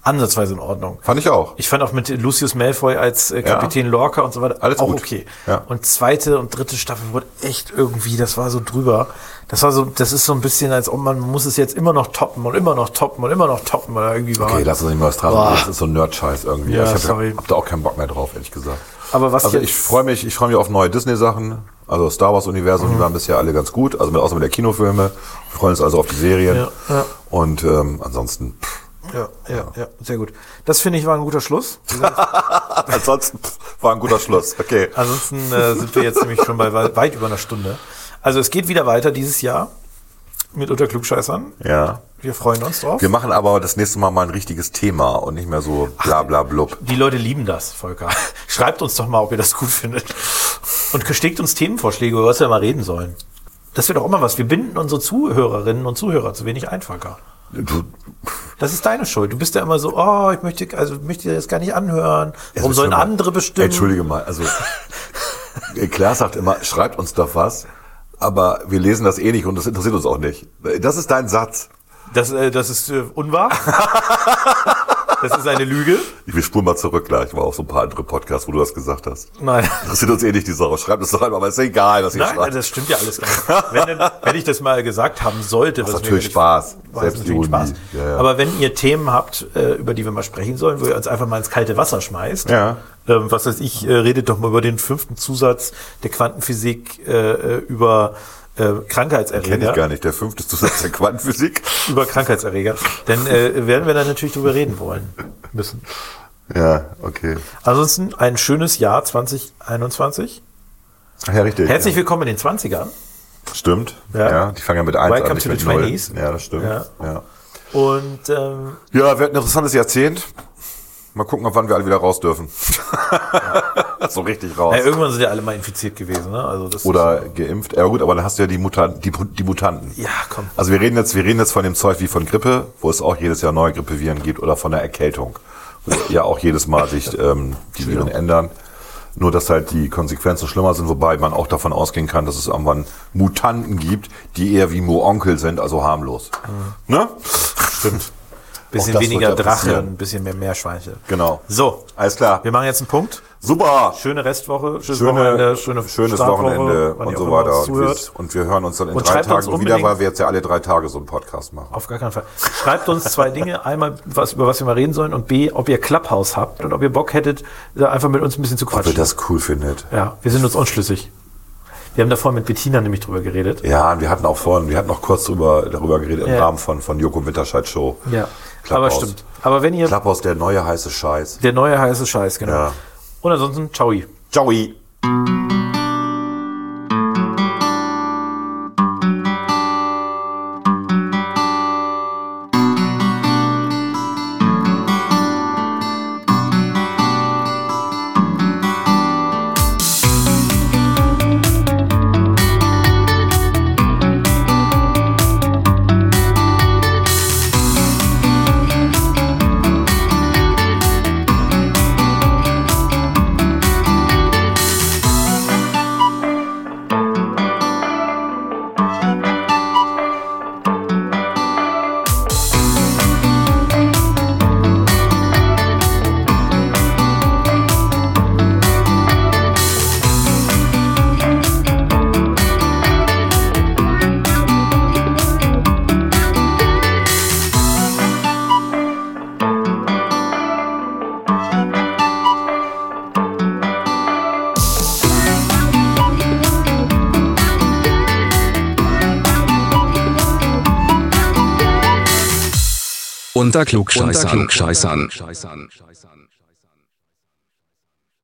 Speaker 2: ansatzweise in Ordnung.
Speaker 1: Fand ich auch.
Speaker 2: Ich fand auch mit Lucius Malfoy als äh, Kapitän Lorca und so weiter
Speaker 1: Alles
Speaker 2: auch
Speaker 1: gut.
Speaker 2: okay.
Speaker 1: Ja.
Speaker 2: Und zweite und dritte Staffel wurde echt irgendwie, das war so drüber. Das war so, das ist so ein bisschen, als ob man muss es jetzt immer noch toppen und immer noch toppen und immer noch toppen oder irgendwie war.
Speaker 1: Okay, lass uns nicht mal was dran.
Speaker 2: Boah.
Speaker 1: Das ist so ein Nerd-Scheiß irgendwie.
Speaker 2: Ja,
Speaker 1: ich
Speaker 2: sorry.
Speaker 1: habe hab da auch keinen Bock mehr drauf, ehrlich gesagt.
Speaker 2: Aber was
Speaker 1: also
Speaker 2: jetzt-
Speaker 1: ich freue mich, ich freue mich auf neue Disney-Sachen. Also Star Wars-Universum,
Speaker 2: Mhm.
Speaker 1: die waren bisher alle ganz gut. Also mit, außer mit der Kinofilme. Wir freuen uns also auf die Serien.
Speaker 2: Ja, ja.
Speaker 1: Und ähm, ansonsten, pff,
Speaker 2: ja, ja, ja, sehr gut. Das finde ich war ein guter Schluss.
Speaker 1: ansonsten pff, war ein guter Schluss. Okay.
Speaker 2: Ansonsten äh, sind wir jetzt nämlich schon bei wei- weit über einer Stunde. Also es geht wieder weiter dieses Jahr mit Unterklugscheißern.
Speaker 1: Ja.
Speaker 2: Wir freuen uns drauf.
Speaker 1: Wir machen aber das nächste Mal mal ein richtiges Thema und nicht mehr so bla bla blub.
Speaker 2: Die Leute lieben das, Volker. Schreibt uns doch mal, ob ihr das gut findet. Und gesteckt uns Themenvorschläge, über was wir mal reden sollen. Das wäre doch immer was. Wir binden unsere Zuhörerinnen und Zuhörer zu wenig ein, Volker.
Speaker 1: Du,
Speaker 2: Das ist deine Schuld. Du bist ja immer so, oh, ich möchte, also möchte das gar nicht anhören. Warum
Speaker 1: Also,
Speaker 2: sollen
Speaker 1: Entschuldigung.
Speaker 2: andere bestimmen?
Speaker 1: Entschuldige mal, also Klaas sagt immer, schreibt uns doch was, aber wir lesen das eh nicht und das interessiert uns auch nicht. Das ist dein Satz.
Speaker 2: Das, äh, das ist äh, unwahr. das ist eine Lüge.
Speaker 1: Wir spulen mal zurück gleich, war auch so ein paar andere Podcasts, wo du das gesagt hast.
Speaker 2: Nein.
Speaker 1: Interessiert uns eh nicht die Sache. Schreibt es doch einfach, aber ist egal, was ihr
Speaker 2: Nein,
Speaker 1: schreibt.
Speaker 2: das stimmt ja alles gar nicht. Wenn, denn, wenn ich das mal gesagt haben sollte,
Speaker 1: Das
Speaker 2: was
Speaker 1: ist
Speaker 2: mir
Speaker 1: natürlich
Speaker 2: nicht-
Speaker 1: Spaß.
Speaker 2: war es natürlich
Speaker 1: Selbstironie.
Speaker 2: Spaß.
Speaker 1: Ja, ja.
Speaker 2: Aber wenn ihr Themen habt, äh, über die wir mal sprechen sollen, wo ihr uns einfach mal ins kalte Wasser schmeißt,
Speaker 1: Ja.
Speaker 2: ähm, was weiß ich, äh, redet doch mal über den fünften Zusatz der Quantenphysik, äh, äh, über äh, Krankheitserreger.
Speaker 1: Kenne ich gar nicht. Der fünfte Zusatz der Quantenphysik.
Speaker 2: Über Krankheitserreger. Dann äh, werden wir dann natürlich drüber reden wollen müssen.
Speaker 1: Ja, okay.
Speaker 2: Ansonsten ein schönes Jahr 2021.
Speaker 1: Ja, richtig.
Speaker 2: Herzlich willkommen in den 20ern.
Speaker 1: ja. Stimmt.
Speaker 2: Ja.
Speaker 1: Ja. die fangen ja mit 1
Speaker 2: Welcome
Speaker 1: an, nicht
Speaker 2: to
Speaker 1: mit
Speaker 2: the
Speaker 1: 0.
Speaker 2: 20s.
Speaker 1: Ja, das stimmt.
Speaker 2: Ja.
Speaker 1: Ja. Ja.
Speaker 2: Und ähm,
Speaker 1: wird ein interessantes Jahrzehnt. Mal gucken, ab wann wir alle wieder raus dürfen. so richtig raus.
Speaker 2: Ja, irgendwann sind ja alle mal infiziert gewesen, ne? Also das
Speaker 1: Oder geimpft. Ja gut, aber dann hast du ja die, Mutan die, die Mutanten.
Speaker 2: ja, komm.
Speaker 1: Also wir reden jetzt, wir reden jetzt von dem Zeug wie von Grippe, wo es auch jedes Jahr neue Grippeviren gibt oder von der Erkältung, wo ja auch jedes Mal sich ähm, die Viren ändern. Nur dass halt die Konsequenzen schlimmer sind, wobei man auch davon ausgehen kann, dass es irgendwann Mutanten gibt, die eher wie Mo-Onkel sind, also harmlos.
Speaker 2: Mhm.
Speaker 1: Ne? Stimmt.
Speaker 2: Bisschen
Speaker 1: das
Speaker 2: weniger
Speaker 1: wird ja
Speaker 2: Drachen,
Speaker 1: passieren.
Speaker 2: ein bisschen mehr Meerschweinchen.
Speaker 1: Genau.
Speaker 2: So,
Speaker 1: Alles klar.
Speaker 2: wir machen jetzt einen Punkt.
Speaker 1: Super.
Speaker 2: Schöne Restwoche, schönes
Speaker 1: Schöne,
Speaker 2: Wochenende, schöne
Speaker 1: schönes
Speaker 2: Startwoche,
Speaker 1: Wochenende
Speaker 2: wann
Speaker 1: und
Speaker 2: ihr
Speaker 1: so
Speaker 2: auch immer
Speaker 1: weiter.
Speaker 2: uns
Speaker 1: Und wir,
Speaker 2: Zuhört.
Speaker 1: und wir hören uns dann in
Speaker 2: Und
Speaker 1: drei
Speaker 2: schreibt uns
Speaker 1: Tagen wieder,
Speaker 2: unbedingt-
Speaker 1: weil wir jetzt ja alle drei Tage so einen Podcast machen.
Speaker 2: Auf gar keinen Fall. Schreibt uns zwei Dinge. Einmal, was, über was wir mal reden sollen und B, ob ihr Clubhouse habt und ob ihr Bock hättet, da einfach mit uns ein bisschen zu
Speaker 1: Ob ihr
Speaker 2: quatschen.
Speaker 1: das cool findet.
Speaker 2: ja, wir sind uns unschlüssig. Wir haben da vorhin mit Bettina nämlich drüber geredet.
Speaker 1: Ja, und wir hatten auch vorhin, wir hatten noch kurz drüber, darüber geredet im
Speaker 2: Ja.
Speaker 1: Rahmen von, von Joko Winterscheid Show.
Speaker 2: Ja, aber
Speaker 1: Clubhouse.
Speaker 2: stimmt. Aber wenn ihr,
Speaker 1: Klapphaus, der neue heiße Scheiß.
Speaker 2: der neue heiße Scheiß, genau.
Speaker 1: Ja.
Speaker 2: Und ansonsten, ciao.
Speaker 1: Joey.
Speaker 6: Unter Klugscheißern.
Speaker 3: Unter Klugscheißern.